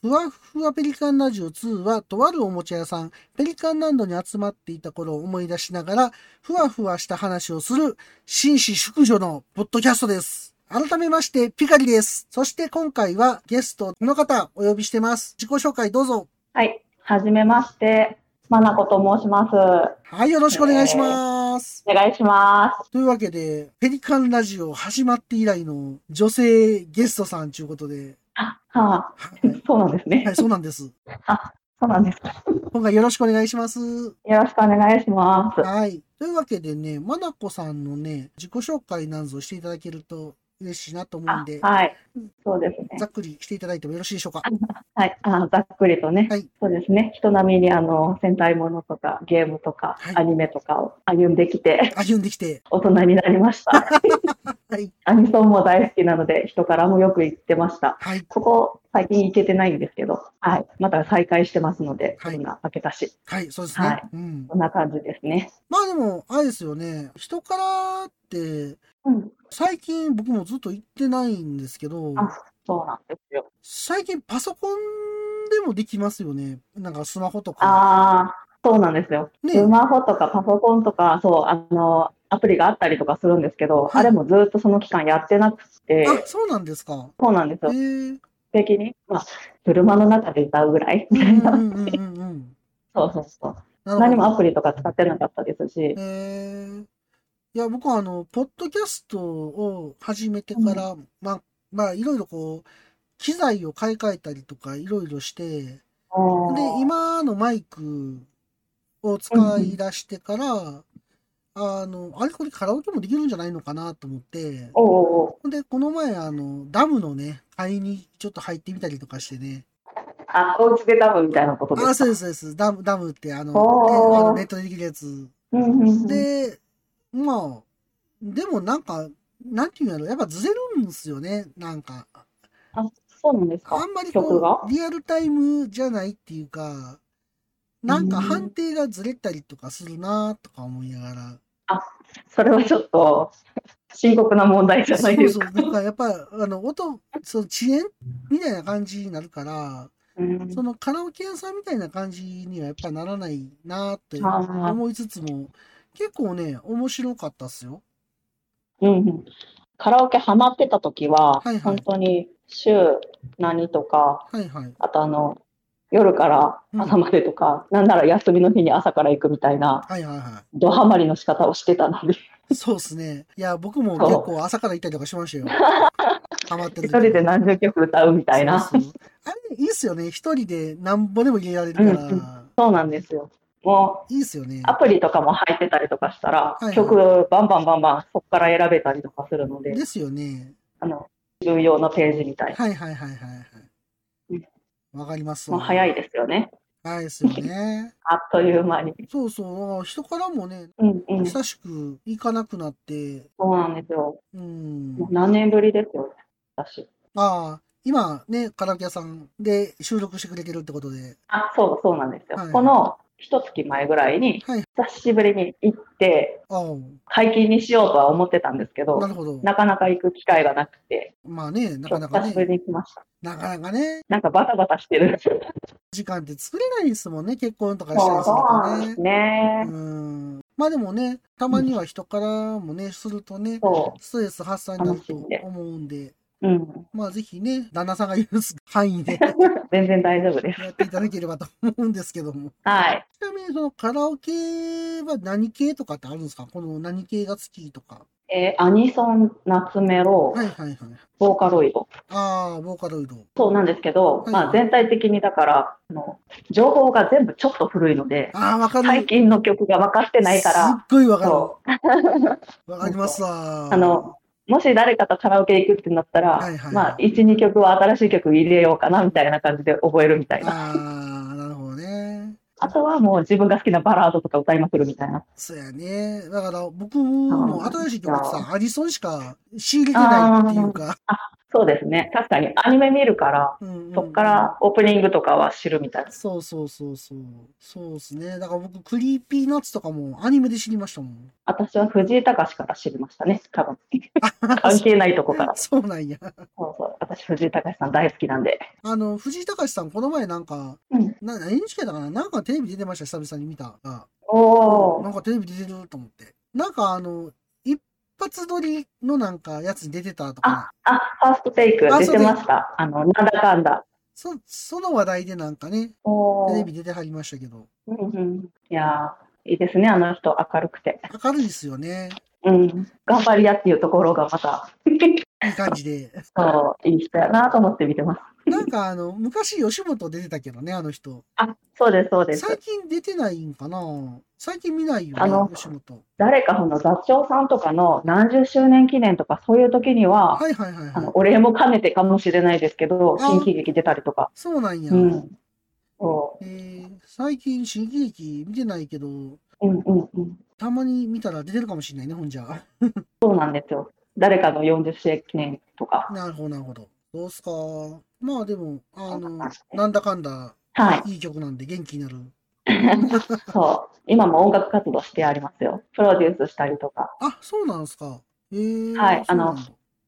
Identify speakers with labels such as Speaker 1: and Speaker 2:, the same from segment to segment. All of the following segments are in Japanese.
Speaker 1: ふわふわペリカンラジオ2は、とあるおもちゃ屋さん、ペリカンランドに集まっていた頃を思い出しながら、ふわふわした話をする、紳士淑女のポッドキャストです。改めまして、ピカリです。そして今回はゲスト、この方、お呼びしてます。自己紹介どうぞ。
Speaker 2: はい、はじめまして、まなこと申します。お
Speaker 1: はい、よろしくお願いします。
Speaker 2: 願いします。
Speaker 1: というわけで、ペリカンラジオ始まって以来の女性ゲストさんということで、
Speaker 2: あ、 は
Speaker 1: はい
Speaker 2: あ、そうなんですね
Speaker 1: は。い、そうなんです。
Speaker 2: そうなんです。よ
Speaker 1: 今回よろしくお願いします。
Speaker 2: ろしくお願いします。
Speaker 1: はい。というわけでね、まなこさんのね、自己紹介なんぞしていただけると嬉しいなと思うん
Speaker 2: あ
Speaker 1: で、
Speaker 2: はい、そうですね
Speaker 1: ざ。っくりしていただいてもよろしいでしょうか。
Speaker 2: はい、あざっくりとね、
Speaker 1: はい
Speaker 2: そうですね。人並みにあの戦隊ものとかゲームとか、
Speaker 1: はい
Speaker 2: アニメとかを歩んできて
Speaker 1: 歩んできて。
Speaker 2: 大人になりました。
Speaker 1: はい。
Speaker 2: アニソンも大好きなので人からもよく言ってました。
Speaker 1: はい。
Speaker 2: ここ最近行けてないんですけど、はい、また再開してますので、
Speaker 1: はい
Speaker 2: 今開けたし、
Speaker 1: はい。そうですね。
Speaker 2: はい
Speaker 1: うん。
Speaker 2: こんな感じですね。
Speaker 1: まあでも、あれですよね。人からって、
Speaker 2: うん、
Speaker 1: 最近僕もずっと行ってないんですけど、
Speaker 2: あそうなんですよ。
Speaker 1: 最近パソコンでもできますよね。なんかスマホとか。
Speaker 2: ああ、そうなんですよ。
Speaker 1: ね
Speaker 2: スマホとかパソコンとか、そう、あの、アプリがあったりとかするんですけど、
Speaker 1: はい
Speaker 2: あれもずっとその期間やってなくて、
Speaker 1: あ、そうなんですか。
Speaker 2: そうなんです
Speaker 1: え
Speaker 2: よ。
Speaker 1: ー。
Speaker 2: 的に、まあ、車の中で歌うぐらい。
Speaker 1: うん うんうんうんうん。
Speaker 2: そうそうそ
Speaker 1: な
Speaker 2: う。
Speaker 1: るほど
Speaker 2: 何もアプリとか使ってなかったですし、
Speaker 1: えーいや、僕はあの、ポッドキャストを始めてから、まあ、まあ、いろいろこう、機材を買い替えたりとか、いろいろして、で、
Speaker 2: おー
Speaker 1: 今のマイクを使い出してから、あの、あれこれカラオケもできるんじゃないのかなと思って、
Speaker 2: おうおうおう
Speaker 1: ほんで、この前、あの、ダムのね、買いにちょっと入ってみたりとかしてね、
Speaker 2: あ、おうちで多分みたいなことです
Speaker 1: あ、
Speaker 2: か。
Speaker 1: そうです、そうです、ダム、ダムって、あの、ね
Speaker 2: おー
Speaker 1: あのネットでできるやつ。
Speaker 2: うんうんうん
Speaker 1: で、まあ、でもなんか、なんていうんやろ、やっぱずれるんですよね、なんか。
Speaker 2: あ、そうなんですか
Speaker 1: あん。まり
Speaker 2: 曲
Speaker 1: こ
Speaker 2: が
Speaker 1: う、リアルタイムじゃないっていうか、なんか
Speaker 2: うん
Speaker 1: 判定がずれたりとかするなとか思いながら。
Speaker 2: それはちょっと深刻な問題じゃない
Speaker 1: そう
Speaker 2: です
Speaker 1: そう、
Speaker 2: か。
Speaker 1: なんかやっぱ、あの、音、その遅延みたいな感じになるから、
Speaker 2: うん
Speaker 1: そのカラオケ屋さんみたいな感じにはやっぱならないなって
Speaker 2: あー
Speaker 1: 思いつつも、結構ね、面白かったっすよ。
Speaker 2: うんうん、カラオケハマってた時
Speaker 1: は
Speaker 2: は、
Speaker 1: いはい
Speaker 2: 本当に週何とか、
Speaker 1: はいはい。
Speaker 2: あとあの、夜から朝までとか、なんなら休みの日に朝から行くみたいな、
Speaker 1: はいはいはい。
Speaker 2: ドハマりの仕方をしてたので、
Speaker 1: そうですね。いや、僕も結構朝から行ったりとかしましたよ。 ハマって
Speaker 2: 一
Speaker 1: る
Speaker 2: 人で何十曲歌うみたいな、
Speaker 1: そうそうあれ、いいっすよね。一人でなんぼでも入れられるから。
Speaker 2: うんうそうなんですよ。もう、
Speaker 1: いいっすよね。
Speaker 2: アプリとかも入ってたりとかしたら
Speaker 1: は、いはい
Speaker 2: 曲バンバンバンバンそこから選べたりとかするので、
Speaker 1: ですよね。
Speaker 2: あの、自分用のページみたいな。
Speaker 1: はいはいはいはいは
Speaker 2: う
Speaker 1: い
Speaker 2: ん。
Speaker 1: わかります
Speaker 2: もう
Speaker 1: わ。
Speaker 2: 早いですよね。
Speaker 1: 早いですよね。
Speaker 2: あっという間に。
Speaker 1: そうそう。人からもね、
Speaker 2: うんうん。そ
Speaker 1: 久しく行かなくなって、
Speaker 2: うなんですよ。
Speaker 1: うん。
Speaker 2: もう何年ぶりですよ、私。
Speaker 1: ああ、今ね、カラオケ屋さんで収録してくれてるってことで。
Speaker 2: あ、そう、そうなんですよ。
Speaker 1: はい
Speaker 2: この一月前ぐらいに、
Speaker 1: はい。
Speaker 2: 久しぶりに行って、
Speaker 1: あ
Speaker 2: 解禁にしようとは思ってたんですけ
Speaker 1: あ、な
Speaker 2: ど、
Speaker 1: るほど。
Speaker 2: なかなか行く機会がなくて、
Speaker 1: まあね、な
Speaker 2: ち
Speaker 1: か
Speaker 2: ょっ
Speaker 1: な
Speaker 2: と
Speaker 1: か
Speaker 2: 久しぶ
Speaker 1: ね。
Speaker 2: りに来ました。
Speaker 1: なかなかね。
Speaker 2: なんかバタバタしてる。そう
Speaker 1: 時間って作れないですもんね、結婚とかしたりすると
Speaker 2: なんで
Speaker 1: ね
Speaker 2: す。ね
Speaker 1: う。ん。まあでもね、たまには人からもね、するとね、
Speaker 2: そ
Speaker 1: ストレス発散になると思うんで、
Speaker 2: う。うん。
Speaker 1: まあぜひね、旦那さんが許す範囲で
Speaker 2: 全然大丈夫です。
Speaker 1: やっていただければと思うんですけども。
Speaker 2: はい。
Speaker 1: ちなみにそのカラオケは何系とかってあるんですかこの何系が好きとか。
Speaker 2: えーアニソン、夏メロ、
Speaker 1: はいはいはい。
Speaker 2: ボーカロイド。
Speaker 1: ああ、ボーカロイド。
Speaker 2: そうなんですけ
Speaker 1: は
Speaker 2: ど、
Speaker 1: い
Speaker 2: まあ全体的にだから、あの情報が全部ちょっと古いので、
Speaker 1: ああ、わかる。
Speaker 2: 最近の曲が分かってないから、
Speaker 1: すっごいわかる。
Speaker 2: そ
Speaker 1: わかりますわ。
Speaker 2: あの、もし誰かとカラオケ行くってなったら、
Speaker 1: はいはいはい
Speaker 2: まあ、1、2曲は新しい曲入れようかなみたいな感じで覚えるみたいな。
Speaker 1: あ
Speaker 2: あ
Speaker 1: あ、なるほどね。
Speaker 2: とはもう自分が好きなバラードとか歌いまくるみたいな。
Speaker 1: そうやね。だから僕も
Speaker 2: あー
Speaker 1: 新しい曲ってさ、アニソンしか仕入れてないっていうか、
Speaker 2: そうですね。確かにアニメ見るから、
Speaker 1: うんうんうん
Speaker 2: そっからオープニングとかは知るみたいな。
Speaker 1: そうそうそうそう。そうですね。だから僕、クリーピーナッツとかもアニメで知りましたもん。
Speaker 2: 私は藤井隆から知りましたね、多分。関係ないとこから。
Speaker 1: そうなんや。
Speaker 2: そうそう。私、藤井隆さん大好きなんで。
Speaker 1: あの、藤井隆さん、この前なんか、
Speaker 2: うん
Speaker 1: な NHK だからなんかテレビ出てました、久々に見た。あ
Speaker 2: お
Speaker 1: な
Speaker 2: ー。
Speaker 1: んかテレビ出てると思って。なんかあの、一発撮りのなんかやつに出てたとか、
Speaker 2: あ、ファーストテイク
Speaker 1: ファース
Speaker 2: 出
Speaker 1: トテイ
Speaker 2: て
Speaker 1: ク
Speaker 2: ました。あの、なんだかんだ。
Speaker 1: そその話題でなんかね、
Speaker 2: お
Speaker 1: テレ
Speaker 2: ー。
Speaker 1: ビ出てはりましたけど、
Speaker 2: うんうん、いやー、いいですね、あの人、明るくて。
Speaker 1: 明るいですよね。
Speaker 2: うん。頑張り屋っていうところがま た、
Speaker 1: いい感じで。
Speaker 2: そう、いい人やなと思って見てます。
Speaker 1: なんかあの、昔吉本出てたけどね、あの人。
Speaker 2: あ、そうです、そうです。
Speaker 1: 最近出てないんかな最近見ないよ
Speaker 2: あの
Speaker 1: ね、吉本。
Speaker 2: 誰かその座長さんとかの何十周年記念とかそういう時には、
Speaker 1: はいはいはい
Speaker 2: あ
Speaker 1: はい
Speaker 2: の。お礼も兼ねてかもしれないですけど、
Speaker 1: あ
Speaker 2: 新喜劇出たりとか。
Speaker 1: そうなんや。
Speaker 2: うん。そ
Speaker 1: えー最近新喜劇見てないけど、
Speaker 2: う。うんうんうん。
Speaker 1: たまに見たら出てるかもしれないね、ほんじゃ。
Speaker 2: そうなんですよ。誰かの40周年記念とか。
Speaker 1: なるほど、なるほど。どうすか。まあでも、あの、なんだかんだ、
Speaker 2: はい。
Speaker 1: いい曲なんで元気に なる。
Speaker 2: そう。今も音楽活動してありますよ。プロデュースしたりとか。
Speaker 1: あ、そうなんですか。へえ。
Speaker 2: はい
Speaker 1: そうなんだ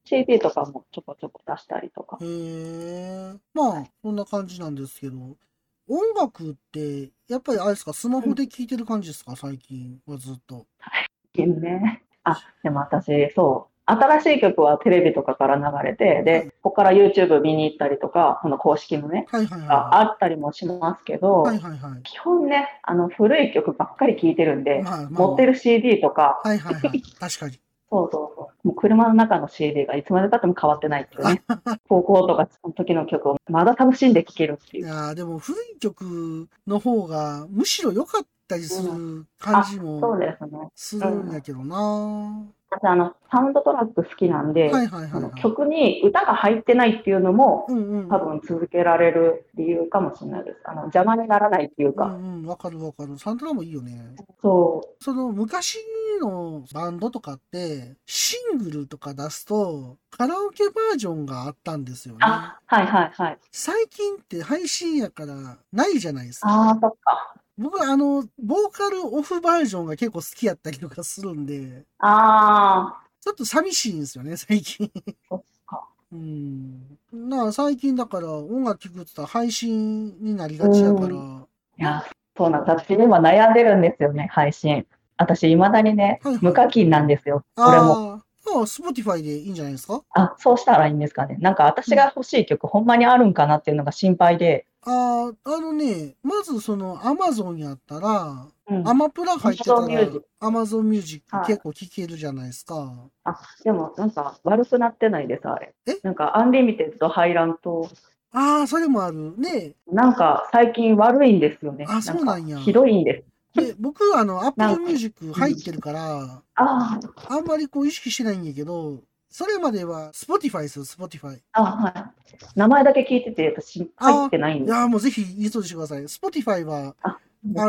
Speaker 2: CD とかもちょこちょこ出したりとか。
Speaker 1: へえ。まあ、そんな感じなんですけど、音楽って、やっぱりあれですか、スマホで聴いてる感じですか、最近はずっと。
Speaker 2: ね。あ、でも私、そう。新しい曲はテレビとかから流れて、で、ここから YouTube 見に行ったりとか、この公式のね、
Speaker 1: はいはい
Speaker 2: が
Speaker 1: は
Speaker 2: あったりもしますけど
Speaker 1: い。、はいはいは
Speaker 2: 基本ね、あの、古い曲ばっかり聴いてるん
Speaker 1: い。
Speaker 2: で、
Speaker 1: まあまあ
Speaker 2: 持って。る CD とか、
Speaker 1: はいはいはい。確かに。
Speaker 2: そうそうそう、もう車の中の CD がいつまで経っても変わってないって いうね、高校とかその時の曲をまだ楽しんで聴けるって
Speaker 1: い
Speaker 2: いう。
Speaker 1: やーでも古い曲の方が、むしろ良かったりする感じ
Speaker 2: そ
Speaker 1: も
Speaker 2: うですね。
Speaker 1: するんやけどな。
Speaker 2: 私、あの、サウンドトラック好きなんで、
Speaker 1: はいはいはい
Speaker 2: あの
Speaker 1: はい。
Speaker 2: 曲に歌が入ってないっていうのも、
Speaker 1: うんうん。
Speaker 2: 多分続けられる理由かもしれないです。あの邪魔にならないっていう
Speaker 1: う
Speaker 2: か、
Speaker 1: んうん、わかるわかる。サントラもいいよね。
Speaker 2: そ
Speaker 1: その昔のバンドとかって、シングルとか出すと、カラオケバージョンがあったんですよ
Speaker 2: う。
Speaker 1: ね。
Speaker 2: あ、はいはいはい。
Speaker 1: 最近って配信やからないじゃないですか。
Speaker 2: ああ、そっか。
Speaker 1: 僕あの、ボーカルオフバージョンが結構好きやったりとかするんで、
Speaker 2: あ
Speaker 1: ちょっと寂しいんですよね、最近。
Speaker 2: そっか
Speaker 1: うん。なあ、最近だから音楽聴くって言ったら配信になりがちやから、
Speaker 2: うあ。いや、そうなん私今悩んでるんですよね、配信。私、いまだにね
Speaker 1: はいはい、
Speaker 2: 無課金なんですよ、これも。
Speaker 1: ああ、スポティファイでいいんじゃないですか
Speaker 2: あ、そうしたらいいんですかね。なんか私が欲しい曲、ほんまにあるんかなっていうのが心配で。
Speaker 1: ああ、あのね、まずそのアマゾンやったら、
Speaker 2: うん
Speaker 1: ア。マプラ入ってた
Speaker 2: Amazon Music
Speaker 1: ら、アマゾンミュージッ
Speaker 2: は
Speaker 1: ク
Speaker 2: い
Speaker 1: 結構聴けるじゃないですか。
Speaker 2: あ、でもなんか悪くなってないです、あれ
Speaker 1: え。
Speaker 2: なんかアンリミテッド入らんと、
Speaker 1: ああ、それもある。ね
Speaker 2: なんか最近悪いんですよね。
Speaker 1: あそうなんや
Speaker 2: かひどいんです。
Speaker 1: で、僕、あの、アップ
Speaker 2: な
Speaker 1: ル
Speaker 2: んか
Speaker 1: ミュージック入ってるから、
Speaker 2: ああ、
Speaker 1: あんまりこう意識してないんやけど、それまでは、スポティファイですよ、スポティファイ。
Speaker 2: あ、はい。名前だけ聞いてて、私、
Speaker 1: あー
Speaker 2: 入ってないん
Speaker 1: い
Speaker 2: です。
Speaker 1: やーもうぜひ、インストールしてください。スポティファイは、あ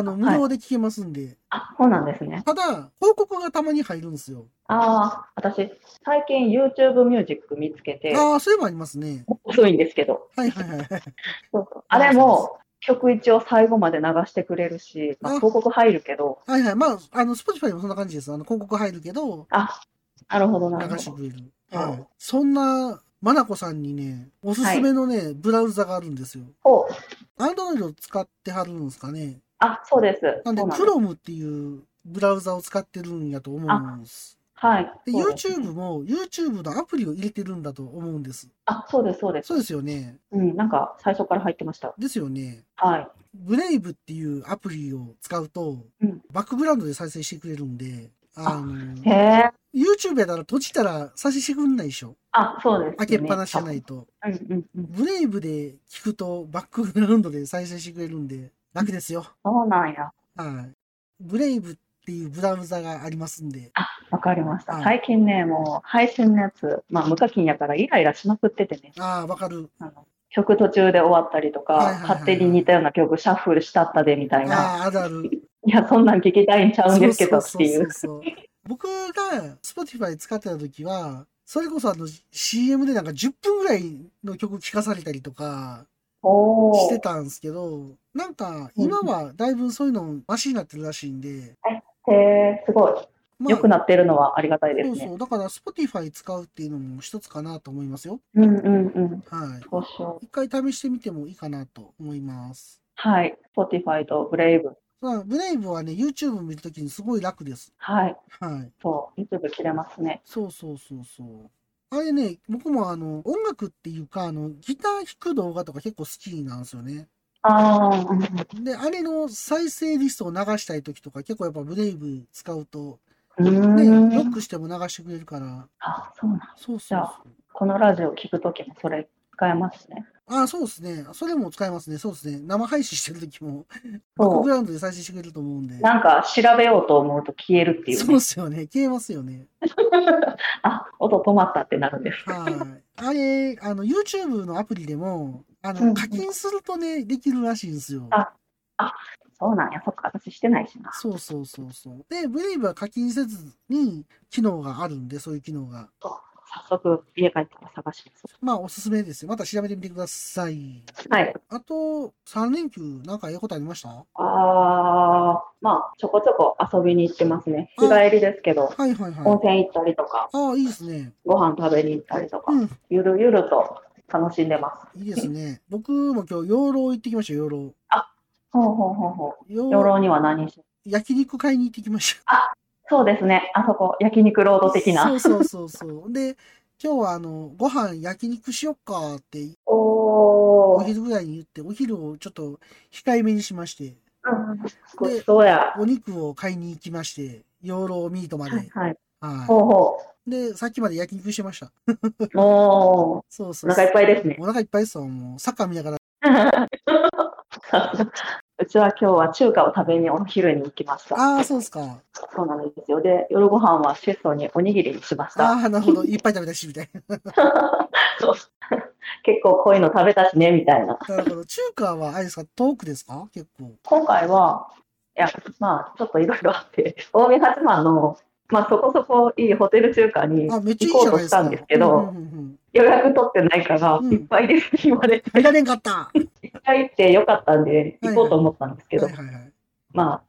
Speaker 1: の、無
Speaker 2: はい、
Speaker 1: 料で聴けますんで。
Speaker 2: あ、そうなんですね。
Speaker 1: ただ、広告がたまに入るんですよ。
Speaker 2: ああ、私、最近 YouTube ミュージック見つけて、
Speaker 1: ああ、そういえばありますね。
Speaker 2: 遅いんですけど、
Speaker 1: はいはいはい。
Speaker 2: そうそうあれも、曲一応最後まで流してくれるし、まあ、
Speaker 1: あ
Speaker 2: 広告入るけど、
Speaker 1: はいはい。まあ、あの、Spotify もそんな感じです。あの、広告入るけど、
Speaker 2: あ、なるほど、なるほ
Speaker 1: 流して
Speaker 2: ど。
Speaker 1: くれる。
Speaker 2: なるほど
Speaker 1: はいそんな、まなこさんにね、おすすめのね、ブラウザがあるんですよ。
Speaker 2: お
Speaker 1: アンドロイド使ってはるんですかね。
Speaker 2: あ、そうです。
Speaker 1: なんで、
Speaker 2: そうなんです
Speaker 1: Chrome っていうブラウザを使ってるんやと思うんです。
Speaker 2: はい。
Speaker 1: で、
Speaker 2: そうです
Speaker 1: YouTube も、YouTube のアプリを入れてるんだと思うんです。
Speaker 2: あ、そうです、そうです。
Speaker 1: そうですよね。
Speaker 2: うん、なんか、最初から入ってました。
Speaker 1: ですよね。
Speaker 2: はい。
Speaker 1: ブレイブっていうアプリを使うと、
Speaker 2: うん
Speaker 1: バックグラウンドで再生してくれるんで、あの、
Speaker 2: へえ。
Speaker 1: YouTube やったら閉じたら再生してくんないでしょ。
Speaker 2: あ、そうです、ね。
Speaker 1: 開けっぱなしじゃないと。
Speaker 2: あ。うん、うん、うん。
Speaker 1: ブレイブで聞くとバックグラウンドで再生してくれるんで楽ですよ。
Speaker 2: そうなんや。
Speaker 1: はい。ブレイブっていうブラウザがありますんで。
Speaker 2: わかりました
Speaker 1: はい。
Speaker 2: 最近ね、もう配信のやつ、まあ無課金やからイライラしまくっててね、
Speaker 1: ああ、わかる。
Speaker 2: あの曲途中で終わったりと
Speaker 1: はいはいは
Speaker 2: か
Speaker 1: い、
Speaker 2: 勝手に似たような曲シャッフルしたったでみたいな、
Speaker 1: ああ、あるある。
Speaker 2: いや、そんなん聞きたいんちゃうんですけどっていう。
Speaker 1: そうそうそうそう。僕が Spotify 使ってた時は、それこそあの CM でなんか10分ぐらいの曲聴かされたりとか
Speaker 2: お
Speaker 1: し
Speaker 2: ー
Speaker 1: てたんですけど、なんか今はだいぶそういうのマシになってるらしいんで、
Speaker 2: へーすごい。
Speaker 1: ま
Speaker 2: 良くなってるのはありがたいです
Speaker 1: そう
Speaker 2: ね。
Speaker 1: そう、だから Spotify 使うっていうのも一つかなと思いますよ。
Speaker 2: うんうんうん。
Speaker 1: はい。
Speaker 2: そうしよう。
Speaker 1: 一回試してみてもいいかなと思います。
Speaker 2: はい。Spotify とブレイブ。
Speaker 1: まあ、ブレイブはね、YouTube 見るときにすごい楽です。
Speaker 2: はい。
Speaker 1: はい。
Speaker 2: そう。YouTube 切れますね。
Speaker 1: そうそうそうそう。あれね、僕もあの、音楽っていうか、あの、ギター弾く動画とか結構好きなんですよね。
Speaker 2: ああ、うんうん
Speaker 1: で、あれの再生リストを流したいときとか、結構やっぱブレイブ使うと、
Speaker 2: う
Speaker 1: ね、
Speaker 2: ー
Speaker 1: ロッ
Speaker 2: ん。
Speaker 1: クしても流してくれるから、
Speaker 2: あ、そうなん。
Speaker 1: そう
Speaker 2: じ
Speaker 1: そ
Speaker 2: ゃ
Speaker 1: う
Speaker 2: あこのラジオ聞くときもそれ使えますね。
Speaker 1: そう。ああ、そうですね。それも使えますね。そうですね。生配信してるときも、バック
Speaker 2: そ
Speaker 1: グラウンドで再生してくれると思うんで
Speaker 2: う。。なんか調べようと思うと消えるっていう、
Speaker 1: そう
Speaker 2: ね
Speaker 1: で。すよね。消えますよね。
Speaker 2: あ、音止まったってなるんです。
Speaker 1: はい。あれ、あの、YouTube のアプリでも、あ
Speaker 2: うんう
Speaker 1: の、
Speaker 2: ん
Speaker 1: 課金するとね、できるらしいんですよ。
Speaker 2: あそうなんや。そっか。私してないしな。
Speaker 1: そうそうそうそう。で、ブレイブは課金せずに機能があるんで、そういう機能が。
Speaker 2: 早速家帰ったら探します。
Speaker 1: まあ、おすすめですよ。また調べてみてください。
Speaker 2: はい。
Speaker 1: あと、3連休、なんかええことありましたは
Speaker 2: ああ、まあ、ちょこちょこ遊びに行ってますね。日帰りですけど、
Speaker 1: いはい
Speaker 2: 温
Speaker 1: はい。
Speaker 2: 泉行ったりとか、
Speaker 1: ああ、いいですね。
Speaker 2: ご飯食べに行ったりとか、
Speaker 1: うん、
Speaker 2: ゆるゆると楽しんでます。
Speaker 1: いいですね。僕も今日、養老行ってきましたよ、養老。
Speaker 2: ほうほうほうほ
Speaker 1: 養
Speaker 2: う。養老には何し
Speaker 1: 焼肉買いに行ってきました。
Speaker 2: そうですね。あそこ、焼肉ロード的な。
Speaker 1: そうそうそうそう。で、今日はあの、ご飯焼肉しよっかって、
Speaker 2: お
Speaker 1: お
Speaker 2: ー。
Speaker 1: 昼ぐらいに言って、お昼をちょっと控えめにしまして、
Speaker 2: うん、ごちそうや。
Speaker 1: お肉を買いに行きまして、養老ミートま
Speaker 2: はい
Speaker 1: で。
Speaker 2: はい。ほ
Speaker 1: は
Speaker 2: うほ
Speaker 1: い。で、さっきまで焼肉してました。
Speaker 2: う。おー。
Speaker 1: そうそ
Speaker 2: お
Speaker 1: う。
Speaker 2: 腹いっぱいですね。
Speaker 1: お腹いっぱいですわ、もう。サッカー見ながら。
Speaker 2: うちは今日は中華を食べにお昼に行きました。
Speaker 1: ああ、そうですか。
Speaker 2: そうなんですよ。で、夜ご飯は質素におにぎりにしました。
Speaker 1: ああ、なるほど。いっぱい食べたし、みたい な。
Speaker 2: そう 結構こういうの食べたしねみたいな。
Speaker 1: なるほど。中華は、あれですか、トークですか結構。
Speaker 2: 今回は、いや、まあ、ちょっといろいろあって、近江八幡の、まあ、そこそこいいホテル中華に
Speaker 1: あ、めっちゃい
Speaker 2: 行
Speaker 1: い
Speaker 2: こ
Speaker 1: じゃないで
Speaker 2: うとし
Speaker 1: すか。
Speaker 2: たんですけど、
Speaker 1: うんうんうんうん
Speaker 2: 予約取ってないから、
Speaker 1: うん
Speaker 2: いっぱいです、今で。
Speaker 1: 入られんかった。は
Speaker 2: 一回行ってよかったんで、行こうと思ったんですけ
Speaker 1: い
Speaker 2: ど、
Speaker 1: はいはい。
Speaker 2: まあ、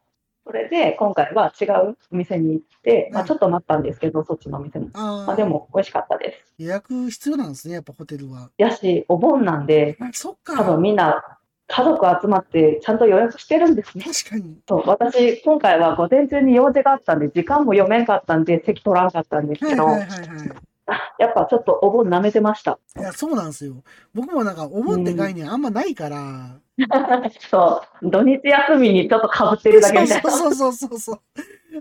Speaker 2: それで今回は違うお店に行って、まあ、ちょっと待ったんですけど、そっちのお店も。
Speaker 1: あ
Speaker 2: まあ、
Speaker 1: あ
Speaker 2: で、も、美味しかったです。
Speaker 1: 予約必要なんですね、やっぱホテルは。
Speaker 2: やし、お盆なんで、
Speaker 1: あそっか。
Speaker 2: 多分みんな、家族集まって、ちゃんと予約してるんですね。
Speaker 1: 確かに。
Speaker 2: そう私、今回は午前中に用事があったんで、時間も読めんかったんで、席取らんかったんです
Speaker 1: は
Speaker 2: け
Speaker 1: い
Speaker 2: ど、
Speaker 1: はいはいはい。
Speaker 2: やっぱちょっとお盆舐めてました。
Speaker 1: いや、そうなんですよ。僕もなんか、お盆って概念あんまないから。
Speaker 2: そう、土日休みにちょっとかぶってるだけみたいな。い
Speaker 1: そうそうそうそうそう。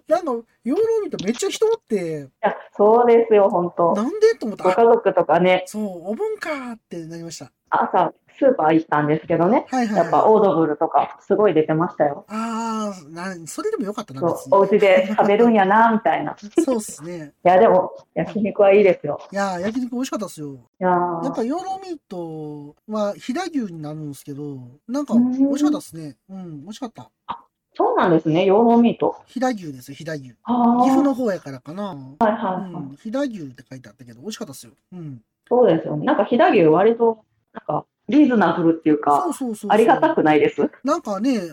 Speaker 1: なんか、養老見てめっちゃ人おって、
Speaker 2: やそうですよ、本当。
Speaker 1: なんでと思った。
Speaker 2: ご
Speaker 1: あ
Speaker 2: 家族とかね、
Speaker 1: そう、お盆かーってなりました。
Speaker 2: 朝、スーパー行ったんですけどね、
Speaker 1: はいはい。
Speaker 2: やっぱオードブルとか、すごい出てましたよ。
Speaker 1: ああ、なんそれでもよかったな、
Speaker 2: そう
Speaker 1: 別
Speaker 2: お
Speaker 1: に。
Speaker 2: 家で食べるんやな、みたいな。い
Speaker 1: そうっすね。
Speaker 2: や、でも、焼肉はいいですよ。
Speaker 1: いやー、焼肉美味しかったっすよ。
Speaker 2: いや
Speaker 1: やっ
Speaker 2: ー
Speaker 1: ぱ養老ミートは飛騨牛になるんですけど、なんか
Speaker 2: うん
Speaker 1: 美味しかったっすね。うん、美味しかった。
Speaker 2: そうなんですね、養老ミート。
Speaker 1: 飛騨牛ですよ、飛騨牛。岐
Speaker 2: ああ、はい
Speaker 1: 阜の方やからかな。
Speaker 2: はい、
Speaker 1: う
Speaker 2: はい。
Speaker 1: ん、飛騨牛って書いてあったけど、美味しかったっすよ。うん。
Speaker 2: そうですよね。なんか飛騨牛割と、なんかリーズナブルっていうか、
Speaker 1: そうそうそうそう。
Speaker 2: ありがたくないです。
Speaker 1: なんかね、近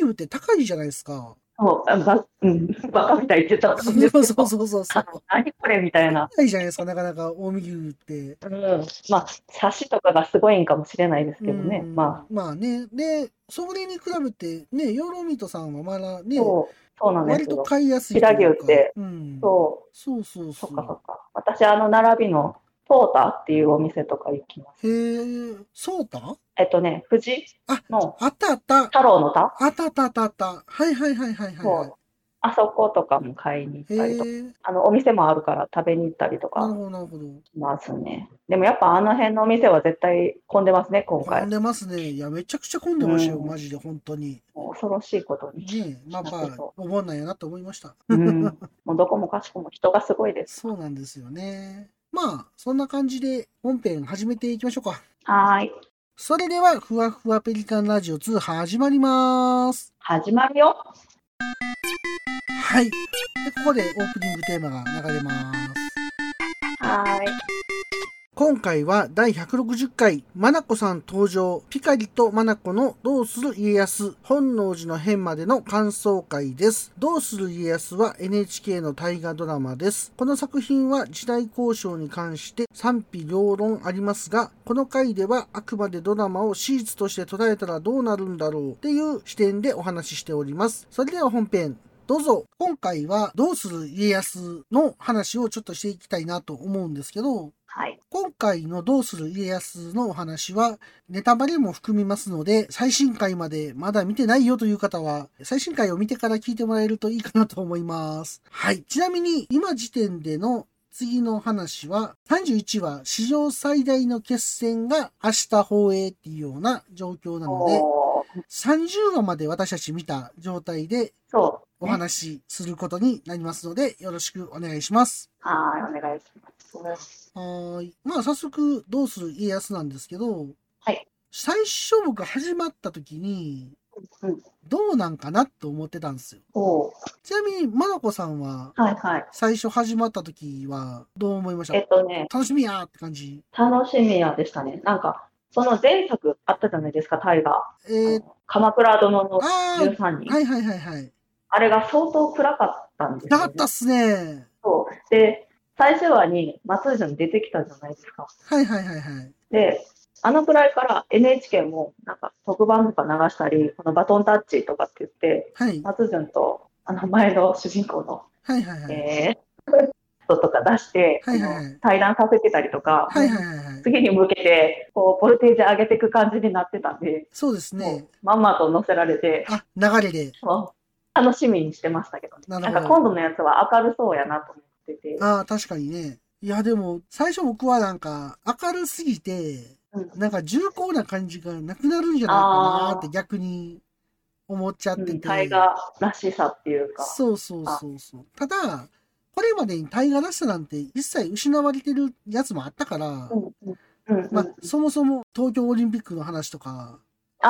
Speaker 1: 江牛って高いじゃないですか。
Speaker 2: そう、あばうん、バカみたいって言っちゃった
Speaker 1: そ
Speaker 2: んですけ
Speaker 1: う
Speaker 2: ど。
Speaker 1: そうそうそう そう。
Speaker 2: 何これみたいな。
Speaker 1: 高いじゃないですか、なかなか近江牛って。
Speaker 2: うん。まあ、差しとかがすごいんかもしれないですけどね。
Speaker 1: うん
Speaker 2: ま
Speaker 1: まあね。で、それに比べて、ね、ヨーロミートさんはまだ
Speaker 2: あ、
Speaker 1: ね、
Speaker 2: そう、そうなんで
Speaker 1: 割
Speaker 2: す
Speaker 1: と
Speaker 2: よ。
Speaker 1: 買いやすいというか
Speaker 2: 飛騨牛って。
Speaker 1: うん。
Speaker 2: そ
Speaker 1: そうそう
Speaker 2: う、そ
Speaker 1: そ
Speaker 2: っかそっ
Speaker 1: う。
Speaker 2: か。私、あの、並びの、トータっていうお店とか行きます。
Speaker 1: へえ、そうた
Speaker 2: えっとね、富士の
Speaker 1: あったあった。
Speaker 2: 太郎の田
Speaker 1: あったあったあったあった。はいはいはいはいはい
Speaker 2: そう
Speaker 1: は
Speaker 2: あそことかも買いに
Speaker 1: い。
Speaker 2: 行
Speaker 1: へ
Speaker 2: った
Speaker 1: え
Speaker 2: りとか、、あの、お店もあるから食べに行ったりと
Speaker 1: なる
Speaker 2: か
Speaker 1: ほどなるほど。
Speaker 2: しますね。でもやっぱあの辺のお店は絶対混んでますね、今
Speaker 1: 混
Speaker 2: 回
Speaker 1: ん。でますね。いや、めちゃくちゃ混んでましたよ、
Speaker 2: うん
Speaker 1: マジで、本当に。
Speaker 2: もう恐ろしいことに。
Speaker 1: ねえ、まあまあ、お盆なんやなと思いました。
Speaker 2: うん、もうどこもかしこも人がすごいです。
Speaker 1: そうなんですよね。まあ、そんな感じで本編始めていきましょうか。
Speaker 2: はーい。
Speaker 1: それでは、ふわふわペリカンラジオ2始まります。
Speaker 2: 始まるよ。
Speaker 1: はい。で、ここでオープニングテーマが流れます。
Speaker 2: ははい。
Speaker 1: 今回は第160回、まなこさん登場、ピカリとまなこのどうする家康、本能寺の変までの感想会です。どうする家康は NHK の大河ドラマです。この作品は時代交渉に関して賛否両論ありますが、この回ではあくまでドラマを史実として捉えたらどうなるんだろうっていう視点でお話ししております。それでは本編。どうぞ今回は「どうする家康」の話をちょっとしていきたいなと思うんですけど
Speaker 2: はい。
Speaker 1: 今回の「どうする家康」のお話はネタバレも含みますので最新回までまだ見てないよという方は最新回を見てから聞いてもらえるといいかなと思います。はい、ちなみに今時点での次の話は31話史上最大の決戦が明日放映っていうような状況なので
Speaker 2: おー
Speaker 1: 30話まで私たち見た状態で
Speaker 2: そう。
Speaker 1: お
Speaker 2: ね
Speaker 1: 話しすることになりますのでよろしくお願いします。
Speaker 2: はい、お願いします。
Speaker 1: はーい。まあ、早速、どうする家康なんですけど、
Speaker 2: はい
Speaker 1: 最初僕始まった時に、
Speaker 2: うん。
Speaker 1: どうなんかなと思ってたんですよ。
Speaker 2: おー
Speaker 1: ちなみに、まなこさんは、
Speaker 2: はいはい。
Speaker 1: 最初始まった時は、どう思いました
Speaker 2: えっとね、
Speaker 1: 楽しみやーって感じ。
Speaker 2: 楽しみやでしたね。なんか、その前作あったじゃないですか、大河。
Speaker 1: えー、
Speaker 2: 鎌倉殿の
Speaker 1: あー、
Speaker 2: 13人。
Speaker 1: はいはいはいはい。
Speaker 2: あれが相当暗かったんです
Speaker 1: な
Speaker 2: よ、
Speaker 1: か
Speaker 2: ね。
Speaker 1: ったっすね。
Speaker 2: そう。で、最終話に松潤出てきたじゃないですか。
Speaker 1: はいはいはいはい。
Speaker 2: で、あのくらいから NHK もなんか特番とか流したり、このバトンタッチとかって言って、
Speaker 1: はい。
Speaker 2: 松潤とあの前の主人公の、
Speaker 1: はいはいはい。
Speaker 2: えー人とか出して、
Speaker 1: はいはいはい
Speaker 2: あの対談させてたりとか、
Speaker 1: はいはいはいはい。
Speaker 2: 次に向けてこうボルテージ上げていく感じになってたんで、
Speaker 1: そうです
Speaker 2: も
Speaker 1: ね
Speaker 2: う。まんまと乗せられて、
Speaker 1: あ、流れで。
Speaker 2: もう楽しみにしてましたけどね。
Speaker 1: な
Speaker 2: な
Speaker 1: るほ
Speaker 2: ん
Speaker 1: ど
Speaker 2: か今度のやつは明るそうやなと思ってて。
Speaker 1: ああ、確かにね。いや、でも、最初僕はなんか、明るすぎて、
Speaker 2: うん
Speaker 1: なんか重厚な感じがなくなるんじゃないかなーって逆に思っちゃっ
Speaker 2: う
Speaker 1: て
Speaker 2: ん、
Speaker 1: て。
Speaker 2: 大河らしさっていうか、
Speaker 1: そうそうそうそう。ただ、これまでに大河らしさなんて一切失われてるやつもあったから、
Speaker 2: うんうんうんうん
Speaker 1: まあ、そもそも東京オリンピックの話とか
Speaker 2: あ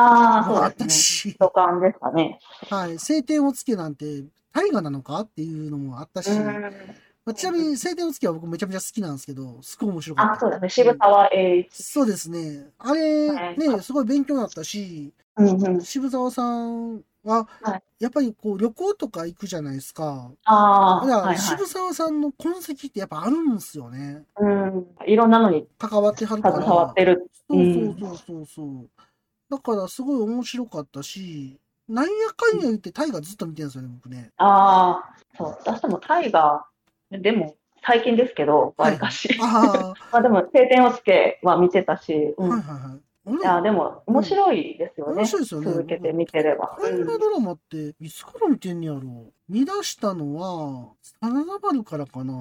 Speaker 1: もあっ
Speaker 2: あ、そ
Speaker 1: た
Speaker 2: うですね。
Speaker 1: し、
Speaker 2: 土管ですかね。
Speaker 1: はい、晴天をつけなんて大河なのかっていうのもあったし、
Speaker 2: う
Speaker 1: ま
Speaker 2: ん、
Speaker 1: あ、ちなみに晴天をつけは僕めちゃめちゃ好きなんですけど、すごい面白かった。
Speaker 2: あ、そうだね。渋沢栄一。
Speaker 1: そうですね。あれ、
Speaker 2: はい
Speaker 1: ね、すごい勉強になったし、
Speaker 2: うんうん。
Speaker 1: 渋沢さんは
Speaker 2: は、
Speaker 1: やっぱりこう旅行とか行くじゃないですか。
Speaker 2: ああ、
Speaker 1: だか
Speaker 2: はい
Speaker 1: ら
Speaker 2: はい。
Speaker 1: 渋沢さんの痕跡ってやっぱあるんですよね。
Speaker 2: うん、いろんなのに
Speaker 1: 関わってはるから。
Speaker 2: 携わってる。
Speaker 1: そうそうそうそうそう。だからすごい面白かったし、なんやかんや言ってタイがずっと見てるんですよね、僕ね。
Speaker 2: ああ、そう。私も大河、でも最近ですけど、わりかし。
Speaker 1: あ
Speaker 2: まあでも、晴天をつけは見てたし、
Speaker 1: あ、
Speaker 2: う
Speaker 1: はいはい
Speaker 2: ん。い
Speaker 1: はい。俺
Speaker 2: や、でも面白いですよね。
Speaker 1: 面白いですよね
Speaker 2: 続けて見てれば。
Speaker 1: 大河ドラマっていつから見てんねやろ見出したのは、真田丸からかな。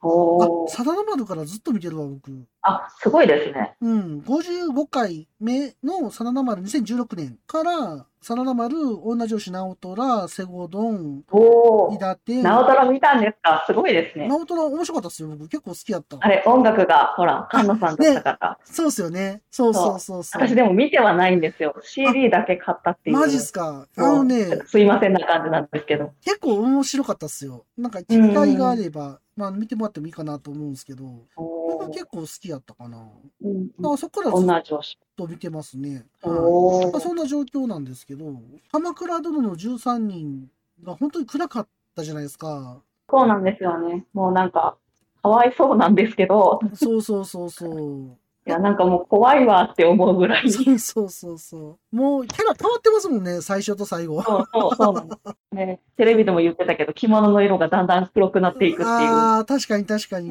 Speaker 1: あ
Speaker 2: お、お。
Speaker 1: サダ丸からずっと見てるわ、僕。
Speaker 2: あ、すごいですね。
Speaker 1: うん、55回目のサダ丸2016年から、サダ丸、女女子直虎、セゴドン、
Speaker 2: お
Speaker 1: 伊
Speaker 2: お。
Speaker 1: 達、
Speaker 2: 直太郎見たんですかすごいですね。
Speaker 1: 直虎面白かったっすよ、僕。結構好きやった。
Speaker 2: あれ、音楽が、ほら、菅野さんだったから。
Speaker 1: そうっすよね。そうそうそうそう。
Speaker 2: 私でも見てはないんですよ。CD だけ買ったっていう。
Speaker 1: マジっすか。あ
Speaker 2: そ
Speaker 1: の
Speaker 2: う
Speaker 1: ね、
Speaker 2: すいませんな感じなんですけど。
Speaker 1: 結構面白かったっすよ。なんか、機会があれば、まあ、見てもらってもいいかなと思うんですけど、
Speaker 2: お
Speaker 1: 僕
Speaker 2: ー
Speaker 1: 結構好きやったかな。
Speaker 2: うん
Speaker 1: だからそこからずっ
Speaker 2: 女上司。
Speaker 1: と見てますね。はい
Speaker 2: お
Speaker 1: まあ、
Speaker 2: ー
Speaker 1: そんな状況なんですけど、鎌倉殿の13人が本当に暗かったじゃないですか。
Speaker 2: そうなんですよね。もうなんか、かわいそうなんですけど、
Speaker 1: そうそうそう そう。
Speaker 2: いや、なんかもう怖いわって思うぐらい。そう
Speaker 1: そうそうそうそう。もうキャラ変わってますもんね、最初と最後。
Speaker 2: そう、そうなんですね。テレビでも言ってたけど、着物の色がだんだん黒くなっていくっていう。
Speaker 1: ああ、確かに確 かに。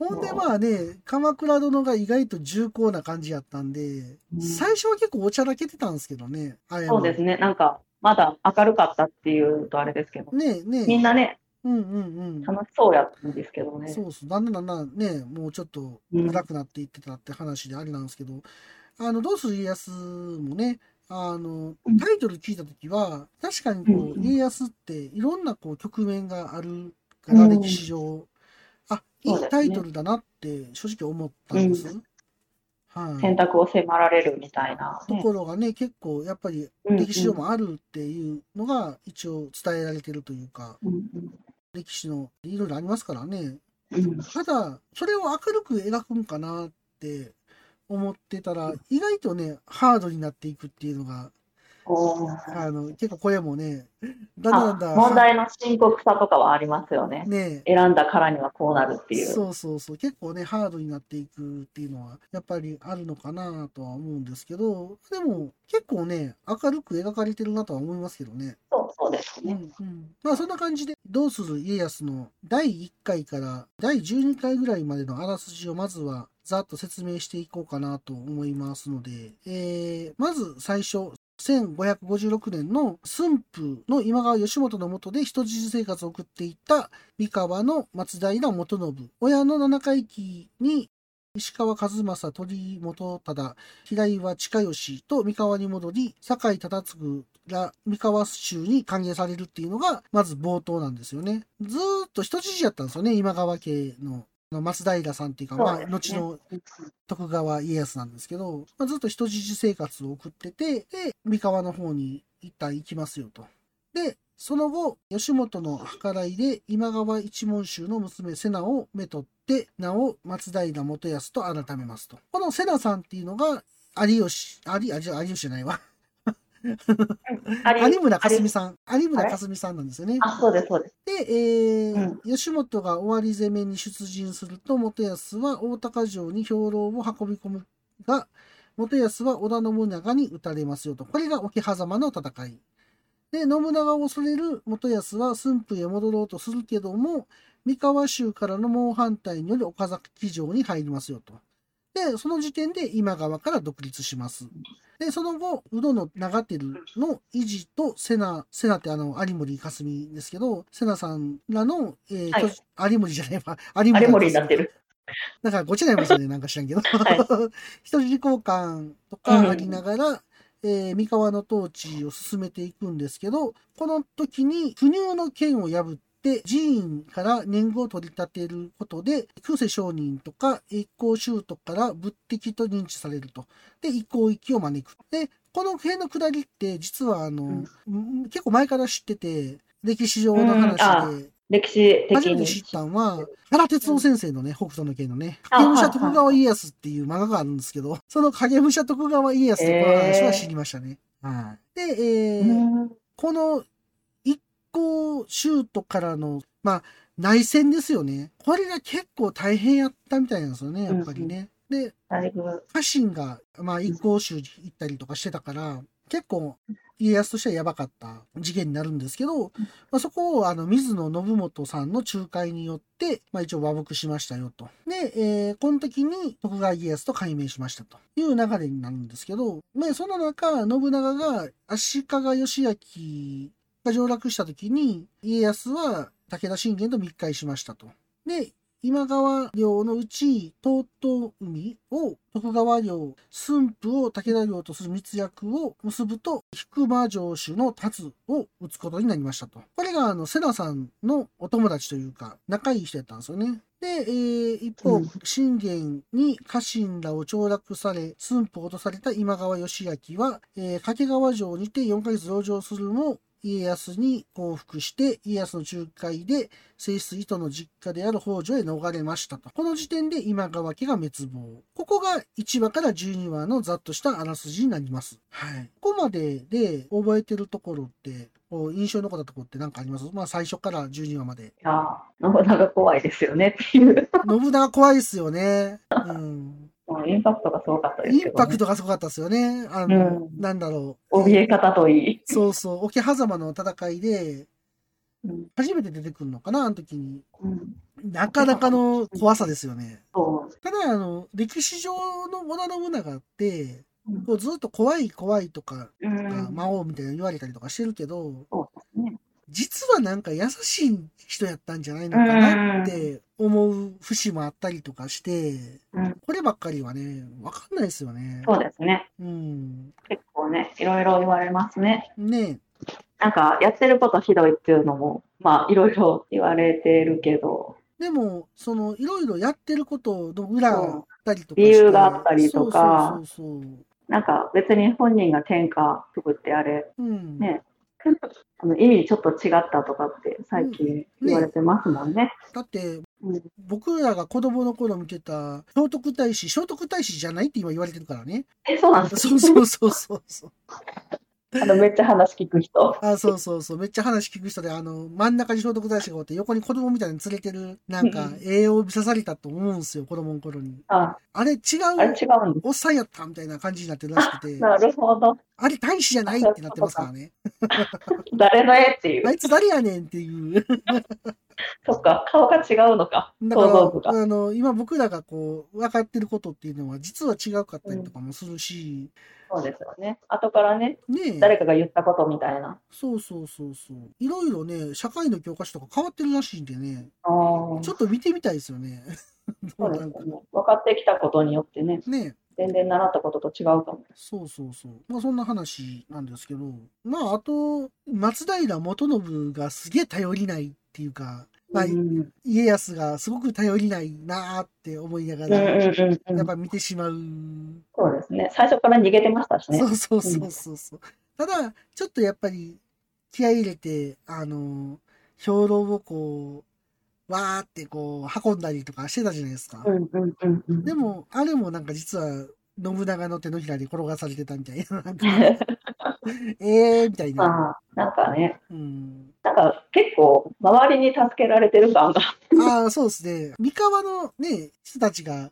Speaker 1: ほんでまあね、鎌倉殿が意外と重厚な感じやったんで、
Speaker 2: うん
Speaker 1: 最初は結構おちゃらけてたんですけどね、あれ
Speaker 2: そうですね。なんか、まだ明るかったっていうとあれですけど、
Speaker 1: ねえねえ。
Speaker 2: みんなね、
Speaker 1: うんうんうん。
Speaker 2: 楽しそうやったんですけどね。
Speaker 1: そうそう、だんだんだんだんね、もうちょっと
Speaker 2: うん
Speaker 1: 暗くなっていってたって話であれなんですけど、あの、どうする家康もね、あの
Speaker 2: うん、
Speaker 1: タイトル聞いたときは、確かにこ
Speaker 2: う
Speaker 1: う、
Speaker 2: ん
Speaker 1: 家康っていろんなこう局面があるから、
Speaker 2: うん
Speaker 1: 歴史上、あ、い
Speaker 2: そう
Speaker 1: い
Speaker 2: ですね
Speaker 1: タイトルだなって正直思ったんです。は
Speaker 2: 選
Speaker 1: い。
Speaker 2: 択を迫られるみたいな、
Speaker 1: と
Speaker 2: ね
Speaker 1: ころがね、結構やっぱり
Speaker 2: うん
Speaker 1: 歴史上もあるっていうのが一応伝えられてるというか、
Speaker 2: うんうん
Speaker 1: 歴史のいろいろありますからね。
Speaker 2: うん
Speaker 1: ただ、それを明るく描くんかなって思ってたら、意外とね、ハードになっていくっていうのが、
Speaker 2: おー
Speaker 1: あの、結構これもね、だんだ
Speaker 2: あ
Speaker 1: んだん
Speaker 2: 問題の深刻さとかはありますよね。
Speaker 1: ね
Speaker 2: 選んだからにはこうなるっていう。
Speaker 1: そうそうそう、結構ね、ハードになっていくっていうのは、やっぱりあるのかなとは思うんですけど、でも、結構ね、明るく描かれてるなとは思いますけどね。
Speaker 2: そうそうです
Speaker 1: う
Speaker 2: ね。
Speaker 1: んうん、まあそんな感じで「どうする家康」の第1回から第12回ぐらいまでのあらすじをまずはざっと説明していこうかなと思いますので、えーまず最初1556年の駿府の今川義元のもとで人質生活を送っていた三河の松平元信親の七回忌に石川一政鳥居元忠平岩親吉と三河に戻り酒井忠次が三河州に歓迎されるっていうのがまず冒頭なんですよねずーっと人質やったんですよね今川家のあの松平さんっていうかまあ
Speaker 2: そうです
Speaker 1: 後
Speaker 2: ね
Speaker 1: の徳川家康なんですけど、まあ、ずっと人質生活を送ってて、で、三河の方に一旦行きますよと。で、その後、吉本の計らいで今川一門衆の娘瀬名をめとって、名を松平元康と改めますと。この瀬名さんっていうのが、有吉、有、あじゃあ有吉じゃないわ。
Speaker 2: あり
Speaker 1: 有村
Speaker 2: あ
Speaker 1: 架
Speaker 2: り
Speaker 1: 純さん。有村架純さんなんですよね。
Speaker 2: あ、そうです、そうです。
Speaker 1: で、えー吉本が終わり攻めに出陣すると、元康は大高城に兵糧を運び込むが、元康は織田信長に討たれますよと。これが桶狭間の戦い。で、信長を恐れる元康は駿府へ戻ろうとするけども、三河州からの猛反対により岡崎城に入りますよと。で、その時点で今川から独立します。で、その後、宇野の長照の維持と瀬名、瀬名ってあの、有森かすみですけど、瀬名さんらの、えー
Speaker 2: はい
Speaker 1: 巨人有森じゃないわ、有森
Speaker 2: あれ森になってる。
Speaker 1: なんかごちゃになりますよね、なんか知らんけど。
Speaker 2: い
Speaker 1: 人質交換と
Speaker 2: うん
Speaker 1: かありながら、えー三河の統治を進めていくんですけど、この時に不入の剣を破って、寺院から年貢を取り立てることで、空世商人とか一向宗徒から仏敵と認知されると。で、一向域を招く。で、この辺の下りって、実はあの、うん結構前から知ってて、歴史上の
Speaker 2: うんあ
Speaker 1: 話で、
Speaker 2: 歴史的
Speaker 1: 初めて
Speaker 2: に。
Speaker 1: 知ったんは、原哲夫先生のね、北斗の拳のね、
Speaker 2: あ
Speaker 1: 影武者
Speaker 2: はいはい
Speaker 1: 徳川家康っていう漫画があるんですけど、その影武者徳川家康ってこの話は知りましたね。はい。で、えー
Speaker 2: うん
Speaker 1: この一向シュートからの、まあ、内戦ですよね。これが結構大変やったみたいなんですよね、やっぱりね。で、
Speaker 2: だいぶ、
Speaker 1: 家臣が、まあ、一向宗に行ったりとかしてたから、結構、家康としてはやばかった事件になるんですけど、まあ、そこをあの水野信元さんの仲介によって、まあ、一応和睦しましたよと。で、えーこの時に徳川家康と改名しましたという流れになるんですけど、まあ、その中、信長が足利義明が上洛した時に、家康は武田信玄と密会しましたと。で、今川領のうち、東東海を徳川領、駿府を武田領とする密約を結ぶと、菊間城主の達を打つことになりましたと。これが、あの、瀬名さんのお友達というか、仲いい人やったんですよね。で、えー一
Speaker 2: う
Speaker 1: 方
Speaker 2: ん、
Speaker 1: 信玄に家臣らを凋落され、駿府を落とされた今川義明は、えー掛川城にて4ヶ月籠城するも、家康に降伏して、家康の仲介で正室糸の実家である北条へ逃れましたと。この時点で今川家が滅亡。ここが1話から12話のざっとしたあらすじになります。はい。ここまでで覚えてるところって、こう印象に残ったところって何かありますまあ最初から12話まで。
Speaker 2: あー信長怖いですよねっていう。
Speaker 1: 信長怖いですよね。うん。
Speaker 2: もうインパクトがすごかったです
Speaker 1: イ
Speaker 2: け
Speaker 1: ン
Speaker 2: ど
Speaker 1: パ
Speaker 2: ね
Speaker 1: ク。トがすごかったですよね。あの、
Speaker 2: うん
Speaker 1: なんだろう。
Speaker 2: 怯え方といい。
Speaker 1: そうそう。桶狭間の戦いで、
Speaker 2: うん
Speaker 1: 初めて出てくるのかなあの時に。
Speaker 2: うん
Speaker 1: なかなかの怖さですよね。
Speaker 2: そう
Speaker 1: ただあの歴史上の織田信長って
Speaker 2: うん
Speaker 1: こうずっと怖い怖いとか、
Speaker 2: うん
Speaker 1: 魔王みたいなの言われたりとかしてるけど
Speaker 2: そうですね。
Speaker 1: 実はなんか優しい人やったんじゃないのかなって思う節もあったりとかして、
Speaker 2: うん
Speaker 1: こればっかりはね分かんないですよね。
Speaker 2: そうですね。
Speaker 1: うん、
Speaker 2: 結構ね、いろいろ言われますね。
Speaker 1: ね
Speaker 2: なんか、やってることひどいっていうのも、まあ、いろいろ言われてるけど、
Speaker 1: でもそのいろいろやってることの裏だったりとか
Speaker 2: 理由があったりとか
Speaker 1: そうそうそう
Speaker 2: なんか別に本人が天下くぐってあれ、
Speaker 1: そう、うん
Speaker 2: ねあの意味ちょっと違ったとかって最近言われてますもんね。
Speaker 1: だって
Speaker 2: うん
Speaker 1: 僕らが子供の頃見てた、聖徳太子、聖徳太子じゃないって今言われてるから ね。
Speaker 2: え、そうなんです
Speaker 1: そうそうそうそうそう。
Speaker 2: あの、めっちゃ話聞く人。
Speaker 1: あ、そうそうそう。めっちゃ話聞く人で、あの、真ん中に聖徳太子がおって、横に子供みたいに連れてる、なん
Speaker 2: う
Speaker 1: か
Speaker 2: んうん、
Speaker 1: 栄養を見さされたと思うんですよ、子供の頃に。
Speaker 2: あ、
Speaker 1: あれ違う
Speaker 2: あれ違うんで
Speaker 1: おっさんやったみたいな感じになってるらしくて
Speaker 2: す。、なるほど。
Speaker 1: あれ大使じゃないってなってますからね。
Speaker 2: 誰の絵っていう
Speaker 1: あ。いつ誰やねんって いう。
Speaker 2: そっか、顔が違うのか。
Speaker 1: だ
Speaker 2: 想像部
Speaker 1: か
Speaker 2: が。
Speaker 1: ら、あの、今僕らがこう、分かってることっていうのは、実は違うかったりとかもするし、
Speaker 2: そうですよね。後からね、
Speaker 1: ねえ
Speaker 2: 誰かが言ったことみたいな。
Speaker 1: そうそうそうそう。いろいろね、社会の教科書とか変わってるらしいんでね、
Speaker 2: あー
Speaker 1: ちょっと見てみたいですよね。 ど
Speaker 2: そううで
Speaker 1: なん
Speaker 2: すよ
Speaker 1: か
Speaker 2: ね。分かってきたことによってね、
Speaker 1: ね
Speaker 2: 全然習ったことと違うかも。
Speaker 1: そうそうそう。まあそんな話なんですけど、まああと、松平元信がすげえ頼りないっていうか、まあ
Speaker 2: うんうん
Speaker 1: 家康がすごく頼りないなーって思いなが
Speaker 2: うん
Speaker 1: ら、や
Speaker 2: うんう
Speaker 1: っ
Speaker 2: ん。
Speaker 1: ぱ見てしまう。
Speaker 2: そうですね。最初から逃げてましたしね
Speaker 1: そ。うそうそうそうそう。ただ、ちょっとやっぱり気合い入れて、あの、兵糧をこう、わーってこう運んだりとかしてたじゃないですか。
Speaker 2: うんうんうんうん。
Speaker 1: でも、あれもなんか実は信長の手のひらに転がされてたみたい な。なんかえーみたいな。
Speaker 2: まあ、なんかね、
Speaker 1: うん、
Speaker 2: なんか結構、周りに助けられてる感が。
Speaker 1: ああ、そうですね。三河のね、人たちが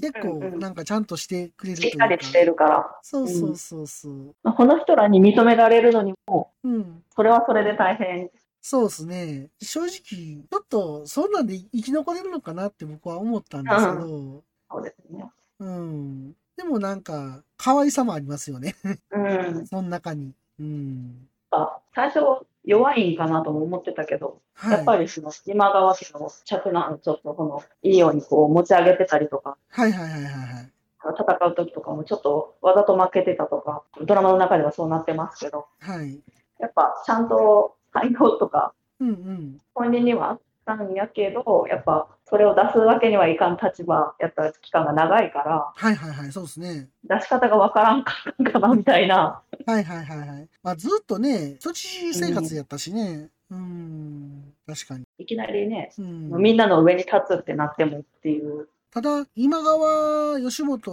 Speaker 1: 結構
Speaker 2: うんうん
Speaker 1: なんかちゃんとしてくれると
Speaker 2: し
Speaker 1: い
Speaker 2: っ
Speaker 1: う
Speaker 2: か
Speaker 1: か。
Speaker 2: りしてるから、
Speaker 1: そうそうそうそう。
Speaker 2: まあこの人らに認められるのにも、
Speaker 1: うん。
Speaker 2: それはそれで大変。
Speaker 1: そうですね。正直、ちょっと、そんなんで生き残れるのかなって僕は思ったんですけど、
Speaker 2: そうですね。
Speaker 1: うん。でもなんか、可愛さもありますよね。
Speaker 2: うん。
Speaker 1: その中に。うん。
Speaker 2: あ最初、弱いんかなとも思ってたけど、
Speaker 1: はい。
Speaker 2: やっぱりその今川家の嫡男をちょっとこのいいようにこう持ち上げてたりとか、
Speaker 1: はいはいはいはいはい。
Speaker 2: 戦う時とかもちょっとわざと負けてたとか、ドラマの中ではそうなってますけど、
Speaker 1: はい。
Speaker 2: やっぱちゃんと配合とか
Speaker 1: うんうん。
Speaker 2: 本人にはあったんやけど、やっぱそれを出すわけにはいかん立場やった期間が長いか
Speaker 1: はいはいはい、そうですね。
Speaker 2: ら、出し方がわからんかったんかなみたいな、
Speaker 1: はいはいはいはい。まあ、ずっとね、人質生活やったしね。うん、確かに。
Speaker 2: いきなりね、
Speaker 1: うん、
Speaker 2: みんなの上に立つってなってもっていう、
Speaker 1: ただ、今川義元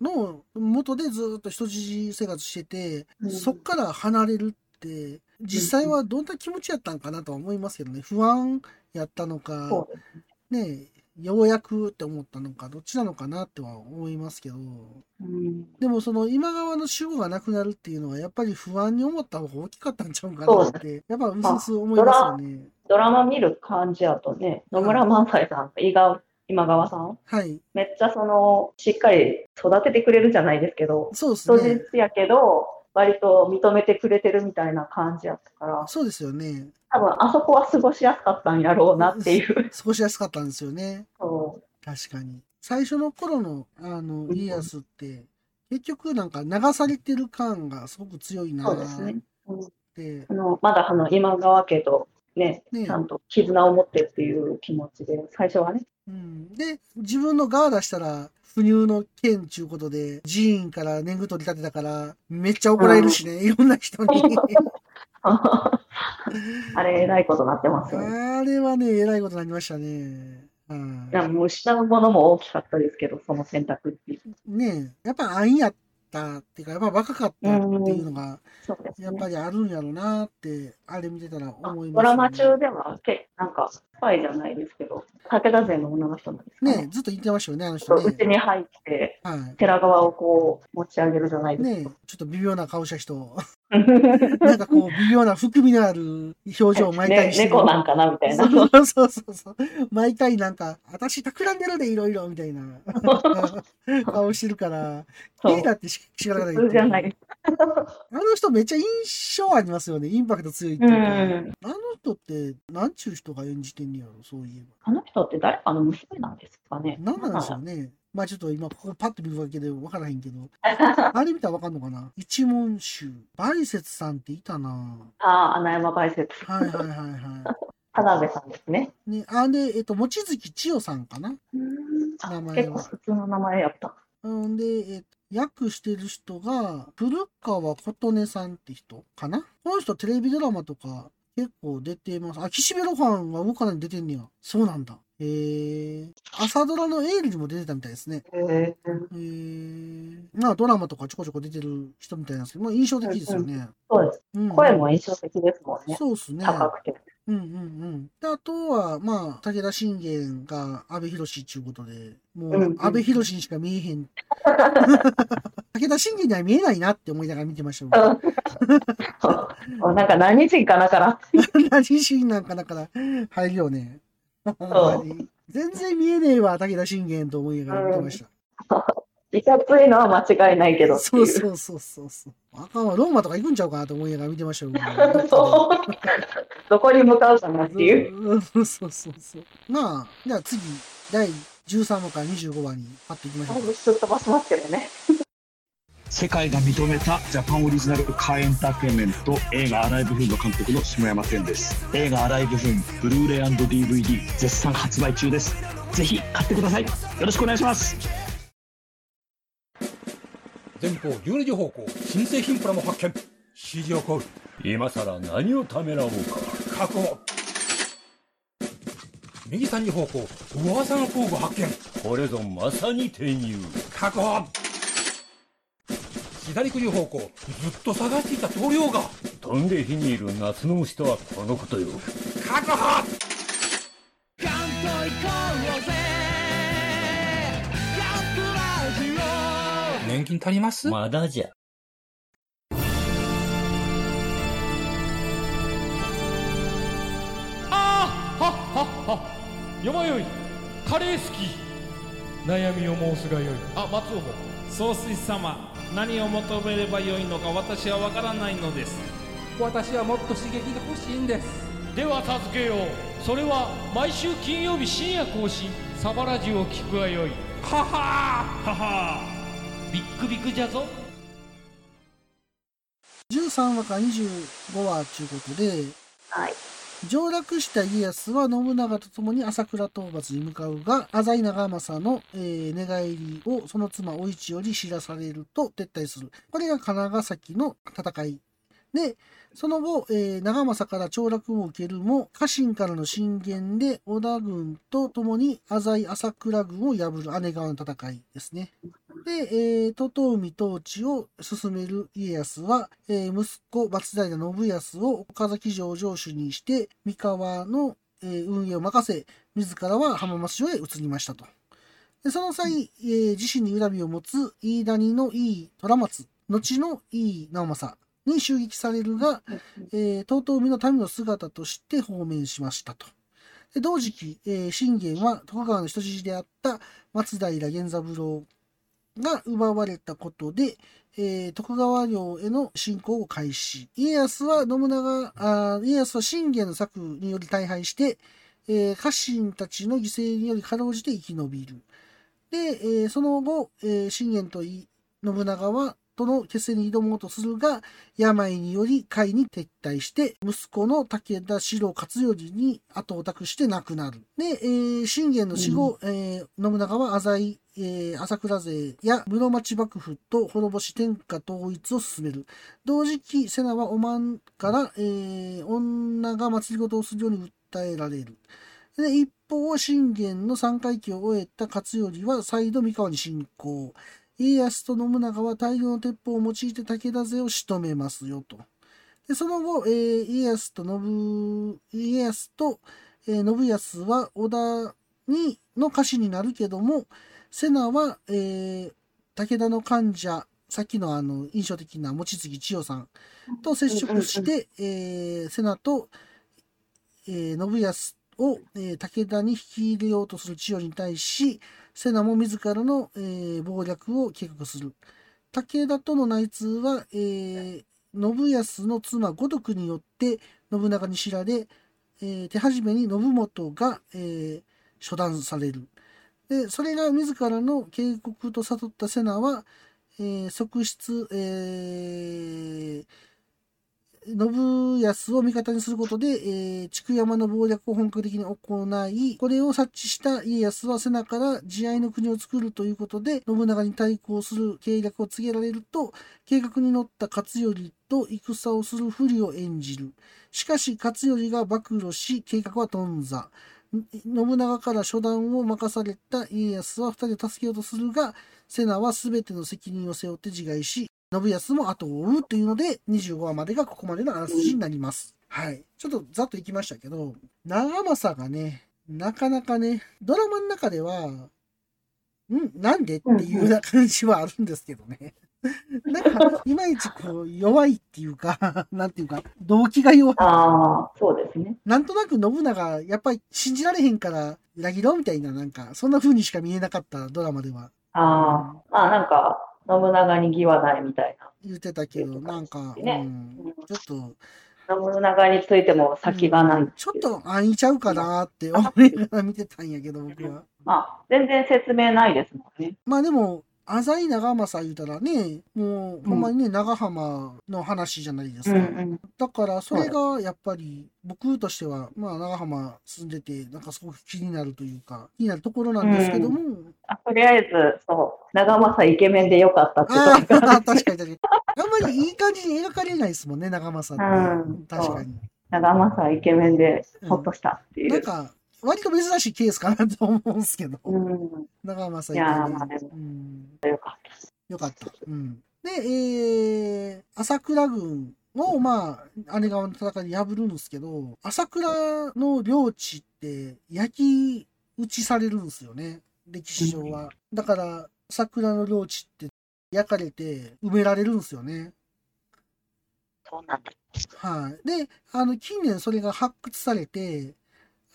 Speaker 1: の元でずっと人質生活してて、
Speaker 2: うん
Speaker 1: そっから離れるって、実際はどんな気持ちやったんかなとは思いますけどね。不安やったのか、
Speaker 2: そうです
Speaker 1: ね、ようやくって思ったのか、どっちなのかなっては思いますけど。
Speaker 2: うん
Speaker 1: でもその今川の主語がなくなるっていうのはやっぱり不安に思った方が大きかったんちゃうかなって、やっぱうすうす思いますよね。
Speaker 2: ドラマ見る感じやとね、野村萬斎さん、伊賀今川さん、
Speaker 1: はい。
Speaker 2: めっちゃその、しっかり育ててくれるじゃないですけど、
Speaker 1: そうです
Speaker 2: 人
Speaker 1: ね。
Speaker 2: 質やけど、割と認めてくれてるみたいな感じやったから、
Speaker 1: そうですよね。
Speaker 2: 多分あそこは過ごしやすかったんやろうなっていう。
Speaker 1: 過ごしやすかったんですよね。
Speaker 2: そ
Speaker 1: 確かに。最初の頃のあの
Speaker 2: うん
Speaker 1: 家康って、結局なんか流されてる感がすごく強いうな
Speaker 2: そうですね
Speaker 1: っ。
Speaker 2: うん
Speaker 1: て。
Speaker 2: あのまだあの今川家とね、
Speaker 1: ね
Speaker 2: ちゃんと絆を持ってっていう気持ちで、最初はね、
Speaker 1: うん、で、自分のガー出したら、不入の件ちゅうことで、寺院から年貢取り立てたから、めっちゃ怒られるしね、いろんな人に。
Speaker 2: あれ、えらいことなってますよね。
Speaker 1: あれはね、えらいことになりましたね。うん
Speaker 2: いやもう失うものも大きかったですけど、その選択っていう。
Speaker 1: ねえやっぱ安易やったっていうか、やっぱ若かったっていうのが、
Speaker 2: そうですね。
Speaker 1: やっぱりあるんやろうなって、あれ見てたら
Speaker 2: あ
Speaker 1: 思い
Speaker 2: ド
Speaker 1: ま
Speaker 2: ラマ
Speaker 1: すね。
Speaker 2: 中では、けなんか、スパイじゃないですけど、武田勢の女の人なんですか
Speaker 1: ねえ
Speaker 2: ね。
Speaker 1: ずっと言ってましたよね、あの
Speaker 2: ち
Speaker 1: 人
Speaker 2: ょっとうち
Speaker 1: ね。
Speaker 2: に入って、
Speaker 1: は
Speaker 2: 寺側をこう、持ち上げるじゃない
Speaker 1: い。
Speaker 2: です
Speaker 1: ねえちょっと微妙な顔した人。
Speaker 2: か。
Speaker 1: なんかこう、微妙な含みのある表情を毎回
Speaker 2: ね
Speaker 1: してる。
Speaker 2: 猫なんかなみたいな。
Speaker 1: そうそうそうそう。毎回なんか、私企んでるでいろいろみたい な顔してるから、
Speaker 2: そ。
Speaker 1: いいうだってししがらないって
Speaker 2: 普
Speaker 1: う
Speaker 2: 通じゃない。
Speaker 1: あの人めっちゃ印象ありますよね。インパクト強いっていううか。あ
Speaker 2: ん。
Speaker 1: の人って、なんちゅう人が演じてんねやろ、そういえ
Speaker 2: あの人って誰かの娘なんですかね。
Speaker 1: ば。なんなんでしょうね。まあちょっと今、ここパッと見るわけで分からへんけ ど。あれ見たら分かんのかな一文集。梅雪さんっていたな
Speaker 2: ああ、穴山梅雪。
Speaker 1: はいはいはいは
Speaker 2: 花部さんですね。
Speaker 1: い。ね、あ、で、えっと、望月千代さんかな
Speaker 2: あ
Speaker 1: 名前は
Speaker 2: 結構普通の名前やった。
Speaker 1: うんで、えっと、訳してる人が、古川琴音さんって人かなこの人テレビドラマとか結構出てます。あ、岸辺露伴は動かないに出てんねや。そうなんだ。へえ。朝ドラのエールにも出てたみたいですね。
Speaker 2: え
Speaker 1: えー、まあドラマとかちょこちょこ出てる人みたいなんですけど、まあ、印象的ですよね。
Speaker 2: そうです。
Speaker 1: うん、
Speaker 2: 声も印象的ですもんね。
Speaker 1: そうですね。
Speaker 2: 高くて。
Speaker 1: うんうんうん。で、あとは、まあ、武田信玄が安倍博士っていうことで、も
Speaker 2: うんう
Speaker 1: うん安倍博士にしか見えへ ん。武田信玄には見えないなって思いながら見てましたもん。
Speaker 2: そうなんか 何人かなから。
Speaker 1: 何シーンなんかだから入るよね。ほんまに全然見えねえわ、武田信玄と思いながら見てました。
Speaker 2: いかついのは間違いないけどって
Speaker 1: そ
Speaker 2: いうう。
Speaker 1: そうそうそうそう。あかんわ、ローマとか行くんちゃうかなと思いながら見てましたよ。
Speaker 2: そうどこに向かうかなっていう。
Speaker 1: うんそうそうそうそう。まあ、じゃあ次、第13話から25話に貼っていきましょうか。
Speaker 2: ちょっと飛ばしますけどね。
Speaker 3: 世界が認めたジャパンオリジナルカーエンターテインメント映画「アライブ・フーン」の監督の下山天です映画「アライブ・フーン」ブルーレイ &DVD 絶賛発売中ですぜひ買ってくださいよろしくお願いします
Speaker 4: 前方12時方向新製品プラも発見 CG をコール
Speaker 5: 今さら何をためらおうか
Speaker 4: 確保右3時方向噂の工具発見
Speaker 5: これぞまさに転入
Speaker 4: 確保左9時方向ずっと探していた棟梁が
Speaker 5: 飛んで火にいる夏の虫とはこのことよ
Speaker 4: 確保年金足ります
Speaker 5: まだじゃ
Speaker 6: あーはっはっは山よいカレー好き悩みを申すがよいあ松尾も
Speaker 7: 総帥様何を求めればよいのか私は分からないのです
Speaker 6: 私はもっと刺激が欲しいんですでは助けようそれは毎週金曜日深夜更新サバラジュを聞くがよいははーははービックビックじゃぞ
Speaker 1: 13話から25話ということで、
Speaker 2: はい。
Speaker 1: 上洛した家康は信長と共に朝倉討伐に向かうが、浅井長政の、えー寝返りをその妻お市より知らされると撤退する。これが神長崎の戦い。で、その後、えー長政から長楽を受けるも、家臣からの進言で織田軍と共に浅井朝倉軍を破る姉川の戦いですね。で、えー、戸当海統治を進める家康は、えー息子松平信康を岡崎城城主にして、三河の、えー運営を任せ、自らは浜松城へ移りましたと。でその際、えー自身に恨みを持つ飯谷の井伊虎松、後の井伊直政に襲撃されるが、えー、東東海の民の姿として放免しましたと。で同時期、えー信玄は徳川の人質であった松平源三郎が奪われたことで、えー徳川領への侵攻を開始。家康は信長、あー家康は信玄の策により大敗して、えー家臣たちの犠牲によりかろうじて生き延びる。で、えーその後、えー信玄とい信長は、との決戦に挑もうとするが、病により甲斐に撤退して、息子の武田四郎勝頼に後を託して亡くなる。で、えー信玄の死後、えー信長は浅井、えー朝倉勢や室町幕府と滅ぼし天下統一を進める。同時期、瀬名はおまんから、えー女が祭り事をするように訴えられる。で一方、信玄の三回忌を終えた勝頼は再度三河に侵攻。家康と信長は大量の鉄砲を用いて武田勢を仕留めますよと。でその後、えー家康と信家康と、えー信康は織田にの家臣になるけども、瀬名は、えー武田の患者、さっきのあの印象的な望月千代さんと接触して、えー瀬名と、えー信康を、えー武田に引き入れようとする千代に対し、瀬名も自らの、えー謀略を計画する。武田との内通は、えー信康の妻五徳によって信長に知られ、えー手始めに信元が、えー処断される。でそれが自らの警告と悟った瀬名は、えー側室、えーえ信康を味方にすることで、えー、筑山の謀略を本格的に行い、これを察知した家康は瀬名から慈愛の国を作るということで、信長に対抗する計略を告げられると、計画に乗った勝頼と戦をする不利を演じる。しかし勝頼が暴露し、計画は頓挫。ん信長から初段を任された家康は二人を助けようとするが、瀬名は全ての責任を背負って自害し、信康も後を追うというので、25話までがここまでのあらすじになります。はい。ちょっとざっといきましたけど、長政がね、なかなかね、ドラマの中では、んなんでっていうような感じはあるんですけどね。なんか、いまいちこう、弱いっていうか、なんていうか、動機が弱い。
Speaker 2: ああ、そうですね。
Speaker 1: なんとなく信長、やっぱり信じられへんから、裏切ろうみたいな、なんか、そんな風にしか見えなかったドラマでは
Speaker 2: ああ、まあなんか、信長に義はないみたいな。
Speaker 1: 言ってたけど、なんか、うん、ちょっと、
Speaker 2: 信長についても先がないっていう
Speaker 1: ちょっと安易ちゃうかなって思いながら見てたんやけど、僕は。
Speaker 2: まあ、全然説明ないですもんね。
Speaker 1: まあでも、浅井長政言うたらね、もう、ほんまにね、長浜の話じゃないですか。
Speaker 2: ん。
Speaker 1: だから、それがやっぱり、僕としては、まあ、長浜住んでて、なんかすごく気になるというか、気になるところなんですけども、
Speaker 2: あとりあえず、そう、長政イケメンでよかったって
Speaker 1: ああ、
Speaker 2: と
Speaker 1: 確
Speaker 2: こが
Speaker 1: かに確かに。あんまりいい感じに描かれないですもんね、長政って。
Speaker 2: うん
Speaker 1: 確かに。
Speaker 2: 長政イケメンでほっとしたってい
Speaker 1: なん
Speaker 2: う。
Speaker 1: か、割と珍しいケースかなと思うんですけど、
Speaker 2: うん、
Speaker 1: 長政
Speaker 2: い
Speaker 1: イ
Speaker 2: やー
Speaker 1: ケメン
Speaker 2: まあでも
Speaker 1: うん
Speaker 2: よかった。
Speaker 1: よかった。うん。で、えー、朝倉軍を、まあ、姉川の戦いに破るんですけど、朝倉の領地って焼き打ちされるんですよね、歴史上は。だから、桜の領地って焼かれて埋められるんですよね。
Speaker 2: そうなんだ。
Speaker 1: はい。で、あの、近年それが発掘されて、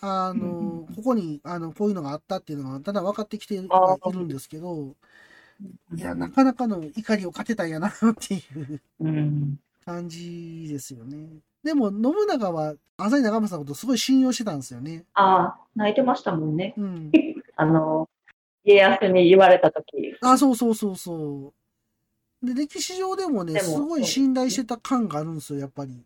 Speaker 1: あの、ここに、あの、こういうのがあったっていうのが、だんだん分かってきてはいるんですけど、いや、なかなかの怒りを勝てたんやな、っていう
Speaker 2: うん。
Speaker 1: 感じですよね。でも、信長は、浅井長政のことすごい信用してたんですよね。
Speaker 2: ああ、泣いてましたもんね。
Speaker 1: うん。
Speaker 2: あの、家康に言われたとき。
Speaker 1: あ、そうそうそうそう。で、歴史上でもね、
Speaker 2: でも
Speaker 1: すごい信頼してた感があるんですよ、やっぱり。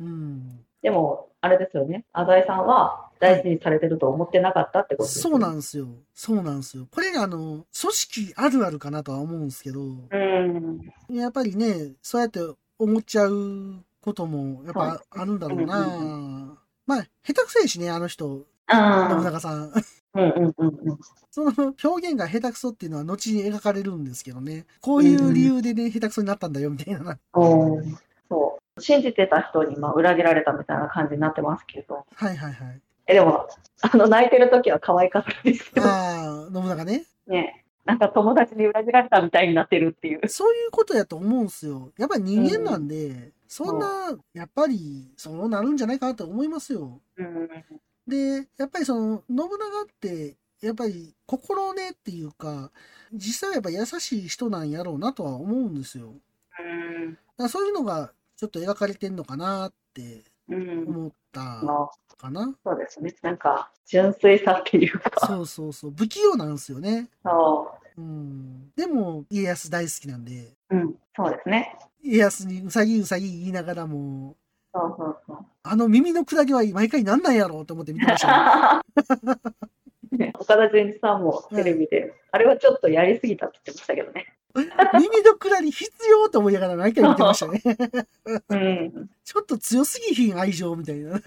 Speaker 1: うん。
Speaker 2: でも、あれですよね。浅井さんは大事にされてると思ってなかったってことです、
Speaker 1: そうなん
Speaker 2: ん
Speaker 1: ですよ。そうなんですよ。これがあの、組織あるあるかなとは思うんですけど、
Speaker 2: うん。
Speaker 1: やっぱりね、そうやって思っちゃうことも、やっぱあるんだろうな、
Speaker 2: うんう
Speaker 1: まあ、下手くせえしね、あの人、信
Speaker 2: あ
Speaker 1: 長さん。
Speaker 2: あ。うんうんうんうん。
Speaker 1: その表現が下手くそっていうのは後に描かれるんですけどね。こういう理由でね、下手くそになったんだよ、みたいな。
Speaker 2: おーそう。信じてた人にまあ裏切られたみたいな感じになってますけど。
Speaker 1: はいはいはい。
Speaker 2: え、でも、あの、泣いてる時は可愛かったですけど
Speaker 1: ああ、信長ね。
Speaker 2: ね。なんか友達に裏切られたみたいになってるっていう。
Speaker 1: そういうことやと思うんすよ。やっぱり人間なんで、そんな、やっぱり、そうなるんじゃないかなと思いますよ。
Speaker 2: うん。
Speaker 1: で、やっぱりその、信長って、やっぱり心ねっていうか、実際はやっぱ優しい人なんやろうなとは思うんですよ。だからそういうのがちょっと描かれてんのかなって
Speaker 2: うん。
Speaker 1: 思った
Speaker 2: まあ、
Speaker 1: かな。
Speaker 2: そうですね。なんか、純粋さっていうか、
Speaker 1: そうそうそう。不器用なんですよね。
Speaker 2: そ
Speaker 1: うん。でも、家康大好きなんで、
Speaker 2: う。うん。そうですね。
Speaker 1: 家康にうさぎうさぎ言いながらも、
Speaker 2: そうそうそう。
Speaker 1: あの耳のくだりは毎回なんなんやろうと思って見てました よ。
Speaker 2: ね岡田准一さんもテレビで、あれはちょっとやりすぎたって言ってましたけどね。
Speaker 1: 耳のくだり必要と思いながら毎回見てましたね。
Speaker 2: うん。
Speaker 1: ちょっと強すぎひん愛情みたいな。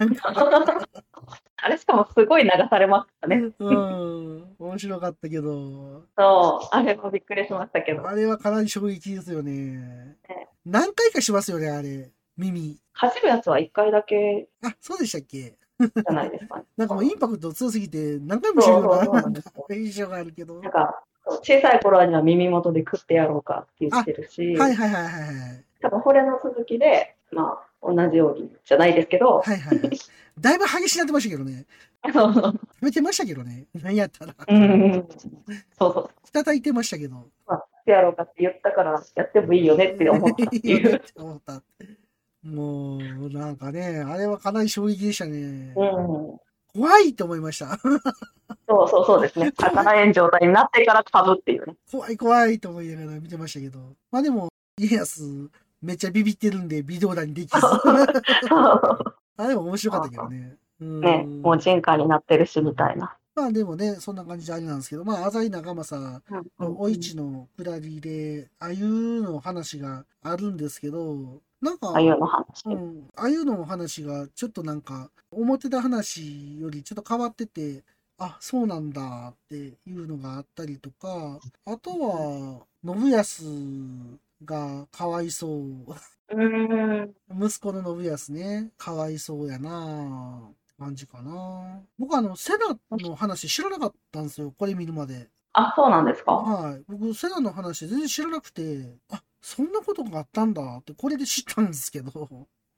Speaker 2: あれしかもすごい流されましたね。
Speaker 1: うん。面白かったけど、
Speaker 2: そう。あれもびっくりしましたけど。
Speaker 1: あれはかなり衝撃ですよね。何回かしますよね、あれ。耳。
Speaker 2: 走るやつは1回だけ
Speaker 1: あ、そうでしたっけ
Speaker 2: じゃないですかね。
Speaker 1: なんかもうインパクト強すぎて何回も知る
Speaker 2: そ
Speaker 1: よ
Speaker 2: うそうそう
Speaker 1: うな
Speaker 2: なんですよ。
Speaker 1: 印象があるけど。
Speaker 2: なん
Speaker 1: は
Speaker 2: か、小さい頃には耳元で食ってやろうかって言ってるし、
Speaker 1: いはいはいはいはい。
Speaker 2: 多分これの続きで、まあ、同じようにじゃないです けど、
Speaker 1: はいはいはい。だいぶ激しになってましたけどね。
Speaker 2: あの
Speaker 1: 食べてましたけどね。何やったら。
Speaker 2: うん、そうそう、
Speaker 1: 叩いてましたけど。
Speaker 2: してやろうかって言ったから、やってもいいよねって思ったっていう。
Speaker 1: 思った。もう、なんかね、あれはかなり衝撃でしたね。
Speaker 2: うん、
Speaker 1: 怖いと思いました。
Speaker 2: そうそうそ うですね。魚炎状態になってから株っていうね。
Speaker 1: 怖い怖いと思いながら見てましたけど。まあでも、家康、めっちゃビビってるんで、微動だにでき ず。あ、でも面白かったけどね。うん
Speaker 2: ね、もう人家になってるしみたいな。
Speaker 1: まあでもね、そんな感じであれなんですけど、まあ、浅井長政
Speaker 2: うん
Speaker 1: のお市の下りで、あゆの話があるんですけど、なんか、
Speaker 2: あゆの話。
Speaker 1: うん、あゆのお話がちょっとなんか思ってた話よりちょっと変わっててあそうなんだっていうのがあったりとかあとは信康がかわいそう
Speaker 2: うん。
Speaker 1: 息子の信康ねかわいそうやなあ感じかな僕あのセナの話知らなかったんですよこれ見るまで
Speaker 2: あ、そうなんですか
Speaker 1: はい僕セナの話全然知らなくてあそんなことがあったんだってこれで知ったんですけど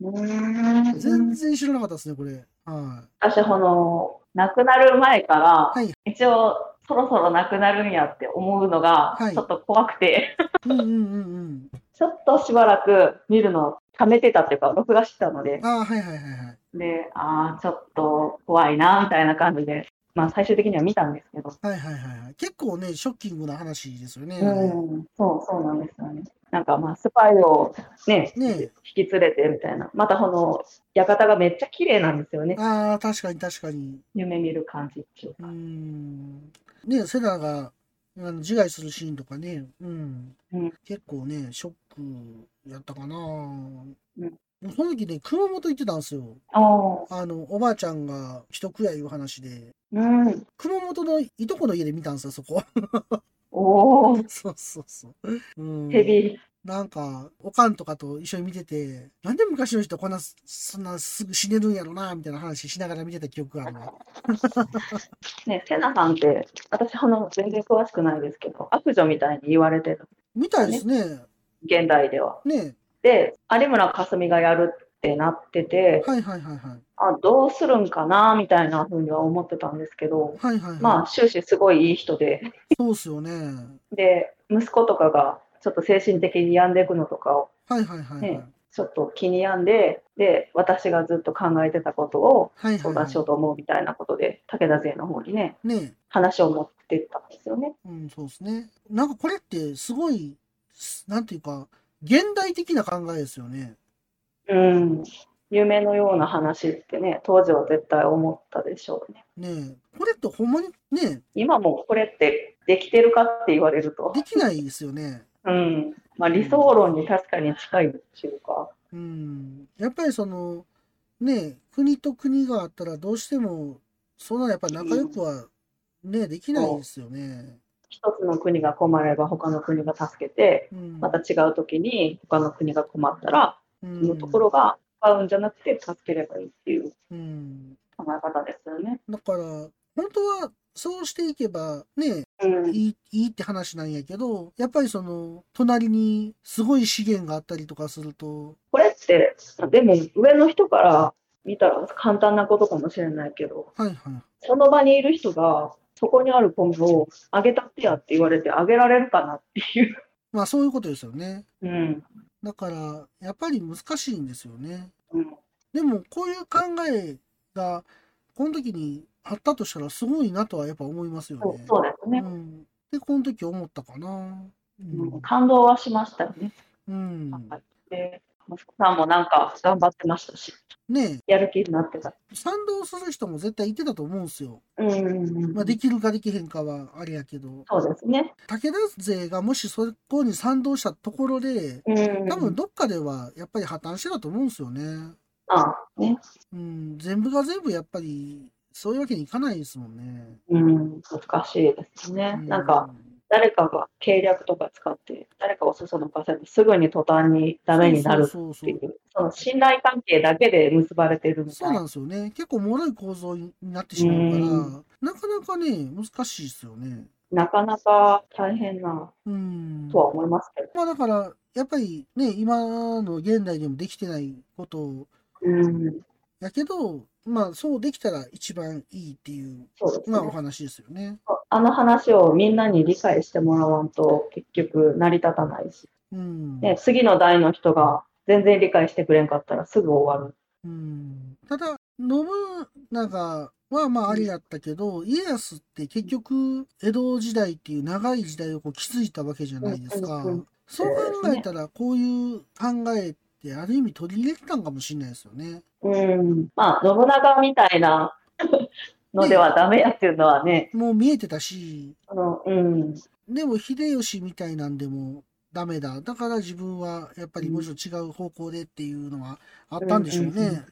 Speaker 2: うん
Speaker 1: 全然知らなかったですね、これ。は
Speaker 2: 私、この、亡くなる前から、
Speaker 1: はい
Speaker 2: 一応、そろそろ亡くなるんやって思うのが、
Speaker 1: はい
Speaker 2: ちょっと怖くて、
Speaker 1: い。うんうんうん
Speaker 2: ちょっとしばらく見るのをためてたっていうか、録画してたので
Speaker 1: うん。、ああ、はいはいはいはい。
Speaker 2: で、ああ、ちょっと怖いな、みたいな感じで、まあ、最終的には見たんですけど、
Speaker 1: はいはいはいはい。結構ね、ショッキングな話ですよね。
Speaker 2: うん、そう、そうなんですよね。なんか、まあ、スパイをね、
Speaker 1: ね
Speaker 2: 引き連れてみたいな、またこの、館がめっちゃ綺麗なんですよね。
Speaker 1: ああ、確かに確かに。
Speaker 2: 夢見る感じっていう
Speaker 1: う
Speaker 2: か。
Speaker 1: ん。ねセナがあの自害するシーンとかね。うん。
Speaker 2: うん
Speaker 1: 結構ね、ショックやったかな。
Speaker 2: ん
Speaker 1: もうその時ね、熊本行ってたんですよ。
Speaker 2: ああ、
Speaker 1: あの、おばあちゃんが人食やいう話で。
Speaker 2: うん、
Speaker 1: 熊本のいとこの家で見たんですよ、そこ。
Speaker 2: おお、
Speaker 1: そうそうそう。うん、
Speaker 2: ヘビー。
Speaker 1: なんか、おかんとかと一緒に見てて、なんで昔の人こんな、そんなすぐ死ねるんやろな、みたいな話しながら見てた記憶があるわ。
Speaker 2: ね、セナさんって、私、あの、全然詳しくないですけど、悪女みたいに言われてる、
Speaker 1: みたいですね。
Speaker 2: 現代では。
Speaker 1: ね
Speaker 2: で、有村架純がやるってなってて、
Speaker 1: はいはいはいはい。
Speaker 2: あ、どうするんかな、みたいなふうには思ってたんですけど、
Speaker 1: はいはいはい。
Speaker 2: まあ、終始すごいいい人で、
Speaker 1: そうっすよね。
Speaker 2: で、息子とかが、ちょっと精神的に病んでいくのとかを、
Speaker 1: はいはいはいはい。
Speaker 2: ねちょっと気に病んで、で、私がずっと考えてたことを
Speaker 1: はいはい
Speaker 2: 相談しよう
Speaker 1: は
Speaker 2: と思うみたいなことで、武田勢の方にね、
Speaker 1: い。ね
Speaker 2: 話を持ってったんですよね。
Speaker 1: うん、そうですね。なんかこれってすごい、すなんていうか、現代的な考えですよね。
Speaker 2: うん、夢のような話ってね、当時は絶対思ったでしょうね。
Speaker 1: ねこれってほんまにね、
Speaker 2: 今もこれってできてるかって言われると
Speaker 1: で、きないですよね。
Speaker 2: うん、まあ、理想論に確かに近いっていうか、
Speaker 1: うん、やっぱりそのね国と国があったらどうしてもそんなやっぱ仲良くはねできないですよね。
Speaker 2: 一つの国が困れば他の国が助けて、
Speaker 1: うん、
Speaker 2: また違う時に他の国が困ったら、
Speaker 1: うん
Speaker 2: そのところが買うんじゃなくて助ければいいっていう
Speaker 1: うん、
Speaker 2: 考え方ですよね。
Speaker 1: だから本当はそうしていけばね
Speaker 2: うん、
Speaker 1: いいいいって話なんやけどやっぱりその隣にすごい資源があったりとかすると
Speaker 2: これって、でも上の人から見たら簡単なことかもしれないけど、
Speaker 1: はいはい
Speaker 2: その場にいる人が、そこにある昆布をあげたってやって言われてあげられるかなっていう。
Speaker 1: まあそういうことですよね。
Speaker 2: うん。
Speaker 1: だからやっぱり難しいんですよね。
Speaker 2: うん、
Speaker 1: でもこういう考えがこの時にあったとしたらすごいなとはやっぱ思いますよ
Speaker 2: そう
Speaker 1: ね。
Speaker 2: そうですね
Speaker 1: う、ん、でこの時思ったかな。う
Speaker 2: うん
Speaker 1: ん。
Speaker 2: 感動はしましたよね。
Speaker 1: うん、
Speaker 2: はいで、息子さんもなんか頑張ってましたし、
Speaker 1: ね
Speaker 2: やる気になってた。
Speaker 1: え賛同する人も絶対いてたと思うんですよ。
Speaker 2: うんうんうん
Speaker 1: まあ、できるかできへんかはあれやけど
Speaker 2: そうですね。
Speaker 1: 武田勢がもしそこに賛同したところで
Speaker 2: うん。
Speaker 1: 多分どっかではやっぱり破綻してたと思うんですよね。
Speaker 2: あね。
Speaker 1: うん、全部が全部やっぱりそういうわけにいかないですもんね。
Speaker 2: うん、難しいですね。
Speaker 1: う
Speaker 2: なんか、誰かが計略とか使って、誰かをそそのかせて、すぐに途端にダメになるっ
Speaker 1: そうそうそうそ
Speaker 2: て
Speaker 1: う
Speaker 2: いう、その信頼関係だけで結ばれてるみ
Speaker 1: そうな
Speaker 2: たい
Speaker 1: ん
Speaker 2: な。
Speaker 1: ですよね。結構脆い構造になってしまうから、
Speaker 2: うん
Speaker 1: なかなかね、難しいですよね。
Speaker 2: なかなか大変な
Speaker 1: うん。
Speaker 2: とは思いますけど。
Speaker 1: まあだから、やっぱりね、今の現代でもできてないこと
Speaker 2: うん、
Speaker 1: やけど、まあそうできたら一番いいっていう、
Speaker 2: そうです
Speaker 1: まあお
Speaker 2: ね。
Speaker 1: 話ですよね。
Speaker 2: あの話をみんなに理解してもらわんと結局成り立たないし、
Speaker 1: うん。
Speaker 2: ね、次の代の人が全然理解してくれんかったらすぐ終わる。
Speaker 1: うん、ただ、信長はまああれやったけど、家康って結局、江戸時代っていう長い時代をこう築いたわけじゃないですか。
Speaker 2: うんうんうん
Speaker 1: そう考えたら、こういう考えって、ある意味取り入れてたんかもしれないですよね。
Speaker 2: うん。まあ、信長みたいなのではダメやっていうのはね、
Speaker 1: もう見えてたし、
Speaker 2: あのうん。
Speaker 1: でも秀吉みたいなんでもダメだ。だから自分はやっぱりもうちろん違う方向でっていうのはあったんでしょうね。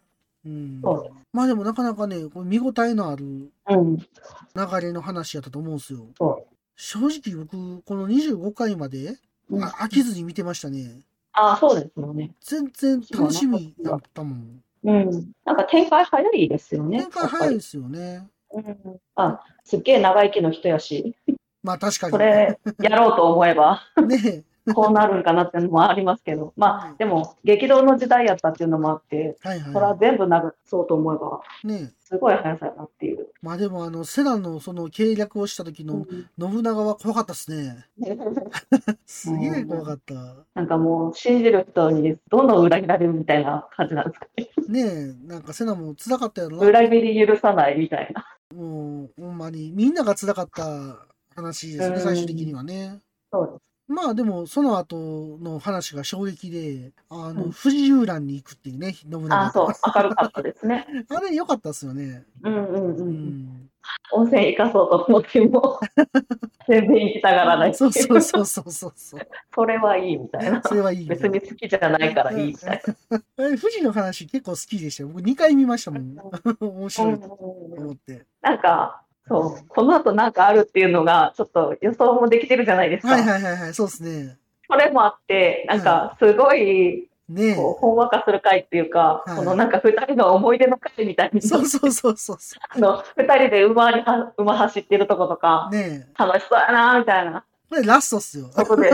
Speaker 1: うん
Speaker 2: そうで
Speaker 1: まあでもなかなかね、これ見応えのある流
Speaker 2: うん。
Speaker 1: れの話やったと思うんですよ。
Speaker 2: そ
Speaker 1: 正直僕、この25回まで、
Speaker 2: うん
Speaker 1: あ飽きずに見てましたね。
Speaker 2: あ、そうですよね。
Speaker 1: 全然楽しみだったもん。
Speaker 2: うん。なんか展開早いですよね。
Speaker 1: 展開早いですよね。
Speaker 2: やっぱり。うん。あ、すっげえ長生きの人やし、
Speaker 1: まあ確か
Speaker 2: そ
Speaker 1: に。
Speaker 2: れやろうと思えば、
Speaker 1: ね
Speaker 2: こうなるんかなっていうのもありますけど、まあ、でも、激動の時代やったっていうのもあって、
Speaker 1: はいはい。
Speaker 2: それは全部なるそうと思えば、
Speaker 1: ね
Speaker 2: すごい速さやなっていう。
Speaker 1: まあでもあの、セナのその計略をした時
Speaker 2: う
Speaker 1: の
Speaker 2: ん
Speaker 1: 信長は怖かったですね。すげえ怖かった。
Speaker 2: なんかもう、信じる人にどんどん裏切られるみたいな感じなんですかね。
Speaker 1: ねえ、なんかセナも辛かったやろな。
Speaker 2: 裏切り許さないみたいな。
Speaker 1: もう、ほんまに、みんなが辛かった話です
Speaker 2: う
Speaker 1: ね、
Speaker 2: ん
Speaker 1: 最終的にはね。
Speaker 2: そうです。
Speaker 1: まあでも、その後の話が衝撃で、あ
Speaker 2: う
Speaker 1: の、
Speaker 2: ん
Speaker 1: 富士遊覧に行くっていうね、信長
Speaker 2: あ、そう、明るかったですね。
Speaker 1: あれ良かったですよね。
Speaker 2: うんうんう。
Speaker 1: うんん。
Speaker 2: 温泉行かそうと思っても、全然行きたがらないってい
Speaker 1: そううそうそうそうそう そう。
Speaker 2: それはいいみたいな。
Speaker 1: それはいいみた
Speaker 2: 別
Speaker 1: いな
Speaker 2: に。好きじゃないからいいみたい
Speaker 1: え富士の話結構好きでしたよ。僕2回見ましたもん。面
Speaker 2: な。う
Speaker 1: 白い
Speaker 2: ん
Speaker 1: と思って。
Speaker 2: なんか、そう、この後なんかあるっていうのが、ちょっと予想もできてるじゃないですか。
Speaker 1: はいはいはいはい、そうですね。
Speaker 2: それもあって、なんか、すごい、
Speaker 1: ね
Speaker 2: こう、ほんわかする回っていうか、
Speaker 1: はい
Speaker 2: このなんか二人の思い出の回みたい
Speaker 1: え。
Speaker 2: に、
Speaker 1: そうそうそうそうそ
Speaker 2: あの、二人で馬には、馬走ってるとことか
Speaker 1: う。、ねえ。
Speaker 2: 楽しそうやな、みたいな
Speaker 1: これラストっすよ。
Speaker 2: こと で、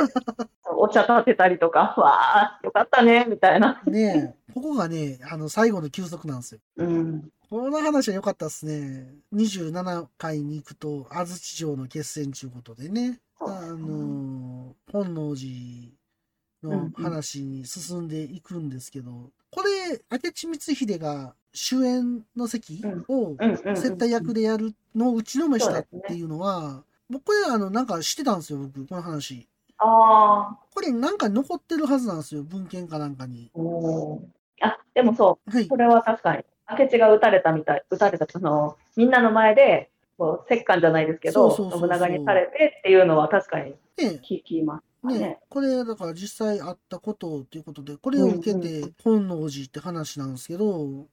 Speaker 2: お茶立てたりとか、わー、よかったね、みたいな。
Speaker 1: ねえ。ここがね、あの、最後の休息なんですよ。
Speaker 2: うん。
Speaker 1: この話は良かったですね。27回に行くと、安土城の決戦ということでね、
Speaker 2: そう
Speaker 1: あのー本能寺の話に進んでいくんですけど、これ、明智光秀が主演の席を
Speaker 2: うんうんうん。
Speaker 1: 接待役でやるのを打ちのめしたっていうのは、僕これ、あの、なんかしてたんですよ、僕、この話。
Speaker 2: あ
Speaker 1: これ、なんか残ってるはずなんですよ、文献かなんかに。
Speaker 2: ー。おーあ、でもそう、
Speaker 1: はい
Speaker 2: そ。れは確かに。明智が撃たれたみたい、撃たれた、その、みんなの前で、こう、折檻じゃないですけど、
Speaker 1: そうそうそうそう
Speaker 2: 信長にされてっていうのは確かに
Speaker 1: で
Speaker 2: 聞きますね。
Speaker 1: ね、これだから実際あったことっていうことでこれを受け
Speaker 2: うんうんう
Speaker 1: て本能寺って話なんですけど、
Speaker 2: うん。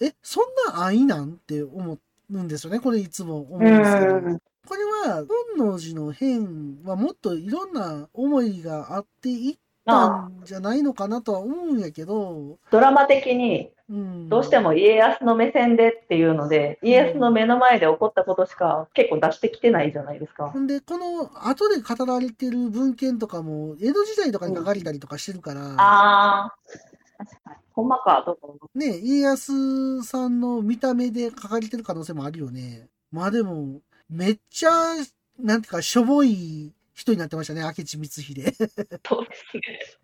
Speaker 1: えそんな愛なんって思うんですよねこれいつも思うん
Speaker 2: う
Speaker 1: ですけど、
Speaker 2: ん。
Speaker 1: これは本能寺の変はもっといろんな思いがあっていった
Speaker 2: まあ、
Speaker 1: んじゃないのかなとは思うんやけど、
Speaker 2: ドラマ的に、
Speaker 1: うん、
Speaker 2: どうしても家康の目線でっていうので、家康の目の前で起こったことしか結構出してきてないじゃないですか
Speaker 1: ほ。んでこの後で語られてる文献とかも江戸時代とかに書かれたりとかしてるから、
Speaker 2: ああ。確かに。ほんまか、とか。
Speaker 1: ね家康さんの見た目で書かれてる可能性もあるよね。まあでも、めっちゃ、なんていうか、しょぼい人になってましたね、明智光秀。 ヒ
Speaker 2: そうですね。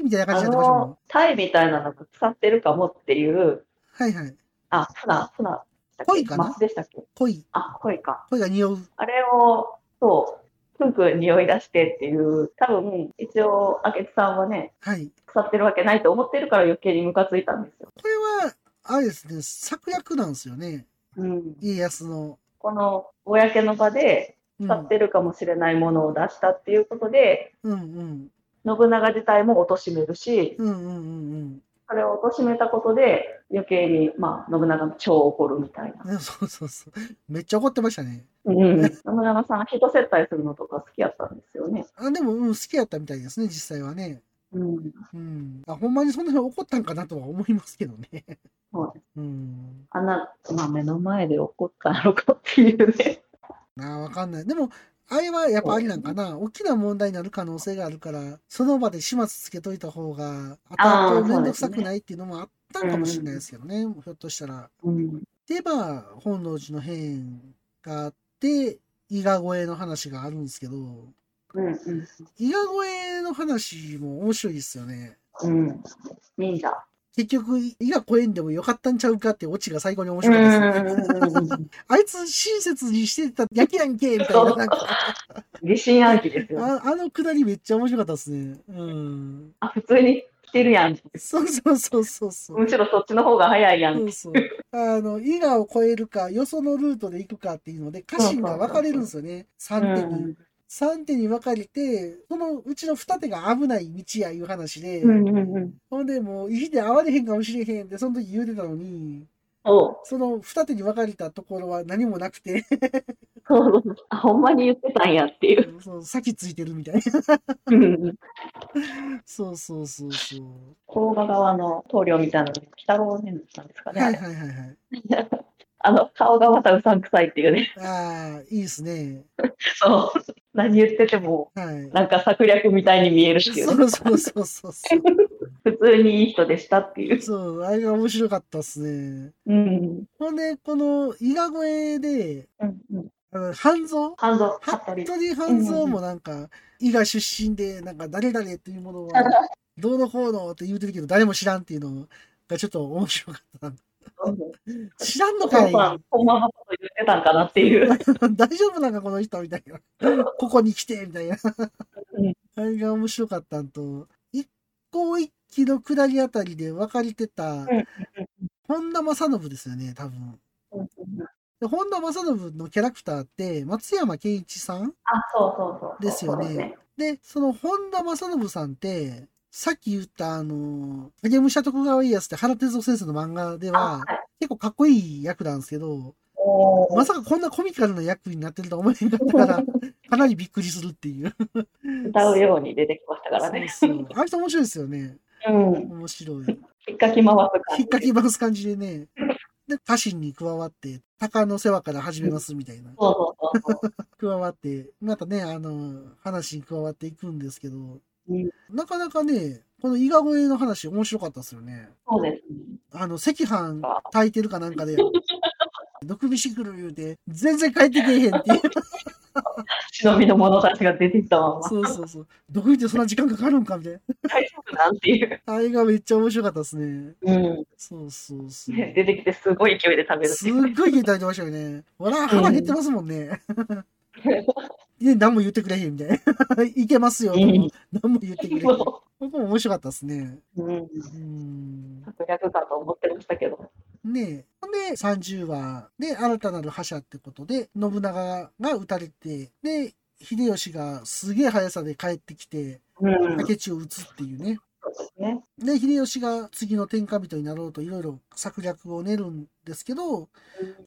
Speaker 1: ーみたいな感
Speaker 2: あ
Speaker 1: じになってましたもん
Speaker 2: の。、タイみたいなのが腐ってるかもっていう、
Speaker 1: はいはい。
Speaker 2: あ、船、船だっ
Speaker 1: 鯉
Speaker 2: け、
Speaker 1: かな
Speaker 2: マスでしたっけ
Speaker 1: 恋、
Speaker 2: あ、恋か。
Speaker 1: 恋が匂う。
Speaker 2: あれを、そう、プンプン匂い出してっていう、多分、一応、明智さんはね、
Speaker 1: はい。
Speaker 2: 腐ってるわけないと思ってるから余計にムカついたんですよ。
Speaker 1: これは、あれですね、策略なんですよね、
Speaker 2: うん。
Speaker 1: 家康の。
Speaker 2: この、公の場で、
Speaker 1: うん、
Speaker 2: 腐ってるかもしれないものを出したっていうことで、
Speaker 1: うんうん。
Speaker 2: 信長自体も貶めるし、
Speaker 1: うんうんうん
Speaker 2: それを貶めたことで、余計に、まあ、信長も超怒るみたいな。
Speaker 1: うん。そうそうそう。めっちゃ怒ってましたね。
Speaker 2: うん。信長さん、人接待するのとか好きやったんですよね。
Speaker 1: あでも、うん、好きやったみたいですね、実際はね。
Speaker 2: うん。
Speaker 1: うん。あ、ほんまにそんなに怒ったんかなとは思いますけどね。
Speaker 2: そうです
Speaker 1: うん。
Speaker 2: あんな、まあ、目の前で怒ったのかっていうね。
Speaker 1: なあ、わかんない。でも、あれはやっぱありなんかな。大きな問題になる可能性があるから、その場で始末つけといた方が、
Speaker 2: あ
Speaker 1: 後
Speaker 2: ー
Speaker 1: 々めんどくさくないっていうのもあったんかもしれないですけどね。ひょっとしたら。
Speaker 2: うん。
Speaker 1: で、まあ、本能寺の変があって、伊賀越えの話があるんですけど、
Speaker 2: うんうん。
Speaker 1: 伊賀越えの話も面白いですよね。
Speaker 2: うん。忍者。
Speaker 1: 結局、伊賀超えんでもよかったんちゃうかっていうオチが最後に面
Speaker 2: う
Speaker 1: 白いです。
Speaker 2: ん。
Speaker 1: あいつ親切にしてただけやんけみたいな。なん か
Speaker 2: 疑心暗鬼ですよね。
Speaker 1: ああのくだりめっちゃ面白かったですね。うん。
Speaker 2: あ、普通に来てるやん。
Speaker 1: そうそうそうそうそう
Speaker 2: む。しろそっちの方が早いや
Speaker 1: そ
Speaker 2: ん
Speaker 1: う。そう。あの、伊賀を超えるか、よそのルートで行くかっていうので、家臣が分かれるんですよね。
Speaker 2: う
Speaker 1: 3手に。
Speaker 2: ん。
Speaker 1: 3手に分かれて、そのうちの2手が危ない道やいう話で、
Speaker 2: うんうんうん。
Speaker 1: ほんでもう、意で会われへんかもしれへんって、その時言うてたのに、
Speaker 2: そう。
Speaker 1: その二手に分かれたところは何もなく て、
Speaker 2: そうそう。あ、ほんまに言ってたんやっていう。
Speaker 1: そう先ついてるみたいな。
Speaker 2: うん。
Speaker 1: そうそうそうそう。
Speaker 2: 甲賀側の棟梁みたいなの、鬼太郎先生なんですかね。
Speaker 1: はいはいはいはい。
Speaker 2: あの、顔がまたうさんくさいっていうね。
Speaker 1: ああ、いいですね。
Speaker 2: そう。何言ってても、
Speaker 1: はい。
Speaker 2: なんか策略みたいに見えるっていうね、
Speaker 1: そうそうそうそうそう。
Speaker 2: 普通にいい人でしたっていう。
Speaker 1: そう、あれが面白かったっすね。
Speaker 2: うん。
Speaker 1: ほんで、この伊賀越えで、
Speaker 2: うんうん。
Speaker 1: あの半蔵
Speaker 2: 半蔵、
Speaker 1: 服
Speaker 2: 服部。
Speaker 1: 部半蔵もなんか、伊賀出身で、なんか誰々っていうもの は、どうのこうのって言うてるけど、誰も知らんっていうのがちょっと面白かったな。知らんのか
Speaker 2: 本
Speaker 1: い
Speaker 2: 番、本番のこと言ってたんかなっていう。
Speaker 1: 大丈夫なんかこの人みたい な。ここに来てみたいな
Speaker 2: うん。
Speaker 1: あれが面白かったんと、一向一揆の下りあたりで分かれてた
Speaker 2: んうん、
Speaker 1: 本田正信ですよね、多分。で本田正信のキャラクターって、松山ケンイチさん
Speaker 2: あ、そうそうそうそう。
Speaker 1: ですよね
Speaker 2: そう
Speaker 1: で、その本田正信さんって、さっき言ったあの、影武者徳川家康って原哲夫先生の漫画で
Speaker 2: あ、
Speaker 1: は、
Speaker 2: はい。
Speaker 1: 結構かっこいい役なんですけど、
Speaker 2: おー
Speaker 1: まさかこんなコミカルな役になってるとは思えなかった から、かなりびっくりするっていう。
Speaker 2: 歌うように出てきましたからね。
Speaker 1: そうそう。あれ人面白いですよね。
Speaker 2: うん。
Speaker 1: 面白い。
Speaker 2: 引っかき回す感
Speaker 1: 引っかき回す感じでね。で、家臣に加わって、鷹の世話から始めますみたいな。
Speaker 2: そうそうそうそう。
Speaker 1: 加わって、またね、あの、話に加わっていくんですけど
Speaker 2: うん、
Speaker 1: なかなかね、この伊賀越えの話面白かったですよね。
Speaker 2: そうですね。
Speaker 1: あの、赤飯炊いてるかなんか で、毒飯来る言うて、全然帰ってけえへんっていう。
Speaker 2: 忍びの者たちが出てきたまま、
Speaker 1: そうそうそう。毒味ってそんな時間かかるんかみたいな。
Speaker 2: 大丈夫なんていう。
Speaker 1: あれがめっちゃ面白かったですね。
Speaker 2: うん。
Speaker 1: そうそうそう。
Speaker 2: ね出てきてすごい勢いで食べるって
Speaker 1: す
Speaker 2: い
Speaker 1: っ
Speaker 2: うね。
Speaker 1: ごい聞いてあげてましたよね。わら、腹減ってますもんね。で、何も言ってくれへんみたいな。 いけますよ。
Speaker 2: うん
Speaker 1: 何も言ってくれへん。こ
Speaker 2: そ
Speaker 1: こも面白かったですね。
Speaker 2: う。うん。
Speaker 1: うん。
Speaker 2: 策略かと思ってましたけど。
Speaker 1: ねえ。ほんで、30話で新たなる覇者ってことで、信長が撃たれて、で、秀吉がすげえ速さで帰ってきて、
Speaker 2: うん。そう
Speaker 1: 明智を撃つっていうね。
Speaker 2: ですね。
Speaker 1: で、秀吉が次の天下人になろうといろいろ策略を練るんですけど、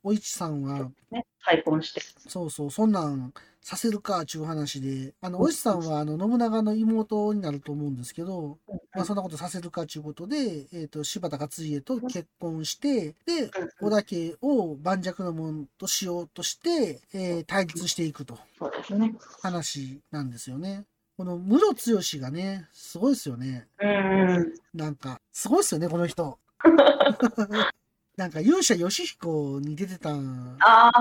Speaker 1: お市さんは
Speaker 2: ね。再婚して。
Speaker 1: そうそう、そんなんさせるかっちゅう話で、あの、おしさんは、あの、信長の妹になると思うんですけど、まあ、そんなことさせるかっちゅうことで、えっ、と、柴田勝家と結婚して、で、織田家を盤石の門としようとして、えー対立していくと、
Speaker 2: そうですね。
Speaker 1: 話なんですよね。この、室剛がね、すごいですよね。
Speaker 2: うん。
Speaker 1: なんか、すごいですよね、この 人。なんか、勇者義彦に出てたん
Speaker 2: あ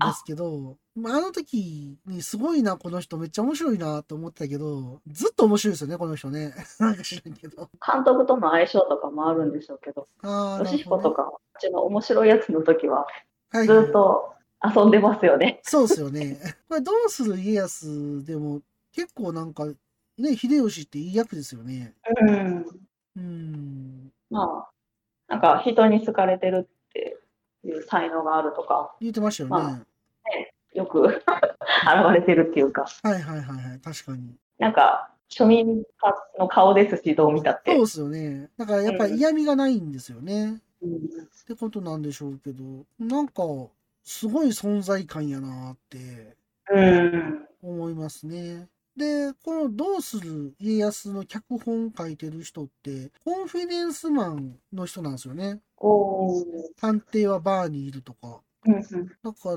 Speaker 2: あ、
Speaker 1: ですけど、まあ、あの時にすごいな、この人、めっちゃ面白いなと思ってたけど、ずっと面白いですよね、この人ね。 なんか知らんけど。
Speaker 2: 監督との相性とかもあるんでしょうけど、
Speaker 1: ああ、な
Speaker 2: ヨシ
Speaker 1: る
Speaker 2: ヒコ
Speaker 1: ほど、
Speaker 2: と
Speaker 1: ね。
Speaker 2: か、うちの面白いやつの時は、
Speaker 1: はい
Speaker 2: ず
Speaker 1: は
Speaker 2: っ
Speaker 1: い、
Speaker 2: と遊んでますよね。
Speaker 1: そうですよね。 これ、どうする家康でも、結構なんか、ね、秀吉っていい役ですよね。
Speaker 2: うん。
Speaker 1: うん。
Speaker 2: まあ、なんか人に好かれてるっていう才能があるとか、
Speaker 1: 言ってましたよね。
Speaker 2: まよく 現れてるっていうか、
Speaker 1: はいはいはいはい、確かに。
Speaker 2: なんか庶民化の顔ですし、どう見たっ
Speaker 1: そう
Speaker 2: て。
Speaker 1: ですよね。だからやっぱり嫌味がないんですよね。
Speaker 2: うん
Speaker 1: ってことなんでしょうけど、なんか、すごい存在感やなって
Speaker 2: うん。
Speaker 1: 思いますね。で、この「どうする家康」の脚本書いてる人って、コンフィデンスマンの人なんですよね。
Speaker 2: こ
Speaker 1: 探偵はバーにいるとか。
Speaker 2: う、うんうん、
Speaker 1: だから、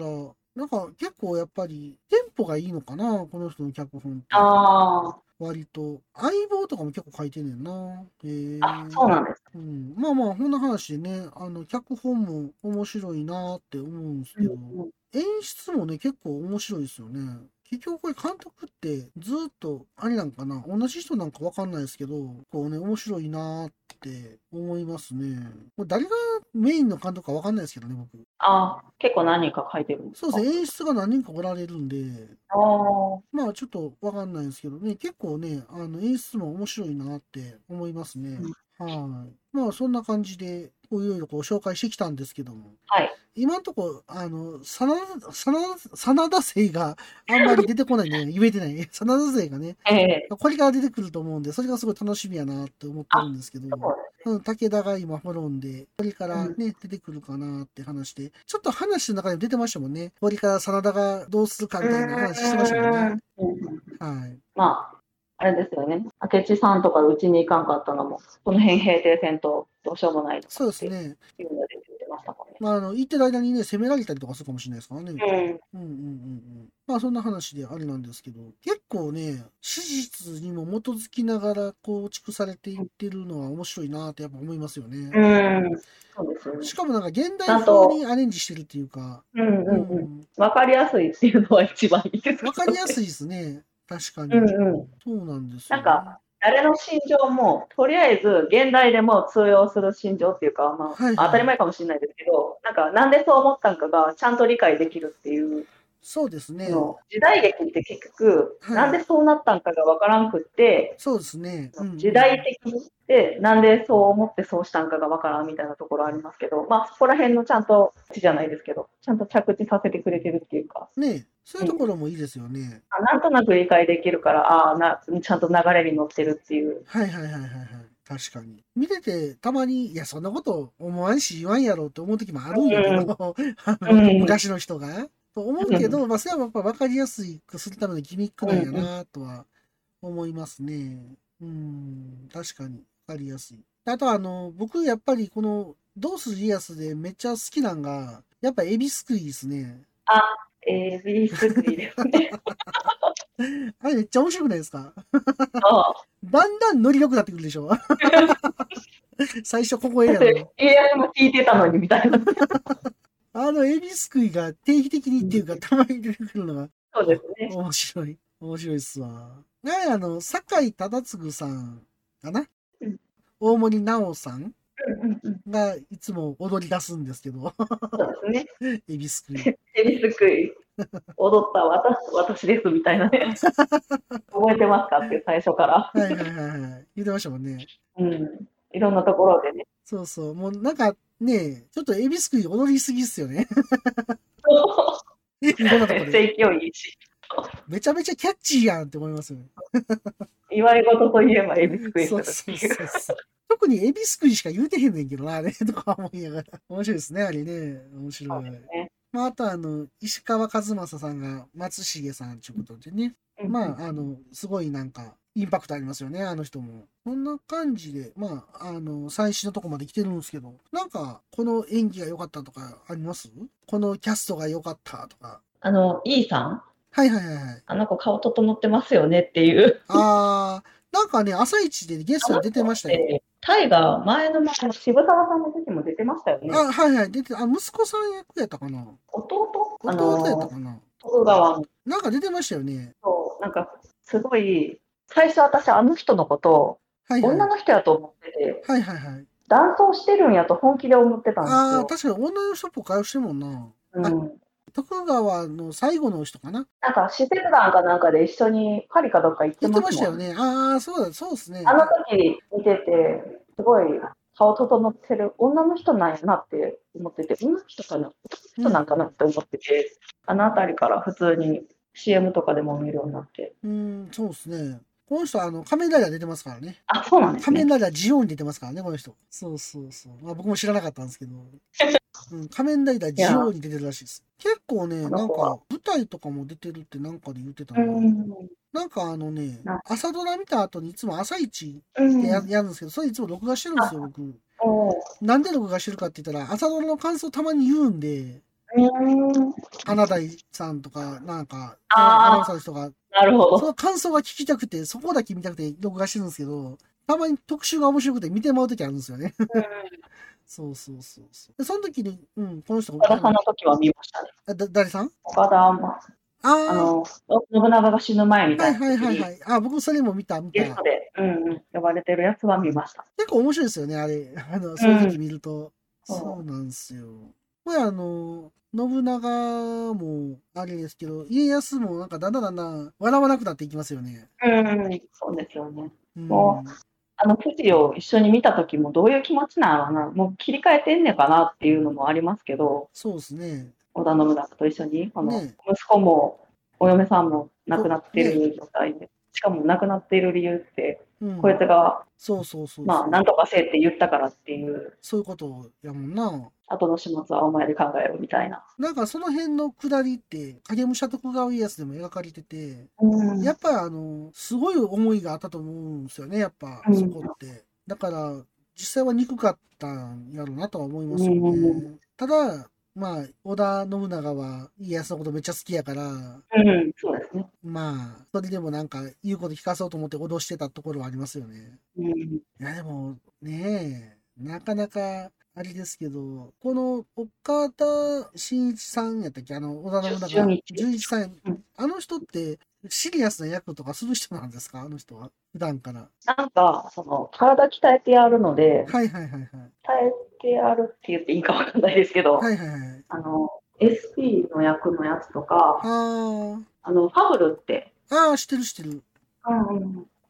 Speaker 1: なんか結構やっぱりテンポがいいのかな、この人の脚本って。
Speaker 2: あー
Speaker 1: 割と。相棒とかも結構書いてんねんな。へえ。
Speaker 2: あ、そうなんです。
Speaker 1: うん、まあまあ、こんな話でね、あの、脚本も面白いなって思うんですけど、
Speaker 2: うんうん
Speaker 1: 演出もね、結構面白いですよね。結局これ監督ってずっとあれなんかな同じ人なんかわかんないですけど、こうね、面白いなーっって思いますね。もう誰がメインの監督かわかんないですけどね、僕。
Speaker 2: あ、結構何人か書いてるんです
Speaker 1: そう
Speaker 2: か
Speaker 1: ですね、演出が何人かおられるんで、
Speaker 2: あー
Speaker 1: まあちょっとわかんないですけどね、結構ね、あの演出も面白いなって思いますね。はい。まあそんな感じで、こういろいろこう紹介してきたんですけども、
Speaker 2: はい。
Speaker 1: 今のとこあの、真田、真田、真田勢があんまり出てこない ね、言えてない。真田勢がね、
Speaker 2: ええ
Speaker 1: これから出てくると思うんで、それがすごい楽しみやなって思ってるんですけど、
Speaker 2: そう
Speaker 1: うん、武田が今滅んで、これからね、出てくるかなって話で、ちょっと話の中でも出てましたもんね。これから真田がどうするかみたいな話してましたもんね。
Speaker 2: うんうん
Speaker 1: はい。
Speaker 2: まあ、あれですよね。明智さんとかうちに行かんかったのも、この辺平定戦とどうしようもないと
Speaker 1: そ
Speaker 2: か
Speaker 1: う
Speaker 2: っ
Speaker 1: です
Speaker 2: ていう
Speaker 1: ね。
Speaker 2: ので言ってましたもんね。
Speaker 1: まあ、あの、行ってる間にね、攻められたりとかするかもしれないですからね。
Speaker 2: うん
Speaker 1: うんうんうんうん。まあそんな話であれなんですけど、結構ね、史実にも基づきながら構築されていってるのは面白いなってやっぱ思いますよね。
Speaker 2: うん、そうですよね
Speaker 1: し。かもなんか現代風にアレンジしてるっていうか、
Speaker 2: うん
Speaker 1: う
Speaker 2: うんうん。
Speaker 1: ん、
Speaker 2: わかりやすいっていうのは一番いいです
Speaker 1: わかりや
Speaker 2: い。
Speaker 1: すいですね。確かに。
Speaker 2: うんうん。
Speaker 1: そうなんですよ、
Speaker 2: なんか、誰の心情も、とりあえず、現代でも通用する心情っていうか、まあ、
Speaker 1: はいはい
Speaker 2: 当たり前かもしれないですけど、なんか、なんでそう思ったんかが、ちゃんと理解できるっていう
Speaker 1: そうですね。
Speaker 2: の。時代劇って結局、
Speaker 1: はい
Speaker 2: なんでそうなったんかがわからんくって、
Speaker 1: そうですね。うん
Speaker 2: 時代的にで、なんでそう思ってそうしたんかがわからんみたいなところありますけど、まあ、そこら辺のちゃんと、地じゃないですけど、ちゃんと着地させてくれてるっていうか、
Speaker 1: ね。そういうところもいいですよね。
Speaker 2: あなんとなく理解できるから、ああな、ちゃんと流れに乗ってるっていう。
Speaker 1: はいはいはいはいはい。確かに。見てて、たまに、いや、そんなこと思わんし言わんやろって思う時もあるんやけど、 あの
Speaker 2: うん
Speaker 1: 昔の人が。と思うけど、まあ、それはやっぱ分かりやすくするためのギミックなんやなとは思いますね。うん、確かに分かりやすい。あとあの、僕やっぱりこの、どうする家康でめっちゃ好きなんが、やっぱエビすくいですね。
Speaker 2: えー、ビースクリーですね。
Speaker 1: あれめっちゃ面白くないですか
Speaker 2: あ
Speaker 1: だんだんノリ良くなってくるでしょ 最初ここ
Speaker 2: あ
Speaker 1: ええやろ。
Speaker 2: AI も聞いてたのにみたいな。
Speaker 1: あの、エビすくいが定期的にっていうか、たまに出てくるのが
Speaker 2: そうですね。
Speaker 1: 面白い。面白いっすわ。ねあの、酒井忠次さんかな、
Speaker 2: うん
Speaker 1: 大森奈緒さん
Speaker 2: うんうんうん
Speaker 1: がいつも踊り出すんですけど、
Speaker 2: そうですね。
Speaker 1: エビすくい。
Speaker 2: エビすくい、踊った私 私ですみたいな ね。覚えてますかっていう最初から。
Speaker 1: はいはいはいはい。言ってましたもんね。
Speaker 2: うん。いろんなところ でね。
Speaker 1: そうそう。もうなんかね、ちょっとエビすくい踊りすぎっすよね。 いろんなとこで。
Speaker 2: めっちゃ勢いいいし。
Speaker 1: めちゃめちゃキャッチーやんって思いますよね。
Speaker 2: 言われ事といえばエビすくいす
Speaker 1: そ
Speaker 2: る
Speaker 1: うそう
Speaker 2: っていう。
Speaker 1: そうそう。特にエビすくいしか言うてへんねんけどな、あれ とか思いながら。面白いですね、あれね。面白い。
Speaker 2: ね
Speaker 1: まあ、あとあの、石川和正さんが松重さんということでね。まあ、あの、すごいなんか、インパクトありますよね、あの人も。こんな感じで、まあ、あの、最新のとこまで来てるんですけど、なんか、この演技が良かったとかありますこのキャストが良かったとか。
Speaker 2: あの、イーさん、
Speaker 1: はいはいはいはい。
Speaker 2: あの子顔整ってますよねっていう。
Speaker 1: あー、なんかね、朝一でゲストに出てましたよ。
Speaker 2: えータイガー、前の前の渋沢さんの時も出てましたよね。
Speaker 1: あ、はいはい、出て、あ、息子さん役やったかな
Speaker 2: 弟あ
Speaker 1: 弟やった
Speaker 2: の
Speaker 1: かな
Speaker 2: 徳川の
Speaker 1: なんか出てましたよね。
Speaker 2: 人、なんかすごい、最初私あの人のこと
Speaker 1: はいはい。
Speaker 2: 女
Speaker 1: は
Speaker 2: の人やと思ってて、
Speaker 1: いはいはい。
Speaker 2: 男装してるんやと本気で思ってた
Speaker 1: ああ
Speaker 2: ん
Speaker 1: ー、
Speaker 2: です
Speaker 1: 確かに女の人っぽく会話してるもんな。
Speaker 2: よ。うん、
Speaker 1: 徳川の最後の人かな
Speaker 2: なんか施設団かなんかで一緒にパリかどっか行って
Speaker 1: 言って
Speaker 2: ま
Speaker 1: ますしたよ
Speaker 2: もんね。
Speaker 1: ね。ああ、そうだ、そうですね。
Speaker 2: あの時見てて、すごい顔整ってる女の人なんやなって思ってて、女の人かな
Speaker 1: う
Speaker 2: 人なんかなって思ってて、あの辺りから普通に CM とかでも見るようになって。
Speaker 1: うん、そうですね。この人、あの、仮面ライダー出てますからね。
Speaker 2: あ、そうなんです
Speaker 1: 仮
Speaker 2: ね
Speaker 1: 面。ライダージオンに出てますからね、この人。そうそうそう。まあ僕も知らなかったんです けど。うん、仮面ライダージオンに出てるらしいです。結構ね、
Speaker 2: あ
Speaker 1: な
Speaker 2: の
Speaker 1: ん
Speaker 2: 子は
Speaker 1: か舞台とかも出てるってなんかで言ってた
Speaker 2: う
Speaker 1: な。
Speaker 2: ん。
Speaker 1: なんかあのね
Speaker 2: な、
Speaker 1: 朝ドラ見た後にいつも朝一
Speaker 2: うん
Speaker 1: でや,、やるんですけど、それいつも録画してるんですよ、僕。なんで録画してるかって言ったら、朝ドラの感想たまに言うんで、
Speaker 2: うん
Speaker 1: 花大さんとか、なんか、
Speaker 2: あ
Speaker 1: アナ
Speaker 2: ー
Speaker 1: ウンサーの人が、
Speaker 2: なるほ
Speaker 1: そ
Speaker 2: ど。
Speaker 1: の感想が聞きたくて、そこだけ見たくて録画してるんですけど、たまに特集が面白くて見てまうときあるんですよね。そうそうそうそう。で、その時に、うん、この人が
Speaker 2: 岡田さんの時は見ましたね。
Speaker 1: あだ誰さん
Speaker 2: 岡田、まあ
Speaker 1: あ
Speaker 2: の、信長が死ぬ前み
Speaker 1: あ、は
Speaker 2: た
Speaker 1: い
Speaker 2: いな
Speaker 1: はい
Speaker 2: 時
Speaker 1: はい
Speaker 2: に
Speaker 1: はい。あ、僕それも見た、見
Speaker 2: ゲ
Speaker 1: た
Speaker 2: スト。で、うんうん、呼ばれてるやつは見ました。
Speaker 1: 結構面白いですよね、あれ。 あの、正直見ると。そうなんですよ。これあの、信長もあれですけど、家康もなんかだんだんだんだん笑わなくなっていきますよね。
Speaker 2: うん、そうですよね。
Speaker 1: うん
Speaker 2: もあの富士を一緒に見た時もどういう気持ちなのかな、もう切り替えてんねかなっていうのもありますけど、
Speaker 1: そうですね。
Speaker 2: 織田信長と一緒に、この
Speaker 1: ね
Speaker 2: 息子もお嫁さんも亡くなってる状態で、しかも亡くなっている理由って、
Speaker 1: うん、
Speaker 2: こいつが、
Speaker 1: そうそうそうそう。
Speaker 2: まあ、なんとかせえって言ったからっていう、
Speaker 1: そういうことやもんな。
Speaker 2: 後の始末はお前で考えろみたいな。
Speaker 1: なんかその辺の下りって、影武者徳川家康でも描かれてて、
Speaker 2: うん
Speaker 1: やっぱあの、すごい思いがあったと思うんですよね、やっぱ、
Speaker 2: うん
Speaker 1: そこって。だから、実際は憎かったんやろうなとは思いますよ
Speaker 2: う
Speaker 1: ね。ただ、まあ、織田信長は家康のことめっちゃ好きやから、
Speaker 2: うん、そうですね。
Speaker 1: まあ、それでもなんか言うこと聞かそうと思って脅してたところはありますよね。
Speaker 2: うん、
Speaker 1: いや、でも、ねえ、なかなか、あれですけど、この、岡田真一さんやったっけあの、小田信長。
Speaker 2: 純一
Speaker 1: 純一さん
Speaker 2: うん。
Speaker 1: あの人って、シリアスな役とかする人なんですかあの人は。普段から。
Speaker 2: なんか、その、体鍛えてやるので、
Speaker 1: はいはいはいはい。
Speaker 2: 鍛えてやるって言っていいかわかんないですけど、
Speaker 1: はいはいはい。
Speaker 2: あの、SP の役のやつとか、
Speaker 1: あ
Speaker 2: あの、ファブルって、
Speaker 1: あ、ああ、してるしてる。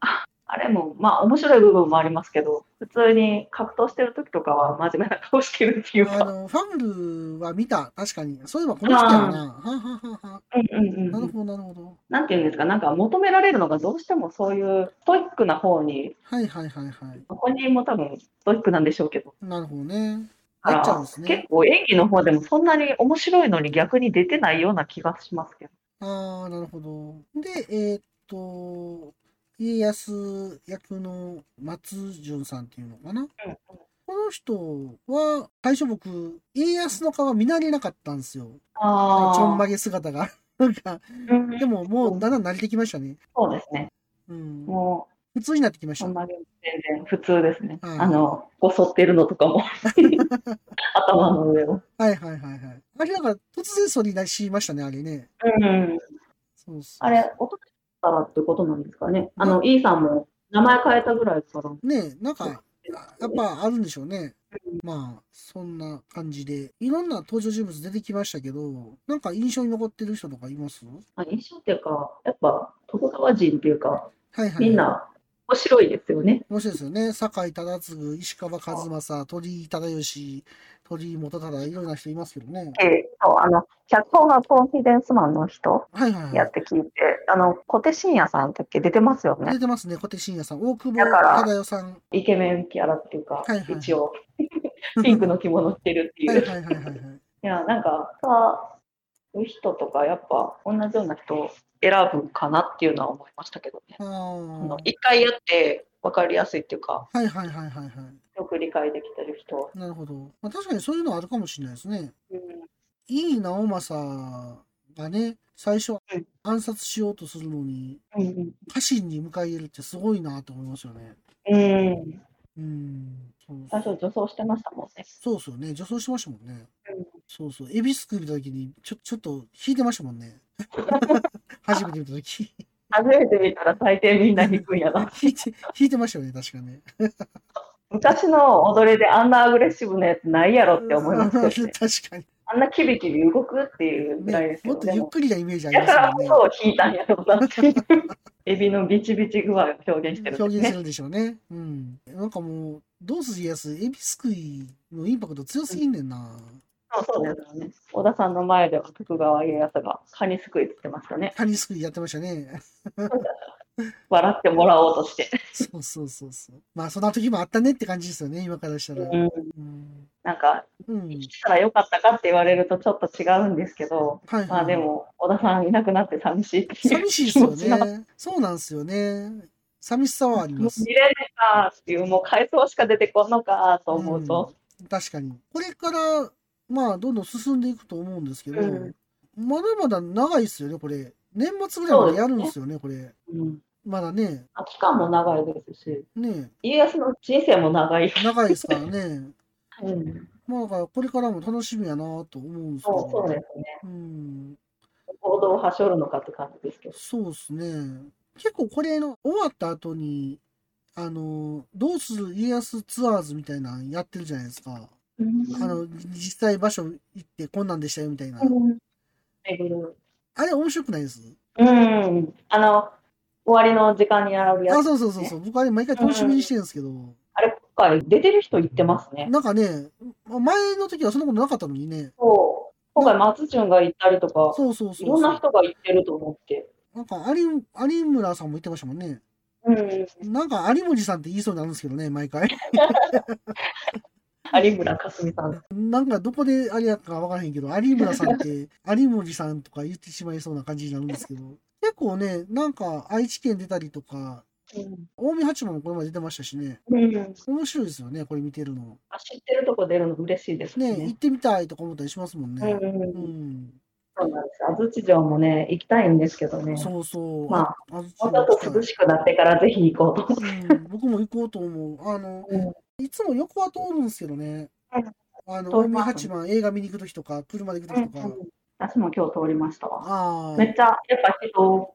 Speaker 2: ああれも、まあ、面白い部分もありますけど、普通に格闘してる時とかは真面目な顔してるっていう
Speaker 1: あ
Speaker 2: か、
Speaker 1: の、ファブルは見た。確かに。そういえばこの人やな。ははははは。
Speaker 2: うんうんうん
Speaker 1: な
Speaker 2: う
Speaker 1: る
Speaker 2: ん
Speaker 1: ほどなるほど。
Speaker 2: なんていうんですか、なんか求められるのがどうしてもそういうストイックな方に、
Speaker 1: はいはいはいはい。
Speaker 2: 本人も多分ストイックなんでしょうけど、
Speaker 1: なるほどね。
Speaker 2: だ
Speaker 1: なっち
Speaker 2: か
Speaker 1: ゃ
Speaker 2: ら
Speaker 1: うんですね。
Speaker 2: 結構演技の方でもそんなに面白いのに逆に出てないような気がしますけど。
Speaker 1: ああ、なるほど。で、えーっと、家康役の松潤さんっていうのかな。この人は、最初僕、家康の顔見慣れなかったんですよ。
Speaker 2: あ
Speaker 1: ちょんま
Speaker 2: あ、
Speaker 1: げ姿が。 なんか、
Speaker 2: うん
Speaker 1: でももうだんだん慣れてきましたね。
Speaker 2: そうですね。
Speaker 1: うん。
Speaker 2: も
Speaker 1: 普通になってきま
Speaker 2: う、
Speaker 1: し
Speaker 2: ちょ
Speaker 1: た
Speaker 2: ん。まげも全然普通ですね。
Speaker 1: うん
Speaker 2: あの、こそってるのと かも、頭の上を。
Speaker 1: はいはいはいはい。あれ、なんか突然それになりましたね、あれね。
Speaker 2: うん、
Speaker 1: そうそう。
Speaker 2: あれ、男だったらってことなんですかね。あの、E さんも名前変えたぐらいから。
Speaker 1: ねえ、なんか、やっぱあるんでしょうね。まあ、そんな感じで、いろんな登場人物出てきましたけど、なんか印象に残ってる人とかいますは
Speaker 2: あ印象っていうか、やっぱ、徳川人っていうか、
Speaker 1: いはい。
Speaker 2: みん。な面白いですよね。
Speaker 1: 面白いですよね。酒井忠次、石川和正、鳥居忠義、鳥居元忠、いろんな人いますけどね。
Speaker 2: えそう、あの、脚本がコンフィデンスマンの人
Speaker 1: はいはい
Speaker 2: や
Speaker 1: は
Speaker 2: って聞いて、あの、小手伸也さんだっけ出てますよ
Speaker 1: い。出
Speaker 2: ね。
Speaker 1: てますね、小手伸也さん。大久保
Speaker 2: だから
Speaker 1: 忠代さん。
Speaker 2: イケメンキャラっていうか、
Speaker 1: はいはい
Speaker 2: 一応、ピンクの着物着てるって い。
Speaker 1: はいうはいはいはいはい。
Speaker 2: いや、なんか、そういう人とか、やっぱ、同じような人を選ぶかなっていうのは思いましたけどね。
Speaker 1: あ
Speaker 2: あ
Speaker 1: あ。
Speaker 2: の一回やって分かりやすいっていうか、
Speaker 1: はいはいはいはいはい。
Speaker 2: よく理解できてる人。
Speaker 1: なるほど。まあ、確かにそういうのはあるかもしれないですね。
Speaker 2: うん、
Speaker 1: 井伊直政がね、最初
Speaker 2: うん
Speaker 1: 暗殺しようとするのに、
Speaker 2: うん、
Speaker 1: 家臣に迎え入れるってすごいなと思いますよね。
Speaker 2: うん。
Speaker 1: うん。そう
Speaker 2: 最初、女装してましたもんね。
Speaker 1: そうですよね。女装してましたもんね
Speaker 2: うん。
Speaker 1: そうそう。エビスク見た時に、ちょ、ちょっと引いてましたもん ね。初めて見た時
Speaker 2: 初めて見たら大抵みんな引くんやな。
Speaker 1: 引いて、引いてましたよね、確かね。
Speaker 2: 昔の踊りであんなアグレッシブなやつないやろって思いますけど、ね、
Speaker 1: 確かに。
Speaker 2: あん なキビキビ動くっていうぐらいで
Speaker 1: ね
Speaker 2: す、け
Speaker 1: も
Speaker 2: ど、
Speaker 1: っとゆっくりなイメージあり
Speaker 2: だ
Speaker 1: ま
Speaker 2: から
Speaker 1: すよ
Speaker 2: こそ引いたんやろうな っていうエビのビチビチ具合を表現して
Speaker 1: ね。
Speaker 2: るん
Speaker 1: 表
Speaker 2: で
Speaker 1: 現
Speaker 2: す
Speaker 1: す
Speaker 2: ね。
Speaker 1: るんでしょうね。うん。なんかもう、どうする家康、エビすくいのインパクト強すぎんねんな。
Speaker 2: そうそうですよね。小田さんの前では徳川家康がカニすくいって言ってましたね。
Speaker 1: カニすくいやってましたね。
Speaker 2: 笑ってもらおうとして。
Speaker 1: そうそうそうそう。まあそんな時もあったねって感じですよね、今からしたら。
Speaker 2: うん、
Speaker 1: うん。
Speaker 2: なんか、
Speaker 1: うん
Speaker 2: 生。きてたらよかったかって言われるとちょっと違うんですけど、
Speaker 1: はいはい。
Speaker 2: まあで。も、小田さんいなくなって寂しいっていう
Speaker 1: 寂しいですよ
Speaker 2: 気持ちな
Speaker 1: ね。そうなんですよね。寂しさはあり
Speaker 2: も
Speaker 1: ま
Speaker 2: う
Speaker 1: す
Speaker 2: 見。れねえかっていう、もう回想しか出てこんのかと思うと、
Speaker 1: 確かに。これから、まあどんどん進んでいくと思うんですけど、
Speaker 2: うん
Speaker 1: まだまだ長いですよね、これ。年末ぐらいまでやるんですよね、これ。
Speaker 2: うん
Speaker 1: まだね。
Speaker 2: あ期間も長いですし、
Speaker 1: ね
Speaker 2: 家康の人生も長い。
Speaker 1: 長いですから ね。
Speaker 2: うん、
Speaker 1: まあだからこれからも楽しみやなと思うんですけ
Speaker 2: そうそ
Speaker 1: ど。
Speaker 2: うですね。
Speaker 1: うん。
Speaker 2: 行動をはしょるのかって感じですけど。
Speaker 1: そうですね。結構これの終わった後に、あの、どうする家康ツアーズみたいなのやってるじゃないですか。
Speaker 2: うん
Speaker 1: あの、実際場所行ってこんなんでしたよみたいな。
Speaker 2: うん巡る
Speaker 1: あれ面白くないです
Speaker 2: うん。あの、終わりの時間にやるや
Speaker 1: あ、
Speaker 2: つ。
Speaker 1: そうそうそうそう。僕あれ毎回楽しみにしてるんですけど、
Speaker 2: あれ、今回出てる人行ってますね。
Speaker 1: なんかね、前の時はそんなことなかったのにね。
Speaker 2: そう。今回松潤が行ったりとか、
Speaker 1: そうそう
Speaker 2: い
Speaker 1: そう
Speaker 2: ろん
Speaker 1: そ
Speaker 2: な
Speaker 1: う。
Speaker 2: 人が行ってると思って。
Speaker 1: なんか有、有村さんも言ってましたもんね。
Speaker 2: うん。
Speaker 1: なんか有森さんって言いそうになるんですけどね、毎回。
Speaker 2: 有村架純さん。
Speaker 1: なんかどこであれやかわからへんけど、有村さん って、有森さんとか言ってしまいそうな感じになるんですけど、結構ね、なんか愛知県出たりとか、近江八幡もこれまで出てましたしね、
Speaker 2: うん。
Speaker 1: 面白いですよね、これ見てるの。
Speaker 2: あ知ってるとこ出るの嬉しいです
Speaker 1: ね、行っ
Speaker 2: ね。
Speaker 1: てみたいとか思ったりしますもん
Speaker 2: うん
Speaker 1: ね。
Speaker 2: うん
Speaker 1: う
Speaker 2: うん。
Speaker 1: ん。
Speaker 2: そうなんです。安土城もね、行きたいんですけどね。
Speaker 1: そうそう。
Speaker 2: まあ、
Speaker 1: あの
Speaker 2: もうちょっと涼しくなってからぜひ行こうと。
Speaker 1: うん、僕も行こうと思う。あの、いつも横は通るんですけどね
Speaker 2: うん。
Speaker 1: あの、近
Speaker 2: 通り
Speaker 1: 江
Speaker 2: ます
Speaker 1: 八幡映画見に行くときとか、車で行くときとか。
Speaker 2: 私も今日通りましたわ。
Speaker 1: ああ
Speaker 2: め、っちゃ、やっぱ人、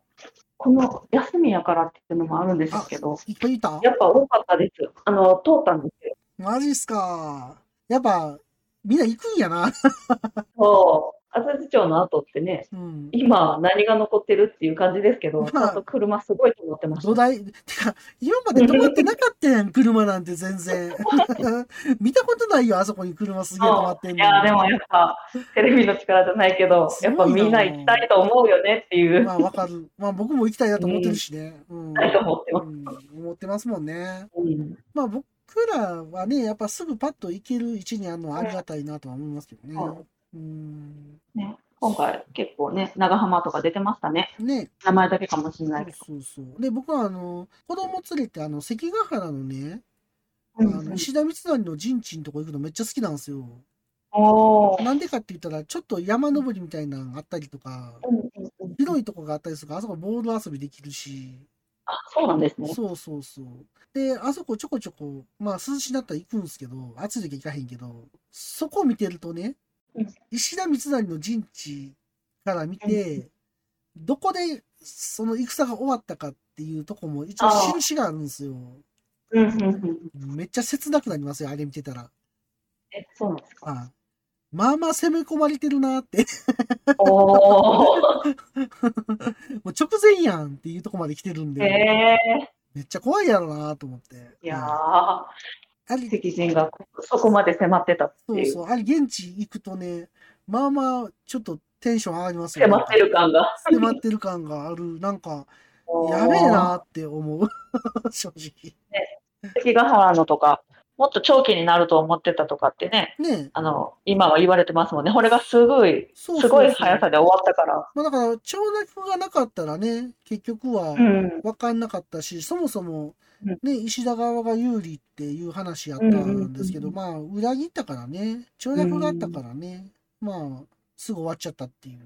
Speaker 2: この休みやからっていうのもあるんですけど、
Speaker 1: いっぱいいた
Speaker 2: やっぱ多かったです。あの、通ったんですよ。
Speaker 1: マジっすか。やっぱ、みんな行くんやな。
Speaker 2: そう。安土町の後ってね、
Speaker 1: うん。
Speaker 2: 今何が残ってるっていう感じですけど、
Speaker 1: まあ
Speaker 2: ちゃんと車すごいと思ってました。
Speaker 1: 土台、てか、今まで止まってなかったやん、車なんて全然。見たことないよ、あそこに車すげえ止まって
Speaker 2: うんんい
Speaker 1: の。
Speaker 2: や、でもやっぱ、テレビの力じゃないけど、
Speaker 1: す
Speaker 2: やっ
Speaker 1: ご
Speaker 2: ぱ
Speaker 1: いな
Speaker 2: みんな行きたいと思うよねっていう、
Speaker 1: まあ、わかる。まあ、僕も行きたいなと思ってるしね。うん。
Speaker 2: ないと思って
Speaker 1: う
Speaker 2: ます。
Speaker 1: ん、思ってますもんね。
Speaker 2: うん
Speaker 1: まあ僕らはね、やっぱすぐパッと行ける位置にあるのはありがたいなとは思いますけどね。うん。
Speaker 2: ね、今回結構ね、長浜とか出てましたね。
Speaker 1: ね、
Speaker 2: 名前だけかもしれ
Speaker 1: そ
Speaker 2: ないうけど。
Speaker 1: そうそう。で、僕はあの、子供連れてあの、関ヶ原のね、あ
Speaker 2: うん
Speaker 1: の石田三成の陣地のとこ行くのめっちゃ好きなんですよ。
Speaker 2: おー
Speaker 1: なんでかって言ったら、ちょっと山登りみたいなのがあったりとか、
Speaker 2: うんうんうん
Speaker 1: 広いとこがあったりするから、あそこボール遊びできるし、
Speaker 2: あ、そうなんですね。
Speaker 1: そうそうそう。で、あそこちょこちょこ、まあ涼しになったら行くんですけど、暑い時は行かへんけど、そこ見てるとね
Speaker 2: うん、
Speaker 1: 石田三成の陣地から見て、どこでその戦が終わったかっていうとこも一応印があるんですよ。
Speaker 2: うんうんうん。
Speaker 1: めっちゃ切なくなりますよ、あれ見てたら。
Speaker 2: え、そうなんですか。
Speaker 1: あまあまあ攻め込まれてるなって、
Speaker 2: お
Speaker 1: も
Speaker 2: ー。
Speaker 1: う直前やんっていうとこまで来てるんで、
Speaker 2: え
Speaker 1: めっちゃ怖いやろなと思って。
Speaker 2: ー。いや
Speaker 1: あ
Speaker 2: ー、
Speaker 1: れ
Speaker 2: 敵陣がそこまで迫ってたって
Speaker 1: そう
Speaker 2: いう。
Speaker 1: そう、あれ現地行くとね、まあまあ、ちょっとテンション上がりますよね。
Speaker 2: 迫ってる感が。
Speaker 1: 迫ってる感がある。なんか、
Speaker 2: おー
Speaker 1: やべえなって思う。 正直。
Speaker 2: 関ヶ原のとか、もっと長期になると思ってたとかってね、
Speaker 1: ねえ。
Speaker 2: あの、今は言われてますもんね。これがすごい、
Speaker 1: そうそうそう
Speaker 2: すごい速さで終わったから。
Speaker 1: まあだから、長楽がなかったらね、結局は
Speaker 2: うん。
Speaker 1: 分かんなかったし、そもそも
Speaker 2: うん、
Speaker 1: ね、石田側が有利っていう話やったんですけど、まあ、裏切ったからね、長楽があったからね、まあ、すぐ終わっちゃったっていう。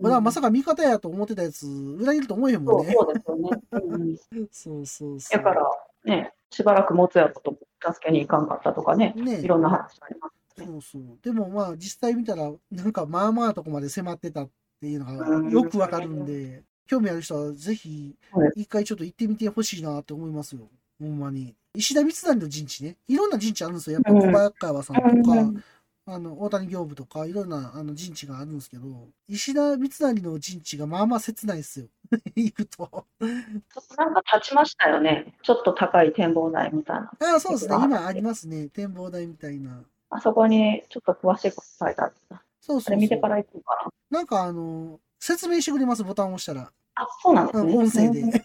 Speaker 1: まあ、まさか味方やと思ってたやつ、裏切ると思えへん
Speaker 2: そ
Speaker 1: もん
Speaker 2: う
Speaker 1: ね。
Speaker 2: そうですよね。うん。
Speaker 1: そうそうそう。
Speaker 2: だから、ね、しばらく持つやろと、助けに行かんかったとかね、
Speaker 1: ね
Speaker 2: いろんな話があります。
Speaker 1: そうそう。でもまあ実際見たら、なんかまあまあとこまで迫ってたっていうの
Speaker 2: うん
Speaker 1: がよくわかるんで、興味ある人はぜひ
Speaker 2: はい、
Speaker 1: 一回ちょっと行ってみてほしいなって思いますよ。ほんまに。石田三成の陣地ね。いろんな陣地あるんですよ。やっぱ小早川さんとか、
Speaker 2: うん
Speaker 1: あの、大谷行部とか、いろんなあの陣地があるんですけど、石田三成の陣地がまあまあ切ないですよ。 行くと。
Speaker 2: なんか立ちましたよね。ちょっと高い展望台みたいな。
Speaker 1: ああ、そうですね。今ありますね。展望台みたいな。
Speaker 2: あそこにちょっと詳しいこと書いてあった。
Speaker 1: そう
Speaker 2: そ
Speaker 1: そうそ
Speaker 2: れ
Speaker 1: う
Speaker 2: 見てから行こうかな。
Speaker 1: なんかあの、説明してくれます、ボタンを押したら。
Speaker 2: あ、そうなんで
Speaker 1: う
Speaker 2: す
Speaker 1: ん音声
Speaker 2: ね。うん
Speaker 1: で。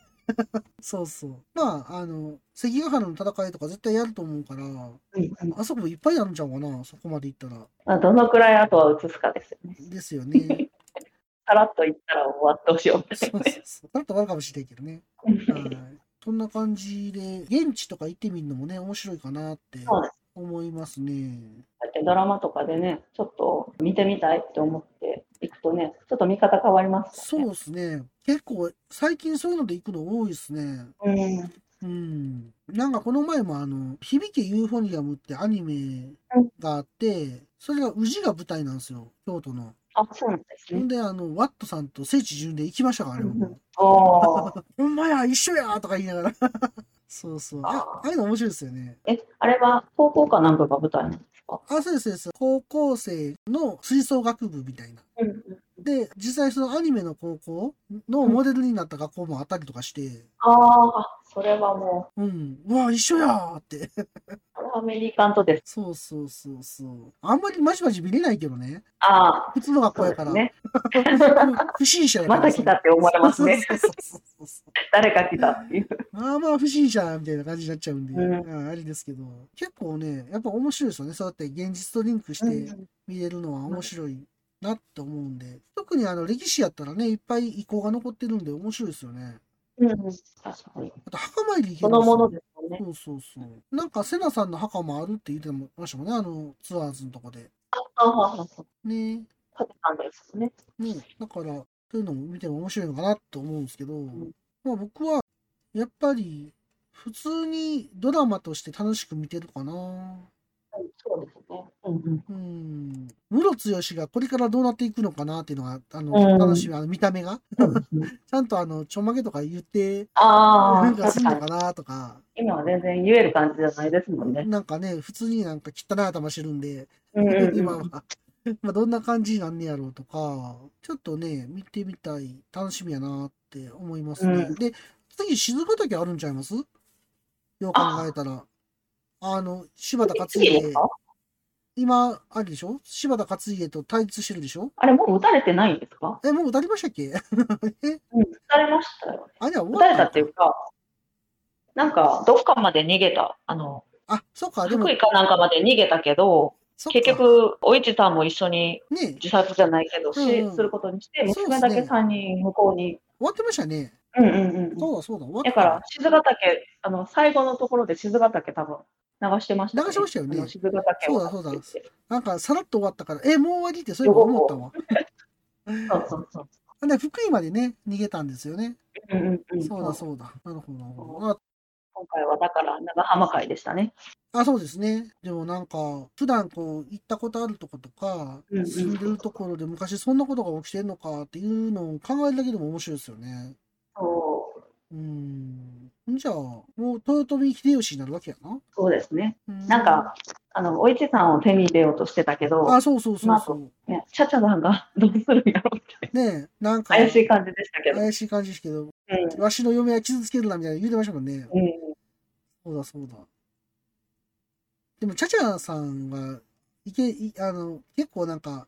Speaker 1: そうそう。まあ、あの、関ヶ原の戦いとか絶対やると思うから、
Speaker 2: うん
Speaker 1: あそこもいっぱいあるんちゃうかな、そこまで行ったら。
Speaker 2: あどのくらい後は映すかですよね。
Speaker 1: ですよ ね。
Speaker 2: さらっと行ったら終わってほしいよみた
Speaker 1: そ
Speaker 2: いう
Speaker 1: そ
Speaker 2: な
Speaker 1: う
Speaker 2: ね。
Speaker 1: そう。だと悪いかもしれないけどね。はい。そんな感じで、現地とか行ってみるのもね、面白いかなって
Speaker 2: そうです。
Speaker 1: 思いますね。
Speaker 2: だってドラマとかでね、ちょっと見てみたいって思って行くとね、ちょっと見方変わります
Speaker 1: そう
Speaker 2: もんね。
Speaker 1: ですね。結構、最近そういうので行くの多いですね。
Speaker 2: うん。うん
Speaker 1: うん。なんかこの前もあの、響けユーフォニアムってアニメがあって、それが宇治が舞台なんですよ、京都の。
Speaker 2: あ、そうなんです
Speaker 1: ほ
Speaker 2: ね
Speaker 1: ん。で、あの、ワットさんと聖地巡礼行きましたからね、
Speaker 2: うん
Speaker 1: 僕
Speaker 2: おー。
Speaker 1: ほんまや、一緒やとか言いながら。 そうそう。あ、ああいうの面白いですよね。
Speaker 2: え、あれは高校かなんかが舞台なんですか
Speaker 1: あ、そうです、そうです。高校生の吹奏楽部みたいな。
Speaker 2: うん
Speaker 1: で、実際そのアニメの高校のモデルになった学校もあったりとかして、
Speaker 2: ああ、それはも
Speaker 1: うん、うわ、一緒やーって。
Speaker 2: う、アメリカンとです。
Speaker 1: そうそうそうそう。あんまりまじまじ見れないけどね。
Speaker 2: ああ、
Speaker 1: 普通の学
Speaker 2: そ
Speaker 1: 校や
Speaker 2: うで
Speaker 1: か
Speaker 2: す
Speaker 1: ら。う
Speaker 2: ね。
Speaker 1: ん不審者やから。。
Speaker 2: また来たって思われますね
Speaker 1: そうそうそうそうそう。
Speaker 2: 誰か来たっていう。
Speaker 1: まあまあ不審者みたいな感じになっちゃうんで、
Speaker 2: う
Speaker 1: ああれですけど、結構ね、やっぱ面白いですよね。そうやって現実とリンクし
Speaker 2: うん
Speaker 1: て見れるのは面白いなって思うんで、特にあの歴史やったらね、いっぱい遺構が残ってるんで面白いですよね。
Speaker 2: うんうん、確かに。
Speaker 1: あと墓参り行け
Speaker 2: そ
Speaker 1: るん
Speaker 2: の
Speaker 1: です
Speaker 2: もの
Speaker 1: よ。
Speaker 2: ですもんね。
Speaker 1: そうそうそう。なんか、セナさんの墓もあるって言ってましたもんね、あの、ツアーズのとこで。
Speaker 2: ああ、そうそう。
Speaker 1: ね
Speaker 2: 建てたんですよね。
Speaker 1: ね、だから、そういうのも見ても面白いのかなと思うんですけど、
Speaker 2: ん
Speaker 1: まあ僕は、やっぱり、普通にドラマとして楽しく見てるかな。
Speaker 2: うんそうですね。うんうん。
Speaker 1: うん。ムロツヨシがこれからどうなっていくのかなっていうのが、あ
Speaker 2: う
Speaker 1: の、
Speaker 2: ん
Speaker 1: 楽しみ、あの見た目が。
Speaker 2: そうですね
Speaker 1: ちゃんとあの、ちょんまげとか言って、
Speaker 2: あ
Speaker 1: な
Speaker 2: あ、
Speaker 1: んかす
Speaker 2: 確
Speaker 1: んの
Speaker 2: かに。
Speaker 1: かなとか、
Speaker 2: 今は全然言える感じじゃないですもんね。
Speaker 1: なんかね、普通になんか汚い頭してるんで、
Speaker 2: うんうんう ん
Speaker 1: 今は。まあどんな感じになんねやろうとか、ちょっとね、見てみたい、楽しみやなって思いますね。
Speaker 2: うん
Speaker 1: で、次、静ヶ岳あるんちゃいますよう考えたら。あの、柴田勝
Speaker 2: 次で
Speaker 1: 家
Speaker 2: す、か
Speaker 1: 今、あれでしょ柴田勝家と対立してるでしょ
Speaker 2: あれ、もう打たれてないんですか
Speaker 1: え、もう打たれましたっけえ、
Speaker 2: うん、打たれましたよ。
Speaker 1: あれは終
Speaker 2: 打
Speaker 1: わ
Speaker 2: た
Speaker 1: った
Speaker 2: れた
Speaker 1: の
Speaker 2: っていうか、なんか、どっかまで逃げた、あの、
Speaker 1: あ、そうか、でも
Speaker 2: 福、井かなんかまで逃げたけど、
Speaker 1: そっか
Speaker 2: 結、局、お市さんも一緒に
Speaker 1: ね、
Speaker 2: 自殺じゃないけど、
Speaker 1: うんうん
Speaker 2: しすることにして、
Speaker 1: そうですね
Speaker 2: 娘だけ3人向こうに。
Speaker 1: 終わってましたね。
Speaker 2: うんうんうん。
Speaker 1: そうだ、そうだ、終わった。
Speaker 2: だから、静ヶ岳、あの、最後のところで静ヶ岳多分流してました、
Speaker 1: 流しましたよね
Speaker 2: あの静ヶ岳
Speaker 1: そ
Speaker 2: を
Speaker 1: うだそうだ
Speaker 2: そう
Speaker 1: なんか、さらっと終わったから、え、もう終わりって、そういえば思ったわ。
Speaker 2: そうそうそう。
Speaker 1: あで福井までね、逃げたんですよね。
Speaker 2: うんうんうん。
Speaker 1: そうだ
Speaker 2: そう
Speaker 1: そうだ。なるほどなるほど。
Speaker 2: 今回はだから、長浜会でしたね。
Speaker 1: あ、そうですね。でもなんか、普段こう、行ったことあるとことか、
Speaker 2: うんうん
Speaker 1: 住んでるところで昔そんなことが起きてんのかっていうのを考えるだけでも面白いですよね。
Speaker 2: そう、
Speaker 1: うん。じゃあ、もう豊臣秀吉になるわけやな。
Speaker 2: そうですね。
Speaker 1: う
Speaker 2: なんか、あの、お市さんを手に入れようとしてたけど、
Speaker 1: あ、そうそうそうそう。
Speaker 2: ね、チャチャさんがどうするんやろうって、
Speaker 1: ねえ、なんか、
Speaker 2: 怪しい感じでしたけど。
Speaker 1: 怪しい感じですけど、
Speaker 2: う
Speaker 1: わしの嫁は傷つけるなみたいな言うてましたもんね。
Speaker 2: ん。うん。
Speaker 1: そうだそうだ。でも、チャチャさんは、いけ、いあの、結構なんか、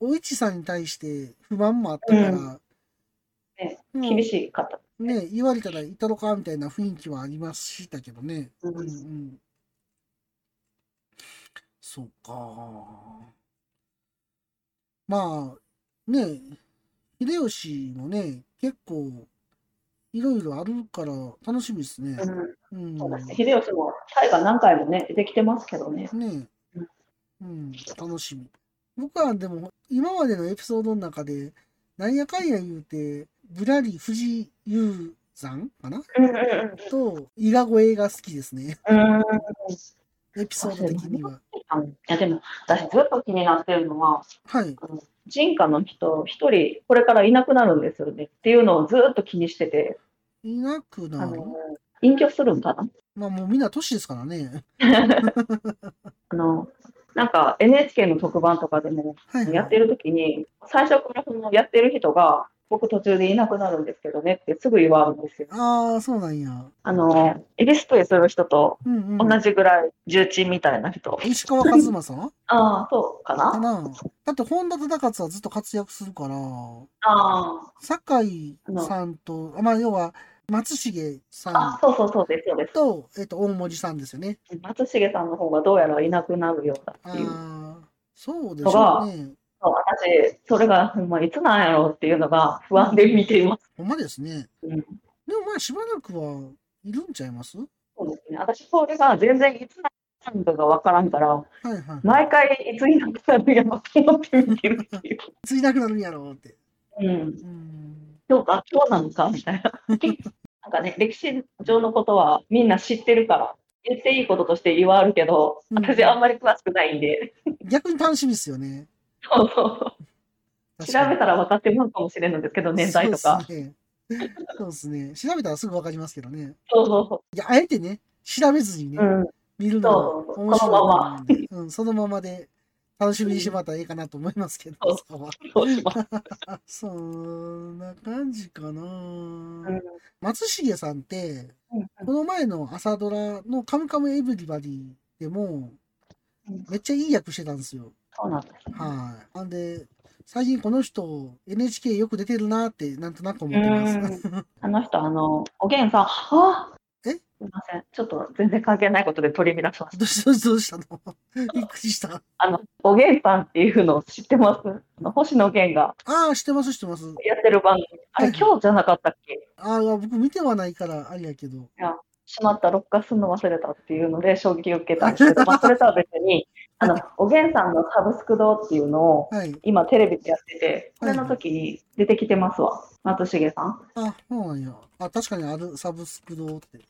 Speaker 1: お市さんに対して不満もあったから、
Speaker 2: うね
Speaker 1: もう
Speaker 2: 厳しかった。
Speaker 1: ね、言われたらいたのかみたいな雰囲気はありましたけどね。
Speaker 2: うん
Speaker 1: うんうん。そうか。まあ、ね、秀吉もね、結構、いろいろあるから楽しみですね。
Speaker 2: うん
Speaker 1: うん。
Speaker 2: そうですね。秀吉も大河何回もね、できてますけどね。
Speaker 1: ねえ。うん、楽しみ。僕はでも、今までのエピソードの中で、なんやかんや言うて、ぶらり藤優山かな
Speaker 2: うんうん
Speaker 1: と、伊賀越えが好きですね。
Speaker 2: うん。うん。
Speaker 1: エピソード的には。
Speaker 2: あのいやでも、私ずっと気になってるのは、
Speaker 1: はい。
Speaker 2: あの人家の人、一人これからいなくなるんですよねっていうのをずっと気にしてて、
Speaker 1: いなく
Speaker 2: あ
Speaker 1: なる。
Speaker 2: の隠居するんかな
Speaker 1: まあもうみんな都市ですからね。
Speaker 2: あのなんか NHK の特番とかでも
Speaker 1: はい、
Speaker 2: やってる時に、最初からそのやってる人が、僕途中でいなくなるんですけどねってすぐ言われるんですよ。
Speaker 1: ああ、そうなんや。
Speaker 2: あの、エビスプレイする人と
Speaker 1: うんうん。
Speaker 2: 同じぐらい重鎮みたいな人。
Speaker 1: 石川和正
Speaker 2: ああ、そうか
Speaker 1: か
Speaker 2: な
Speaker 1: なだって本田忠勝はずっと活躍するから、
Speaker 2: ああ、
Speaker 1: 酒井さんと、まあ要は松重
Speaker 2: あ
Speaker 1: さ
Speaker 2: そうそうそうです、そうで
Speaker 1: んと、えっと、大森さんですよね。
Speaker 2: す。松重さんの方がどうやらいなくなるようだ
Speaker 1: あ
Speaker 2: っていう。
Speaker 1: あ、そうでしょうね。
Speaker 2: そう私、それがほんまいつなんやろうっていうのが不安で見ています。
Speaker 1: ほんまですね。
Speaker 2: うん
Speaker 1: でもまあしばらくはいるんちゃいますは
Speaker 2: そうですね。私、それが全然いつなんかがわからんから、
Speaker 1: いはい。
Speaker 2: 毎回いつになくなるんやろって思って見てるっていう。
Speaker 1: いついなくなるんやろうって。
Speaker 2: うん。
Speaker 1: うん。
Speaker 2: どうか、今日なのかみたい な。なんかね、歴史上のことはみんな知ってるから、言っていいこととして言わあるけど、
Speaker 1: うん
Speaker 2: 私あんまり詳しくないんで、
Speaker 1: 逆に楽しみですよね。
Speaker 2: そうそう。
Speaker 1: 確
Speaker 2: 調
Speaker 1: かに
Speaker 2: べたら分かってるのかもしれないんですけど、年代とか。
Speaker 1: そうですねそうですね。調べたらすぐわかりますけどね。
Speaker 2: そうそうそ
Speaker 1: いや、あえてね、調べずにね、
Speaker 2: う。うん。
Speaker 1: 見るの
Speaker 2: そうそう
Speaker 1: は
Speaker 2: そう
Speaker 1: 面白いと思うんで、うん、そのままで楽しみにしてもらったらいいかなと思いますけど、
Speaker 2: うん
Speaker 1: そこは
Speaker 2: そう します。
Speaker 1: そんな感じかな、
Speaker 2: うん。
Speaker 1: 松重さんって、
Speaker 2: うん
Speaker 1: この前の朝ドラの「カムカムエヴリバディ」でも、
Speaker 2: うん
Speaker 1: めっちゃいい役してたんですよ。
Speaker 2: そうなんですね。
Speaker 1: はい。なんで、最近この人、NHK よく出てるなって、なんとなく思ってます。
Speaker 2: うあの人、あの、おげんさん、はあ
Speaker 1: え
Speaker 2: すみません。ちょっと全然関係ないことで取り乱しました。
Speaker 1: どうした どうしたの びっくりした。
Speaker 2: あの、おげんさんっていうの知ってますあの星野源が
Speaker 1: ああ、知ってます、知ってます。
Speaker 2: やってる番組。あれ、今日じゃなかったっけ
Speaker 1: ああ、僕見てはないから、あれやけど。
Speaker 2: しまった、録画するの忘れたっていうので衝撃を受けたんです けど、まあ、それとは別に、あの、おげんさんのサブスク堂っていうのを、
Speaker 1: はい。
Speaker 2: 今テレビでやってて、これの時に出てきてますわ。松重さん。
Speaker 1: あ、そうなんや。あ、確かにある、サブスク堂って。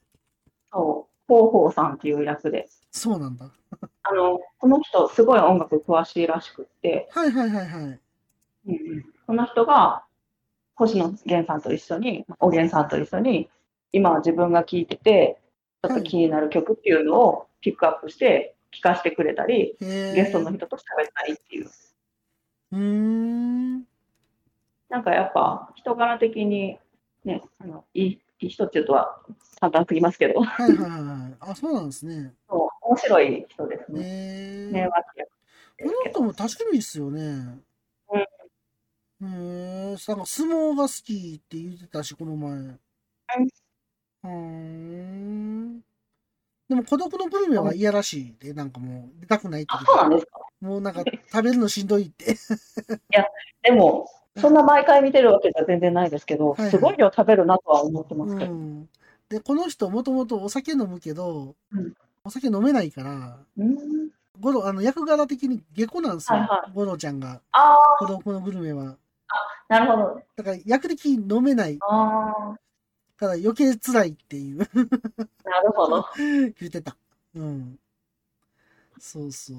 Speaker 2: そう。ほうほうさんっていう役で。
Speaker 1: そうなんだ。
Speaker 2: あの、この人、すごい音楽詳しいらしくって、
Speaker 1: はいはいはいはい。
Speaker 2: この人が、星野源さんと一緒に、おげんさんと一緒に、今自分が聴いてて、ちょっと気になる曲っていうのをピックアップして、聴かせてくれたり、
Speaker 1: へえ。
Speaker 2: ゲストの人と喋ったりっていう。
Speaker 1: うーん。
Speaker 2: なんかやっぱ、人柄的に、ね、あの、いい、いい人っていうとは、簡単すぎますけど、
Speaker 1: はいはいはいはい。あ、そうなんですね。
Speaker 2: そう、面白い人ですね。
Speaker 1: へ
Speaker 2: 迷
Speaker 1: え。
Speaker 2: 惑役で
Speaker 1: こ
Speaker 2: すけ
Speaker 1: の
Speaker 2: ど
Speaker 1: 人も多趣味っすよね。うん。へえ。なんか相撲が好きって言ってたし、この前。うーん。でも孤独のグルメはいやらしいで、なんかもう出たくないって
Speaker 2: あ、
Speaker 1: 言ってた
Speaker 2: そうなんですか。
Speaker 1: もうなんか食べるのしんどいって。
Speaker 2: でも、そんな毎回見てるわけじゃ全然ないですけど
Speaker 1: はいは、い
Speaker 2: すごい量食べるなとは思ってます
Speaker 1: う
Speaker 2: けど。
Speaker 1: ん。で、この人もともとお酒飲むけど、
Speaker 2: うん
Speaker 1: お酒飲めないから、
Speaker 2: うん。
Speaker 1: ゴロ、あの、役柄的に下戸なんですよ。
Speaker 2: はいは
Speaker 1: ゴロちゃんが。
Speaker 2: ああ、
Speaker 1: 孤独のグルメは。
Speaker 2: なるほど。
Speaker 1: だから、役的に飲めない
Speaker 2: ああ、
Speaker 1: から余計辛いっていう
Speaker 2: なるほど。
Speaker 1: 言ってた。うん。そうそう。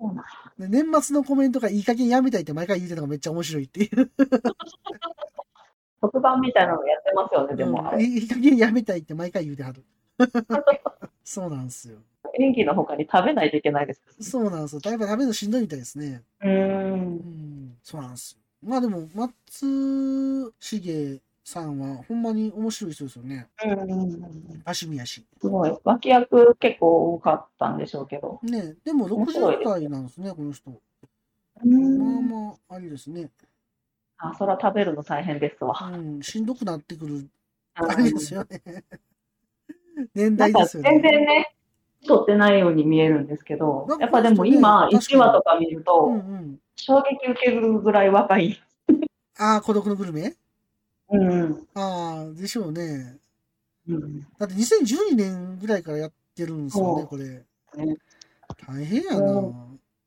Speaker 2: そうな
Speaker 1: で年末のコメントがいい加減やめたいって毎回言ってたのがめっちゃ面白いっていう。
Speaker 2: 特番みたいなのやってますよね、でもあ
Speaker 1: うん
Speaker 2: れ。
Speaker 1: いい加減やめたいって毎回言うてはる。 そうなんですよ。
Speaker 2: 演技の他に食べないといけないです。
Speaker 1: そうなんですよ。だいぶ食べるのしんどいみたいですね。
Speaker 2: うーん
Speaker 1: う。ん。そうなんですよ。まあでも、松重さんはほんまに面白い人ですよね。
Speaker 2: うん。
Speaker 1: 多趣味やし。
Speaker 2: すごい。脇役結構多かったんでしょうけど。
Speaker 1: ねでも
Speaker 2: 面白い
Speaker 1: 60歳なんですね、この人。
Speaker 2: う
Speaker 1: まあ
Speaker 2: ん。
Speaker 1: まあ、ありですね。
Speaker 2: あ、そら食べるの大変ですわ。
Speaker 1: うん、しんどくなってくる、
Speaker 2: うん
Speaker 1: あれですよね。年
Speaker 2: な
Speaker 1: 代
Speaker 2: ん
Speaker 1: で
Speaker 2: か
Speaker 1: すよね。
Speaker 2: 全然ね、撮ってないように見えるんですけど
Speaker 1: なん、か
Speaker 2: やっぱでも今、
Speaker 1: 確か
Speaker 2: 1
Speaker 1: に
Speaker 2: 話とか見る
Speaker 1: うん
Speaker 2: と、
Speaker 1: うん。
Speaker 2: 衝撃受けるぐらい若い。
Speaker 1: ああ、孤独のグルメ
Speaker 2: うん。
Speaker 1: ああ、でしょうね。
Speaker 2: うん。
Speaker 1: だって2012年ぐらいからやってるんですよ
Speaker 2: そ
Speaker 1: ね、
Speaker 2: う
Speaker 1: これ
Speaker 2: ね。
Speaker 1: 大変やな。
Speaker 2: う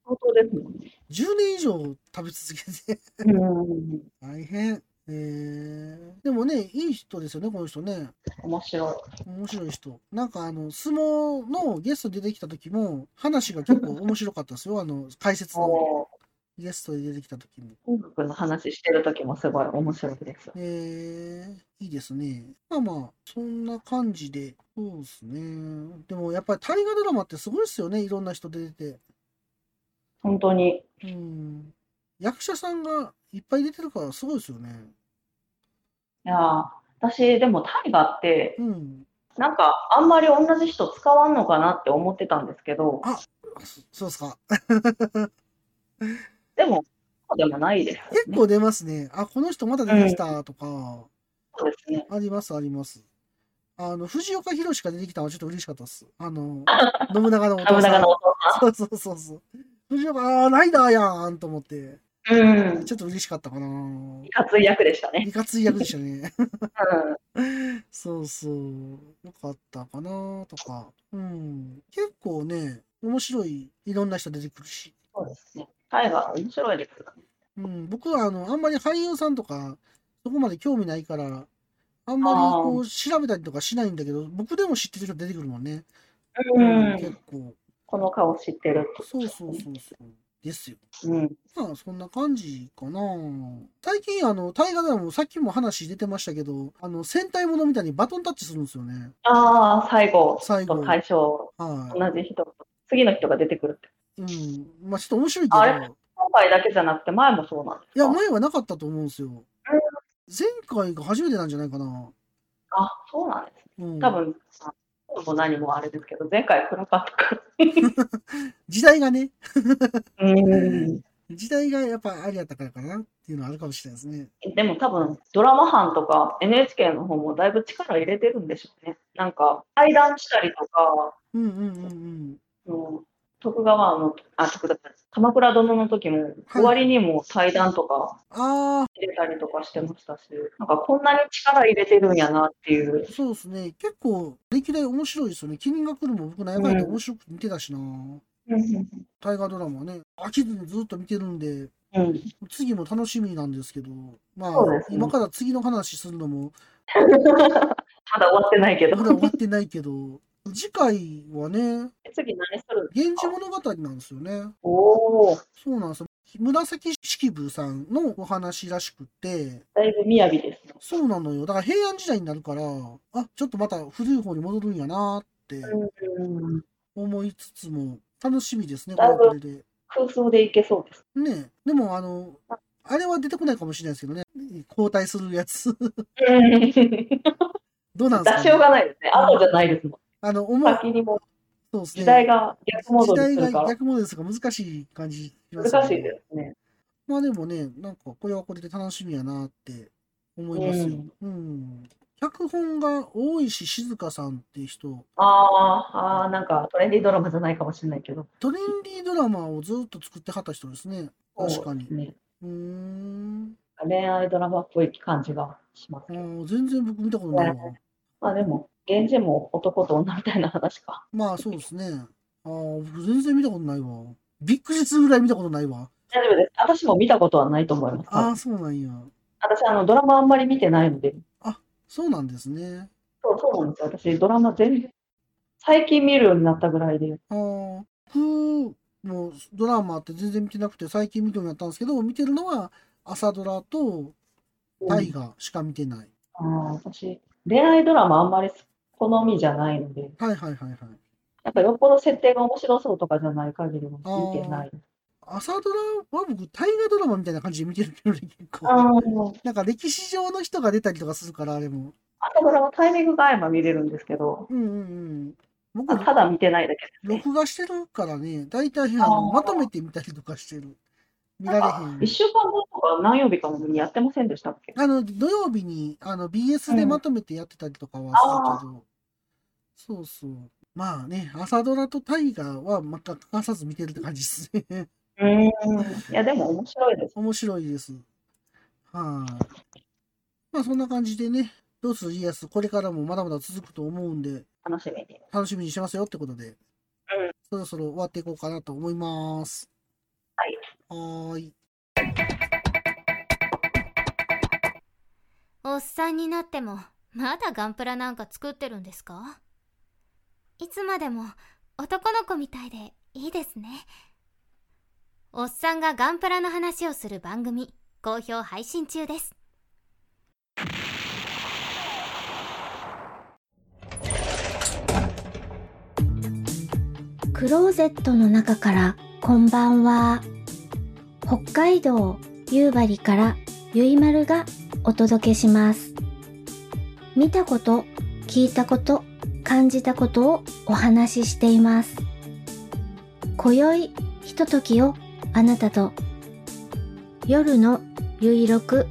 Speaker 1: 10
Speaker 2: 相当ですもんね。
Speaker 1: 年以上食べ続けて。
Speaker 2: うん。
Speaker 1: 大変。えー、でもね、いい人ですよね、この人ね。
Speaker 2: 面白い。
Speaker 1: 面白い人。なんかあの、相撲のゲストで出てきた時も、話が結構面白かったですよ。あの、解説の
Speaker 2: も
Speaker 1: ゲストで出てきた時も。
Speaker 2: う、音楽の話してる時もすごい面白いです。
Speaker 1: えー、いいですね。まあまあ、そんな感じで、そうですね。でもやっぱり大河ドラマってすごいですよね。いろんな人出て
Speaker 2: 本当に。
Speaker 1: て。うん。役者さんがいっぱい出てるからすごいですよね。
Speaker 2: いやー私、でも大河って、
Speaker 1: うん。
Speaker 2: なんか、あんまり同じ人使わんのかなって思ってたんですけど、
Speaker 1: そそうですか。
Speaker 2: でも、そうでもないです。
Speaker 1: 結構出ますね。あ、この人まだ出てきたとか。
Speaker 2: そうですね。
Speaker 1: あります、あります。あの、藤岡弘が出てきたのはちょっと嬉しかったです。あ の、信長のお
Speaker 2: 信
Speaker 1: 父さ
Speaker 2: 長
Speaker 1: ん
Speaker 2: の。お父
Speaker 1: そうそうそうそう。藤岡、ああ、ライダーやんと思って、
Speaker 2: さん。うん。
Speaker 1: ちょっと嬉しかったかな。
Speaker 2: 熱い役でしたね。
Speaker 1: いかつい役でしたね。
Speaker 2: うん。
Speaker 1: そうそう。よかったかなとか。うん。結構ね、面白い、いろんな人出てくるし。
Speaker 2: そうですね。大河、面白いですよね。
Speaker 1: うん。僕は、あの、あんまり俳優さんとか、そこまで興味ないから、あんまりこう調べたりとかしないんだけど、僕でも知ってる人出てくるもんね。
Speaker 2: うん。
Speaker 1: 結構。
Speaker 2: この顔知ってる。
Speaker 1: そうそうそうそう。ですよ。
Speaker 2: うん。
Speaker 1: まあ、そんな感じかな最近、あの、大河ドラマ、さっきも話出てましたけど、あの、戦隊ものみたいにバトンタッチするんですよね。
Speaker 2: ああ、最後、
Speaker 1: 最後
Speaker 2: と対象、
Speaker 1: は
Speaker 2: 同じ人と、次の人が出てくるって。
Speaker 1: い。うん。まあ、ちょっと面白いけ
Speaker 2: あれ
Speaker 1: ど、
Speaker 2: 今回だけじゃなくて、前もそうなんです
Speaker 1: い
Speaker 2: か
Speaker 1: や、前はなかったと思うんですよ。前回が初めてなんじゃないかな。
Speaker 2: あ、そうなんです。
Speaker 1: うん、
Speaker 2: 多分、今も何もあれですけど、前回暗かったか
Speaker 1: 時代がね、
Speaker 2: ら。うん。
Speaker 1: 時代がやっぱあれやったからかなっていうのはあるかもしれないですね。
Speaker 2: でも多分、ドラマ班とか NHK の方もだいぶ力入れてるんでしょうね。なんか、対談したりとか、
Speaker 1: うんうんうんうん。
Speaker 2: うん徳川の、あ、徳川じゃない鎌倉殿の時も、終わりにも対談とか
Speaker 1: あ
Speaker 2: 入れたりとかしてましたし、なんかこんなに力入れてるんやなっていう
Speaker 1: あ、。そうですね。結構、歴代面白いですよね。君が来るも僕長いと面白く見てたしな。大河ドラマね、飽きずにずっと見てるんで、
Speaker 2: うん、
Speaker 1: 次も楽しみなんですけど、まあ、
Speaker 2: そうですね
Speaker 1: 今から次の話するのも、
Speaker 2: まだ終わってないけど
Speaker 1: まだ。終わってないけど、次回はね、
Speaker 2: 次何するんです
Speaker 1: 源氏
Speaker 2: か
Speaker 1: 物語なんですよね。
Speaker 2: おお、
Speaker 1: そうなんですよ。紫式部さんのお話らしくて、
Speaker 2: だいぶ雅ですね。
Speaker 1: そうなのよ。だから平安時代になるから、あ、ちょっとまた古い方に戻るんやなって
Speaker 2: うん、
Speaker 1: 思いつつも、楽しみですね、こ
Speaker 2: だ
Speaker 1: れ
Speaker 2: い
Speaker 1: は
Speaker 2: ぶ
Speaker 1: これで。
Speaker 2: 空想でいけそうです。
Speaker 1: ねえでもあの、あれは出てこないかもしれないですけどね。交代するやつ。どうなんですか、
Speaker 2: 出しようがないですね。後じゃないですもん。
Speaker 1: あの、思う、
Speaker 2: 先にも
Speaker 1: そうですね。
Speaker 2: 時代が逆戻りする
Speaker 1: 時代
Speaker 2: か
Speaker 1: が
Speaker 2: ら。
Speaker 1: 逆戻りするから難しい感じしますよ
Speaker 2: 難しいですね。
Speaker 1: まあでもね、なんかこれはこれで楽しみやなって思いますよ。うん。脚本が大石静香さんって人、
Speaker 2: あーあー、なんかトレンディードラマじゃないかもしれないけど。
Speaker 1: トレンディードラマをずっと作ってはった人ですね。確かに。
Speaker 2: そうですね
Speaker 1: うーん。
Speaker 2: 恋愛ドラマっぽい感じがします
Speaker 1: あ。ー全然僕見たことないわ。
Speaker 2: まあでも、源氏も男と女みたいな話か。
Speaker 1: まあそうですね。ああ、僕全然見たことないわ。びっくりするぐらい見たことないわ。
Speaker 2: 大丈夫です。私も見たことはないと思います。
Speaker 1: ああ、そうなんや。
Speaker 2: 私、あの、ドラマあんまり見てないので。
Speaker 1: そうなんですね。
Speaker 2: そう、そうなんですよ。私、ドラマ全然、最近見るようになったぐらいで。
Speaker 1: ああ、僕もドラマって全然見てなくて、最近見るようになったんですけど、見てるのは朝ドラと大河しか見てない。
Speaker 2: あー私、恋愛ドラマあんまり好みじゃないので、
Speaker 1: はいはいはいはい。
Speaker 2: やっぱよっぽど設定が面白そうとかじゃない限りは見てない。
Speaker 1: 朝ドラは僕、大河ドラマみたいな感じで見てるけどね、結構。
Speaker 2: あー
Speaker 1: なんか歴史上の人が出たりとかするから、あれも。
Speaker 2: 朝ドラはタイミングが合えば見れるんですけど、
Speaker 1: うんうんうん。僕、
Speaker 2: ただ見てないだけですね。
Speaker 1: 録画してるからね、大体あの
Speaker 2: あー
Speaker 1: まとめて見たりとかしてる。見られへ
Speaker 2: なんか
Speaker 1: ん
Speaker 2: 1。週間後とか何曜日かもやってませんでしたっけ
Speaker 1: あの、土曜日に、あの、BS でまとめてやってたりとかはするけど、そうそう。まあね、朝ドラと大河は、また欠かさず見てるって感じですね。
Speaker 2: うーん。いや、でも面白いです。
Speaker 1: 面白いです。はい、まあ、そんな感じでね、どうする家康、これからもまだまだ続くと思うんで、
Speaker 2: 楽しみに。
Speaker 1: 楽しみにしてますよってことで、そろそろ終わっていこうかなと思います。
Speaker 2: はい。
Speaker 1: はーい。
Speaker 8: おっさんになっても、まだガンプラなんか作ってるんですかいつまでも男の子みたいでいいですね。おっさんがガンプラの話をする番組、好評配信中です。
Speaker 9: クローゼットの中からこんばんは北海道夕張からゆいまるがお届けします見たこと聞いたこと感じたことをお話ししています今宵ひとときをあなたと夜のゆいろく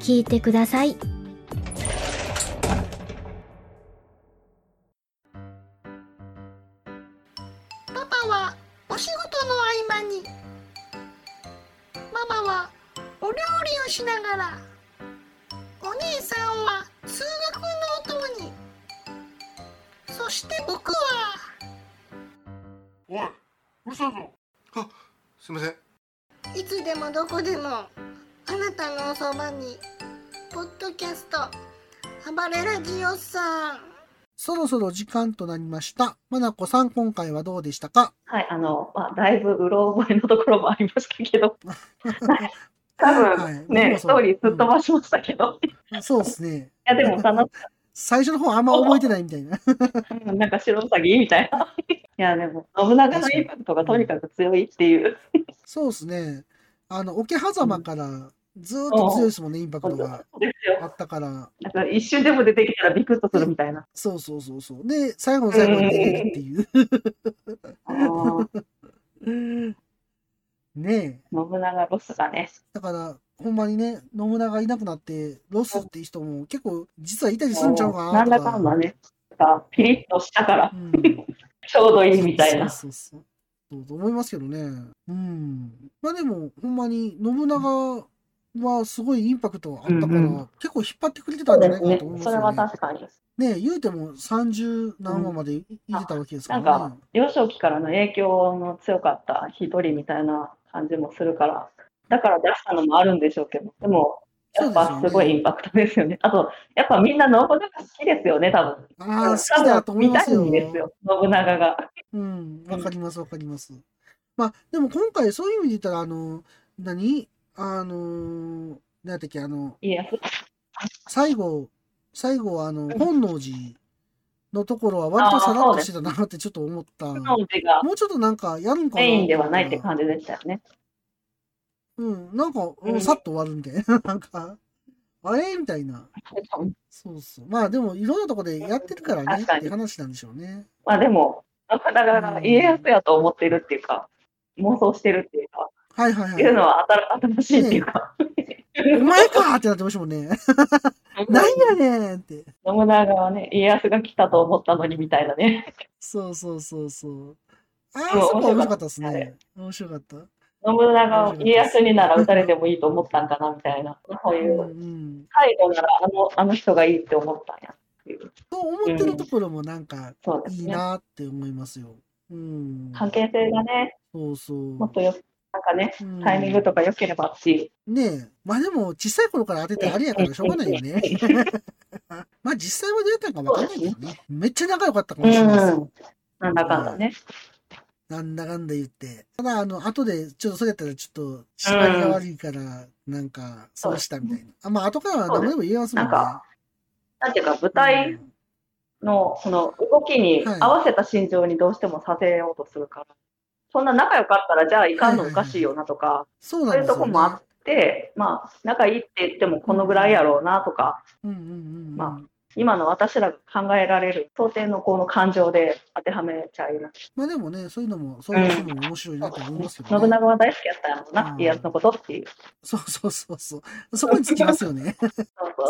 Speaker 9: 聞いてください
Speaker 10: パパはお仕事の合間にママはお料理をしながらお姉さんは数学のお供にそして僕は
Speaker 11: おい、うるさいぞ。あ、すみません。
Speaker 10: いつでもどこでもあなたのおそばにポッドキャスト暴れラジオさん
Speaker 1: そろそろ時間となりました。まなこさん、今回はどうでしたか
Speaker 2: はい、あの、まあ、だいぶうろ覚えのところもありました けど、多分
Speaker 1: 僕もそう
Speaker 2: ね、ストーリーすっ飛ばしましたけど、い
Speaker 1: そうですね。
Speaker 2: や、でも楽しかっ
Speaker 1: 最初の方あんま覚えてないみたいな。
Speaker 2: たうんなんか白ウサギみたいな。 いや、でも、信長のインパクトがとにかく強いっていう。
Speaker 1: そうですね。あの、桶狭間からずーっと強いですもんね、インパクトがあったから。
Speaker 2: だから一瞬でも出てきたらビクッとするみたい な。
Speaker 1: そうそうそうそう。で、最後の最後に出てるっていう。ねえ。
Speaker 2: 信長ロスがね。
Speaker 1: だから、ほんまにね、信長がいなくなって、ロスっていう人も結構、実はいたりするんちゃうか
Speaker 2: な
Speaker 1: なんと
Speaker 2: だかんだね。なんかピリッとしたから、ちょうどいいみたいな。
Speaker 1: そうそうそう。そう思いますけどね。うん。まあでも、ほんまに信長はすごいインパクトあったから、
Speaker 2: うんうん
Speaker 1: 結構引っ張ってくれてた
Speaker 2: そうん
Speaker 1: じゃ
Speaker 2: で
Speaker 1: ないかな
Speaker 2: すね
Speaker 1: と思い。ます
Speaker 2: そ
Speaker 1: よ
Speaker 2: れ
Speaker 1: ね。
Speaker 2: は確かに。
Speaker 1: ねえ言うても30何話までいいてたわけですか
Speaker 2: なん
Speaker 1: らね
Speaker 2: か。、幼少期からの影響の強かった一人みたいな感じもするから、だから出したのもあるんでしょうけど、でも、やっぱすごいインパクトですよね。あと、やっぱみんな信長好きですよね、多分。
Speaker 1: ああ、好きだと思いますよ
Speaker 2: 多分見。たいんですよ、信長が。
Speaker 1: うん、わかります、わかります。まあ、でも今回そういう意味で言ったら、あの、何あのー、何やったっけ、あの、
Speaker 2: いや、
Speaker 1: 最後、最後はあの、本能寺のところは割とさらっとしてたなってちょっと思った。
Speaker 2: 本能寺が
Speaker 1: もうちょっとなんかやるんかな
Speaker 2: メインではないって感じでしたよね。
Speaker 1: うん、なんか、うん
Speaker 2: うん
Speaker 1: さっと終わるみたい な。なんか、あれみたいな。そうそう。まあでも、いろんなとこでやってるからね
Speaker 2: 確かに
Speaker 1: って話なんでしょうね。
Speaker 2: まあでも、信長が家康やと思ってるっていうか、妄想してるっていうか、
Speaker 1: はいはいはい。
Speaker 2: いうのは新新しいっていうか、
Speaker 1: お前かってなってましたもんね。 何やねんって。
Speaker 2: 信長はね、家康が来たと思ったのにみたいなね。
Speaker 1: そうそうそうそう。あ
Speaker 2: で
Speaker 1: あ、
Speaker 2: も
Speaker 1: そこ面白
Speaker 2: 面白
Speaker 1: か
Speaker 2: か
Speaker 1: ったですね。面白かった。
Speaker 2: 信長を家康になら打たれてもいいと思ったんかなみたいな、そういう、最後ならあのあの人がいいって思ったんやっていう、
Speaker 1: と思ってるところもなんか
Speaker 2: そうです
Speaker 1: いい
Speaker 2: ね。
Speaker 1: なって思いますよ。うん。
Speaker 2: 関係性がね、
Speaker 1: そうそう。
Speaker 2: もっとよ、なんかね、タイミングとか良ければっていう。
Speaker 1: ねえ。まあでも、小さい頃から当ててあれやからしょうがないよ ね。まあ実際はどうやったんかわかんないけどね。めっちゃ仲良かったかもしれないです。
Speaker 2: なんだかんだね。
Speaker 1: なんだかんだ言って。ただ、あの、後で、ちょっとそれやったら、ちょっと、縛りが悪いから、なんか、そうしたみたいな。あまあ、後からは何でも言えますもんね。
Speaker 2: なんていうか、舞台のその動きに合わせた心情にどうしてもさせようとするから、そんな仲良かったら、じゃあいかんのおかしいよなとか、
Speaker 1: そう
Speaker 2: そういうとこもあって、まあ、仲いいって言ってもこのぐらいやろうなとか、まあ、今の私らが考えられる想定のこの感情で当てはめちゃいます。
Speaker 1: まあでもね、そういうのも、そういうのも面白いなと思いますけどね。
Speaker 2: 信長は大好きやったんやろうな、
Speaker 1: うん
Speaker 2: 家康のことっていう。
Speaker 1: そうそうそうそう。そこにつきますよ ね。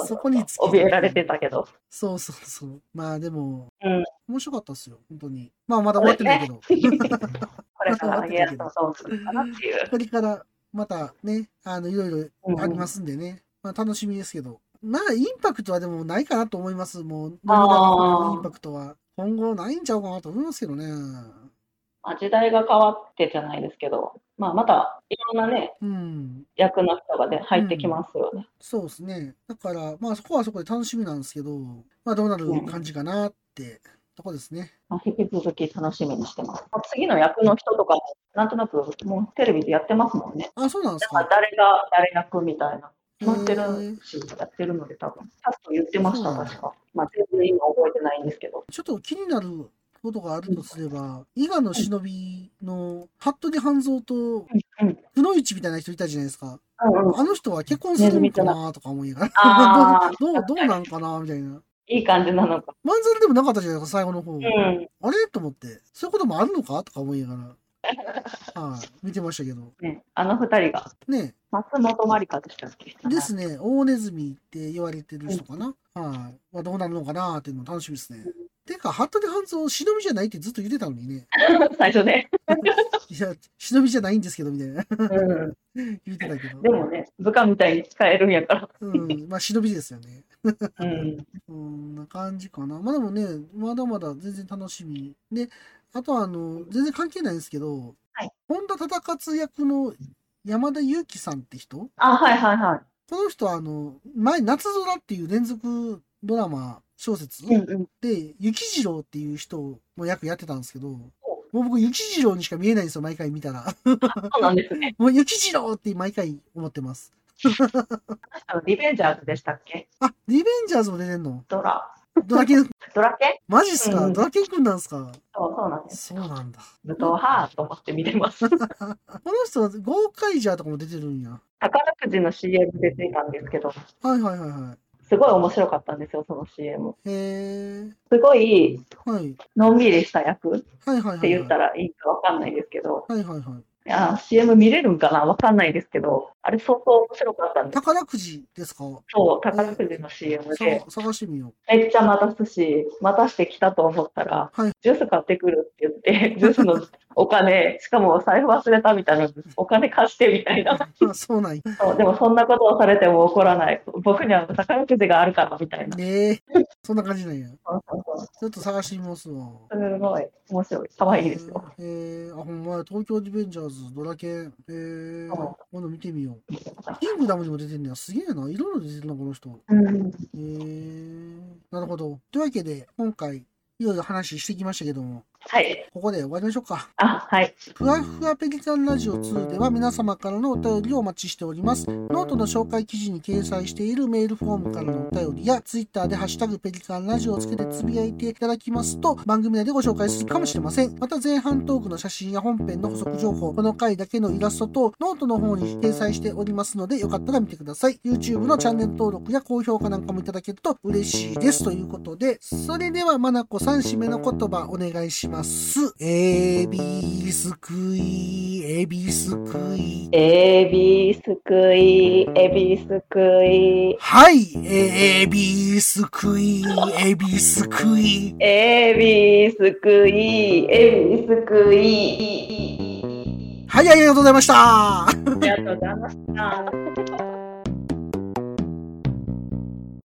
Speaker 1: そこにつき
Speaker 2: 怯えられてたけ ど。
Speaker 1: そうそうそう。まあでも、
Speaker 2: うん
Speaker 1: 面白かったですよ、本当に。まあまだ終わってないけど。
Speaker 2: これから家康はどうするかなっていう。
Speaker 1: これからまたね、あの、いろいろありますんでね。まあ楽しみですけど。まあインパクトはでもないかなと思います。もう、信長のインパクトは今後ないんちゃうかなと思いますけどね。
Speaker 2: まあ、時代が変わってじゃないですけど、まあ、またいろんなね、
Speaker 1: うん。
Speaker 2: 役の人がね、入ってきますよね。
Speaker 1: そうですね。だから、まあそこはそこで楽しみなんですけど、まあどうなる感じかなってとこですね。
Speaker 2: まあ、引き続き楽しみにしてます。次の役の人とか、なんとなくもうテレビでやってますもんね。
Speaker 1: あ、そうなんです
Speaker 2: か。誰が誰役みたいな。決まってるし、やってるので多分。キャスト言ってました、確か。まあ、全然今覚えてないんですけど。
Speaker 1: ちょっと気になることがあるとすれば、伊賀の忍びの服部半蔵とくのいちみたいな人いたじゃないですか。
Speaker 2: うんうん
Speaker 1: あの人は結婚するのかなとか思いながら、
Speaker 2: あ
Speaker 1: どうどうどうなんかなみたいな。
Speaker 2: いい感じなのか。
Speaker 1: 漫才でもなかったじゃないですか、最後の方。
Speaker 2: ん
Speaker 1: あれと思って、そういうこともあるのかとか思いながら、はい、見てましたけど。
Speaker 2: ね、あの二人が。
Speaker 1: ね
Speaker 2: 松本まりかでしたっけ
Speaker 1: ですね、大ネズミって言われてる人かな、はい、はどうなるのかなっていうの楽しみですね。てか、服部半蔵、忍びじゃないってずっと言ってたのにね。
Speaker 2: 最初ね。
Speaker 1: いや、忍びじゃないんですけど、みたいな。 言ってたけど。
Speaker 2: でもね、部下みたいに使えるんやから。
Speaker 1: うん、まあ、忍びですよね。
Speaker 2: うん。
Speaker 1: そんな感じかな。まあでもね、まだまだ全然楽しみ。で、あとはあの、全然関係ないんですけど、本田忠勝役の山田裕貴さんって人
Speaker 2: あ、はいはいはい。
Speaker 1: この人はあの、前、夏空っていう連続ドラマ、小説、
Speaker 2: うんうん
Speaker 1: で雪次郎っていう人の役やってたんですけどもう僕雪次郎にしか見えないんですよ毎回見た ら
Speaker 2: そうなんですね。
Speaker 1: もう雪次郎って毎回思ってます
Speaker 2: あのリベンジャーズでしたっけ
Speaker 1: あリベンジャーズも出てんの
Speaker 2: ドラ。
Speaker 1: ドラケン
Speaker 2: ドラケン
Speaker 1: マジっすか、
Speaker 2: うん
Speaker 1: ドラケンくんなんすか
Speaker 2: そうそうなんです。
Speaker 1: そうなんだ。
Speaker 2: 武闘派と思って見てます。
Speaker 1: この人はゴーカイジャーとかも出てるんや
Speaker 2: 宝くじの CM 出てたんですけど、
Speaker 1: はいはいはいは
Speaker 2: すごい面白かったんですよ、その CM。
Speaker 1: いへえ
Speaker 2: すごい
Speaker 1: はい
Speaker 2: のんびりした役っ
Speaker 1: はいはいはい
Speaker 2: て言ったらいいかわかんないですけど、
Speaker 1: はいはいはい
Speaker 2: いや CM 見れるんかなわかんないですけど、あれ相当面白かったんです。
Speaker 1: 宝くじですか
Speaker 2: そう、宝くじの CM で、
Speaker 1: さ探してみよ
Speaker 2: めっちゃ待たすし、待たしてきたと思ったら、ジュース買ってくるって言って、ジ ュースのお金、しかもお財布忘れたみたいな、お金貸してみたいな。
Speaker 1: うあそうなんや
Speaker 2: そうでもそんなことをされても怒らない。僕には宝くじがあるからみたいな。
Speaker 1: ええそんな感じなんやちょっと探してみますわ
Speaker 2: すごい面白い。可愛いですよ。
Speaker 1: えー、あ、ほんまや、東京リベンジャーズ、ドラケン。えー、今度見てみよう。キングダムにも出てんねや。すげえな。いろいろ出てるな、この人。
Speaker 2: うん
Speaker 1: えー、なるほど。というわけで、今回、いろいろ話してきましたけども、
Speaker 2: はい。
Speaker 1: ここで終わりましょうか。
Speaker 2: あ、はい。
Speaker 1: ふわふわペリカンラジオ2では皆様からのお便りをお待ちしております。ノートの紹介記事に掲載しているメールフォームからのお便りや、ツイッターでハッシュタグペリカンラジオをつけてつぶやいていただきますと、番組内でご紹介するかもしれません。また前半トークの写真や本編の補足情報、この回だけのイラスト等、ノートの方に掲載しておりますので、よかったら見てください。YouTube のチャンネル登録や高評価なんかもいただけると嬉しいです。ということで、それでは、まなこさん、締めの言葉お願いします。えーびすくい、えびすくい。
Speaker 2: エビすくい、エビすくい。
Speaker 1: はい、えびすくい、えびすくい。
Speaker 2: エビすくい、エビすくい。
Speaker 1: はい、ありがとうございました。
Speaker 2: ありがとうございました。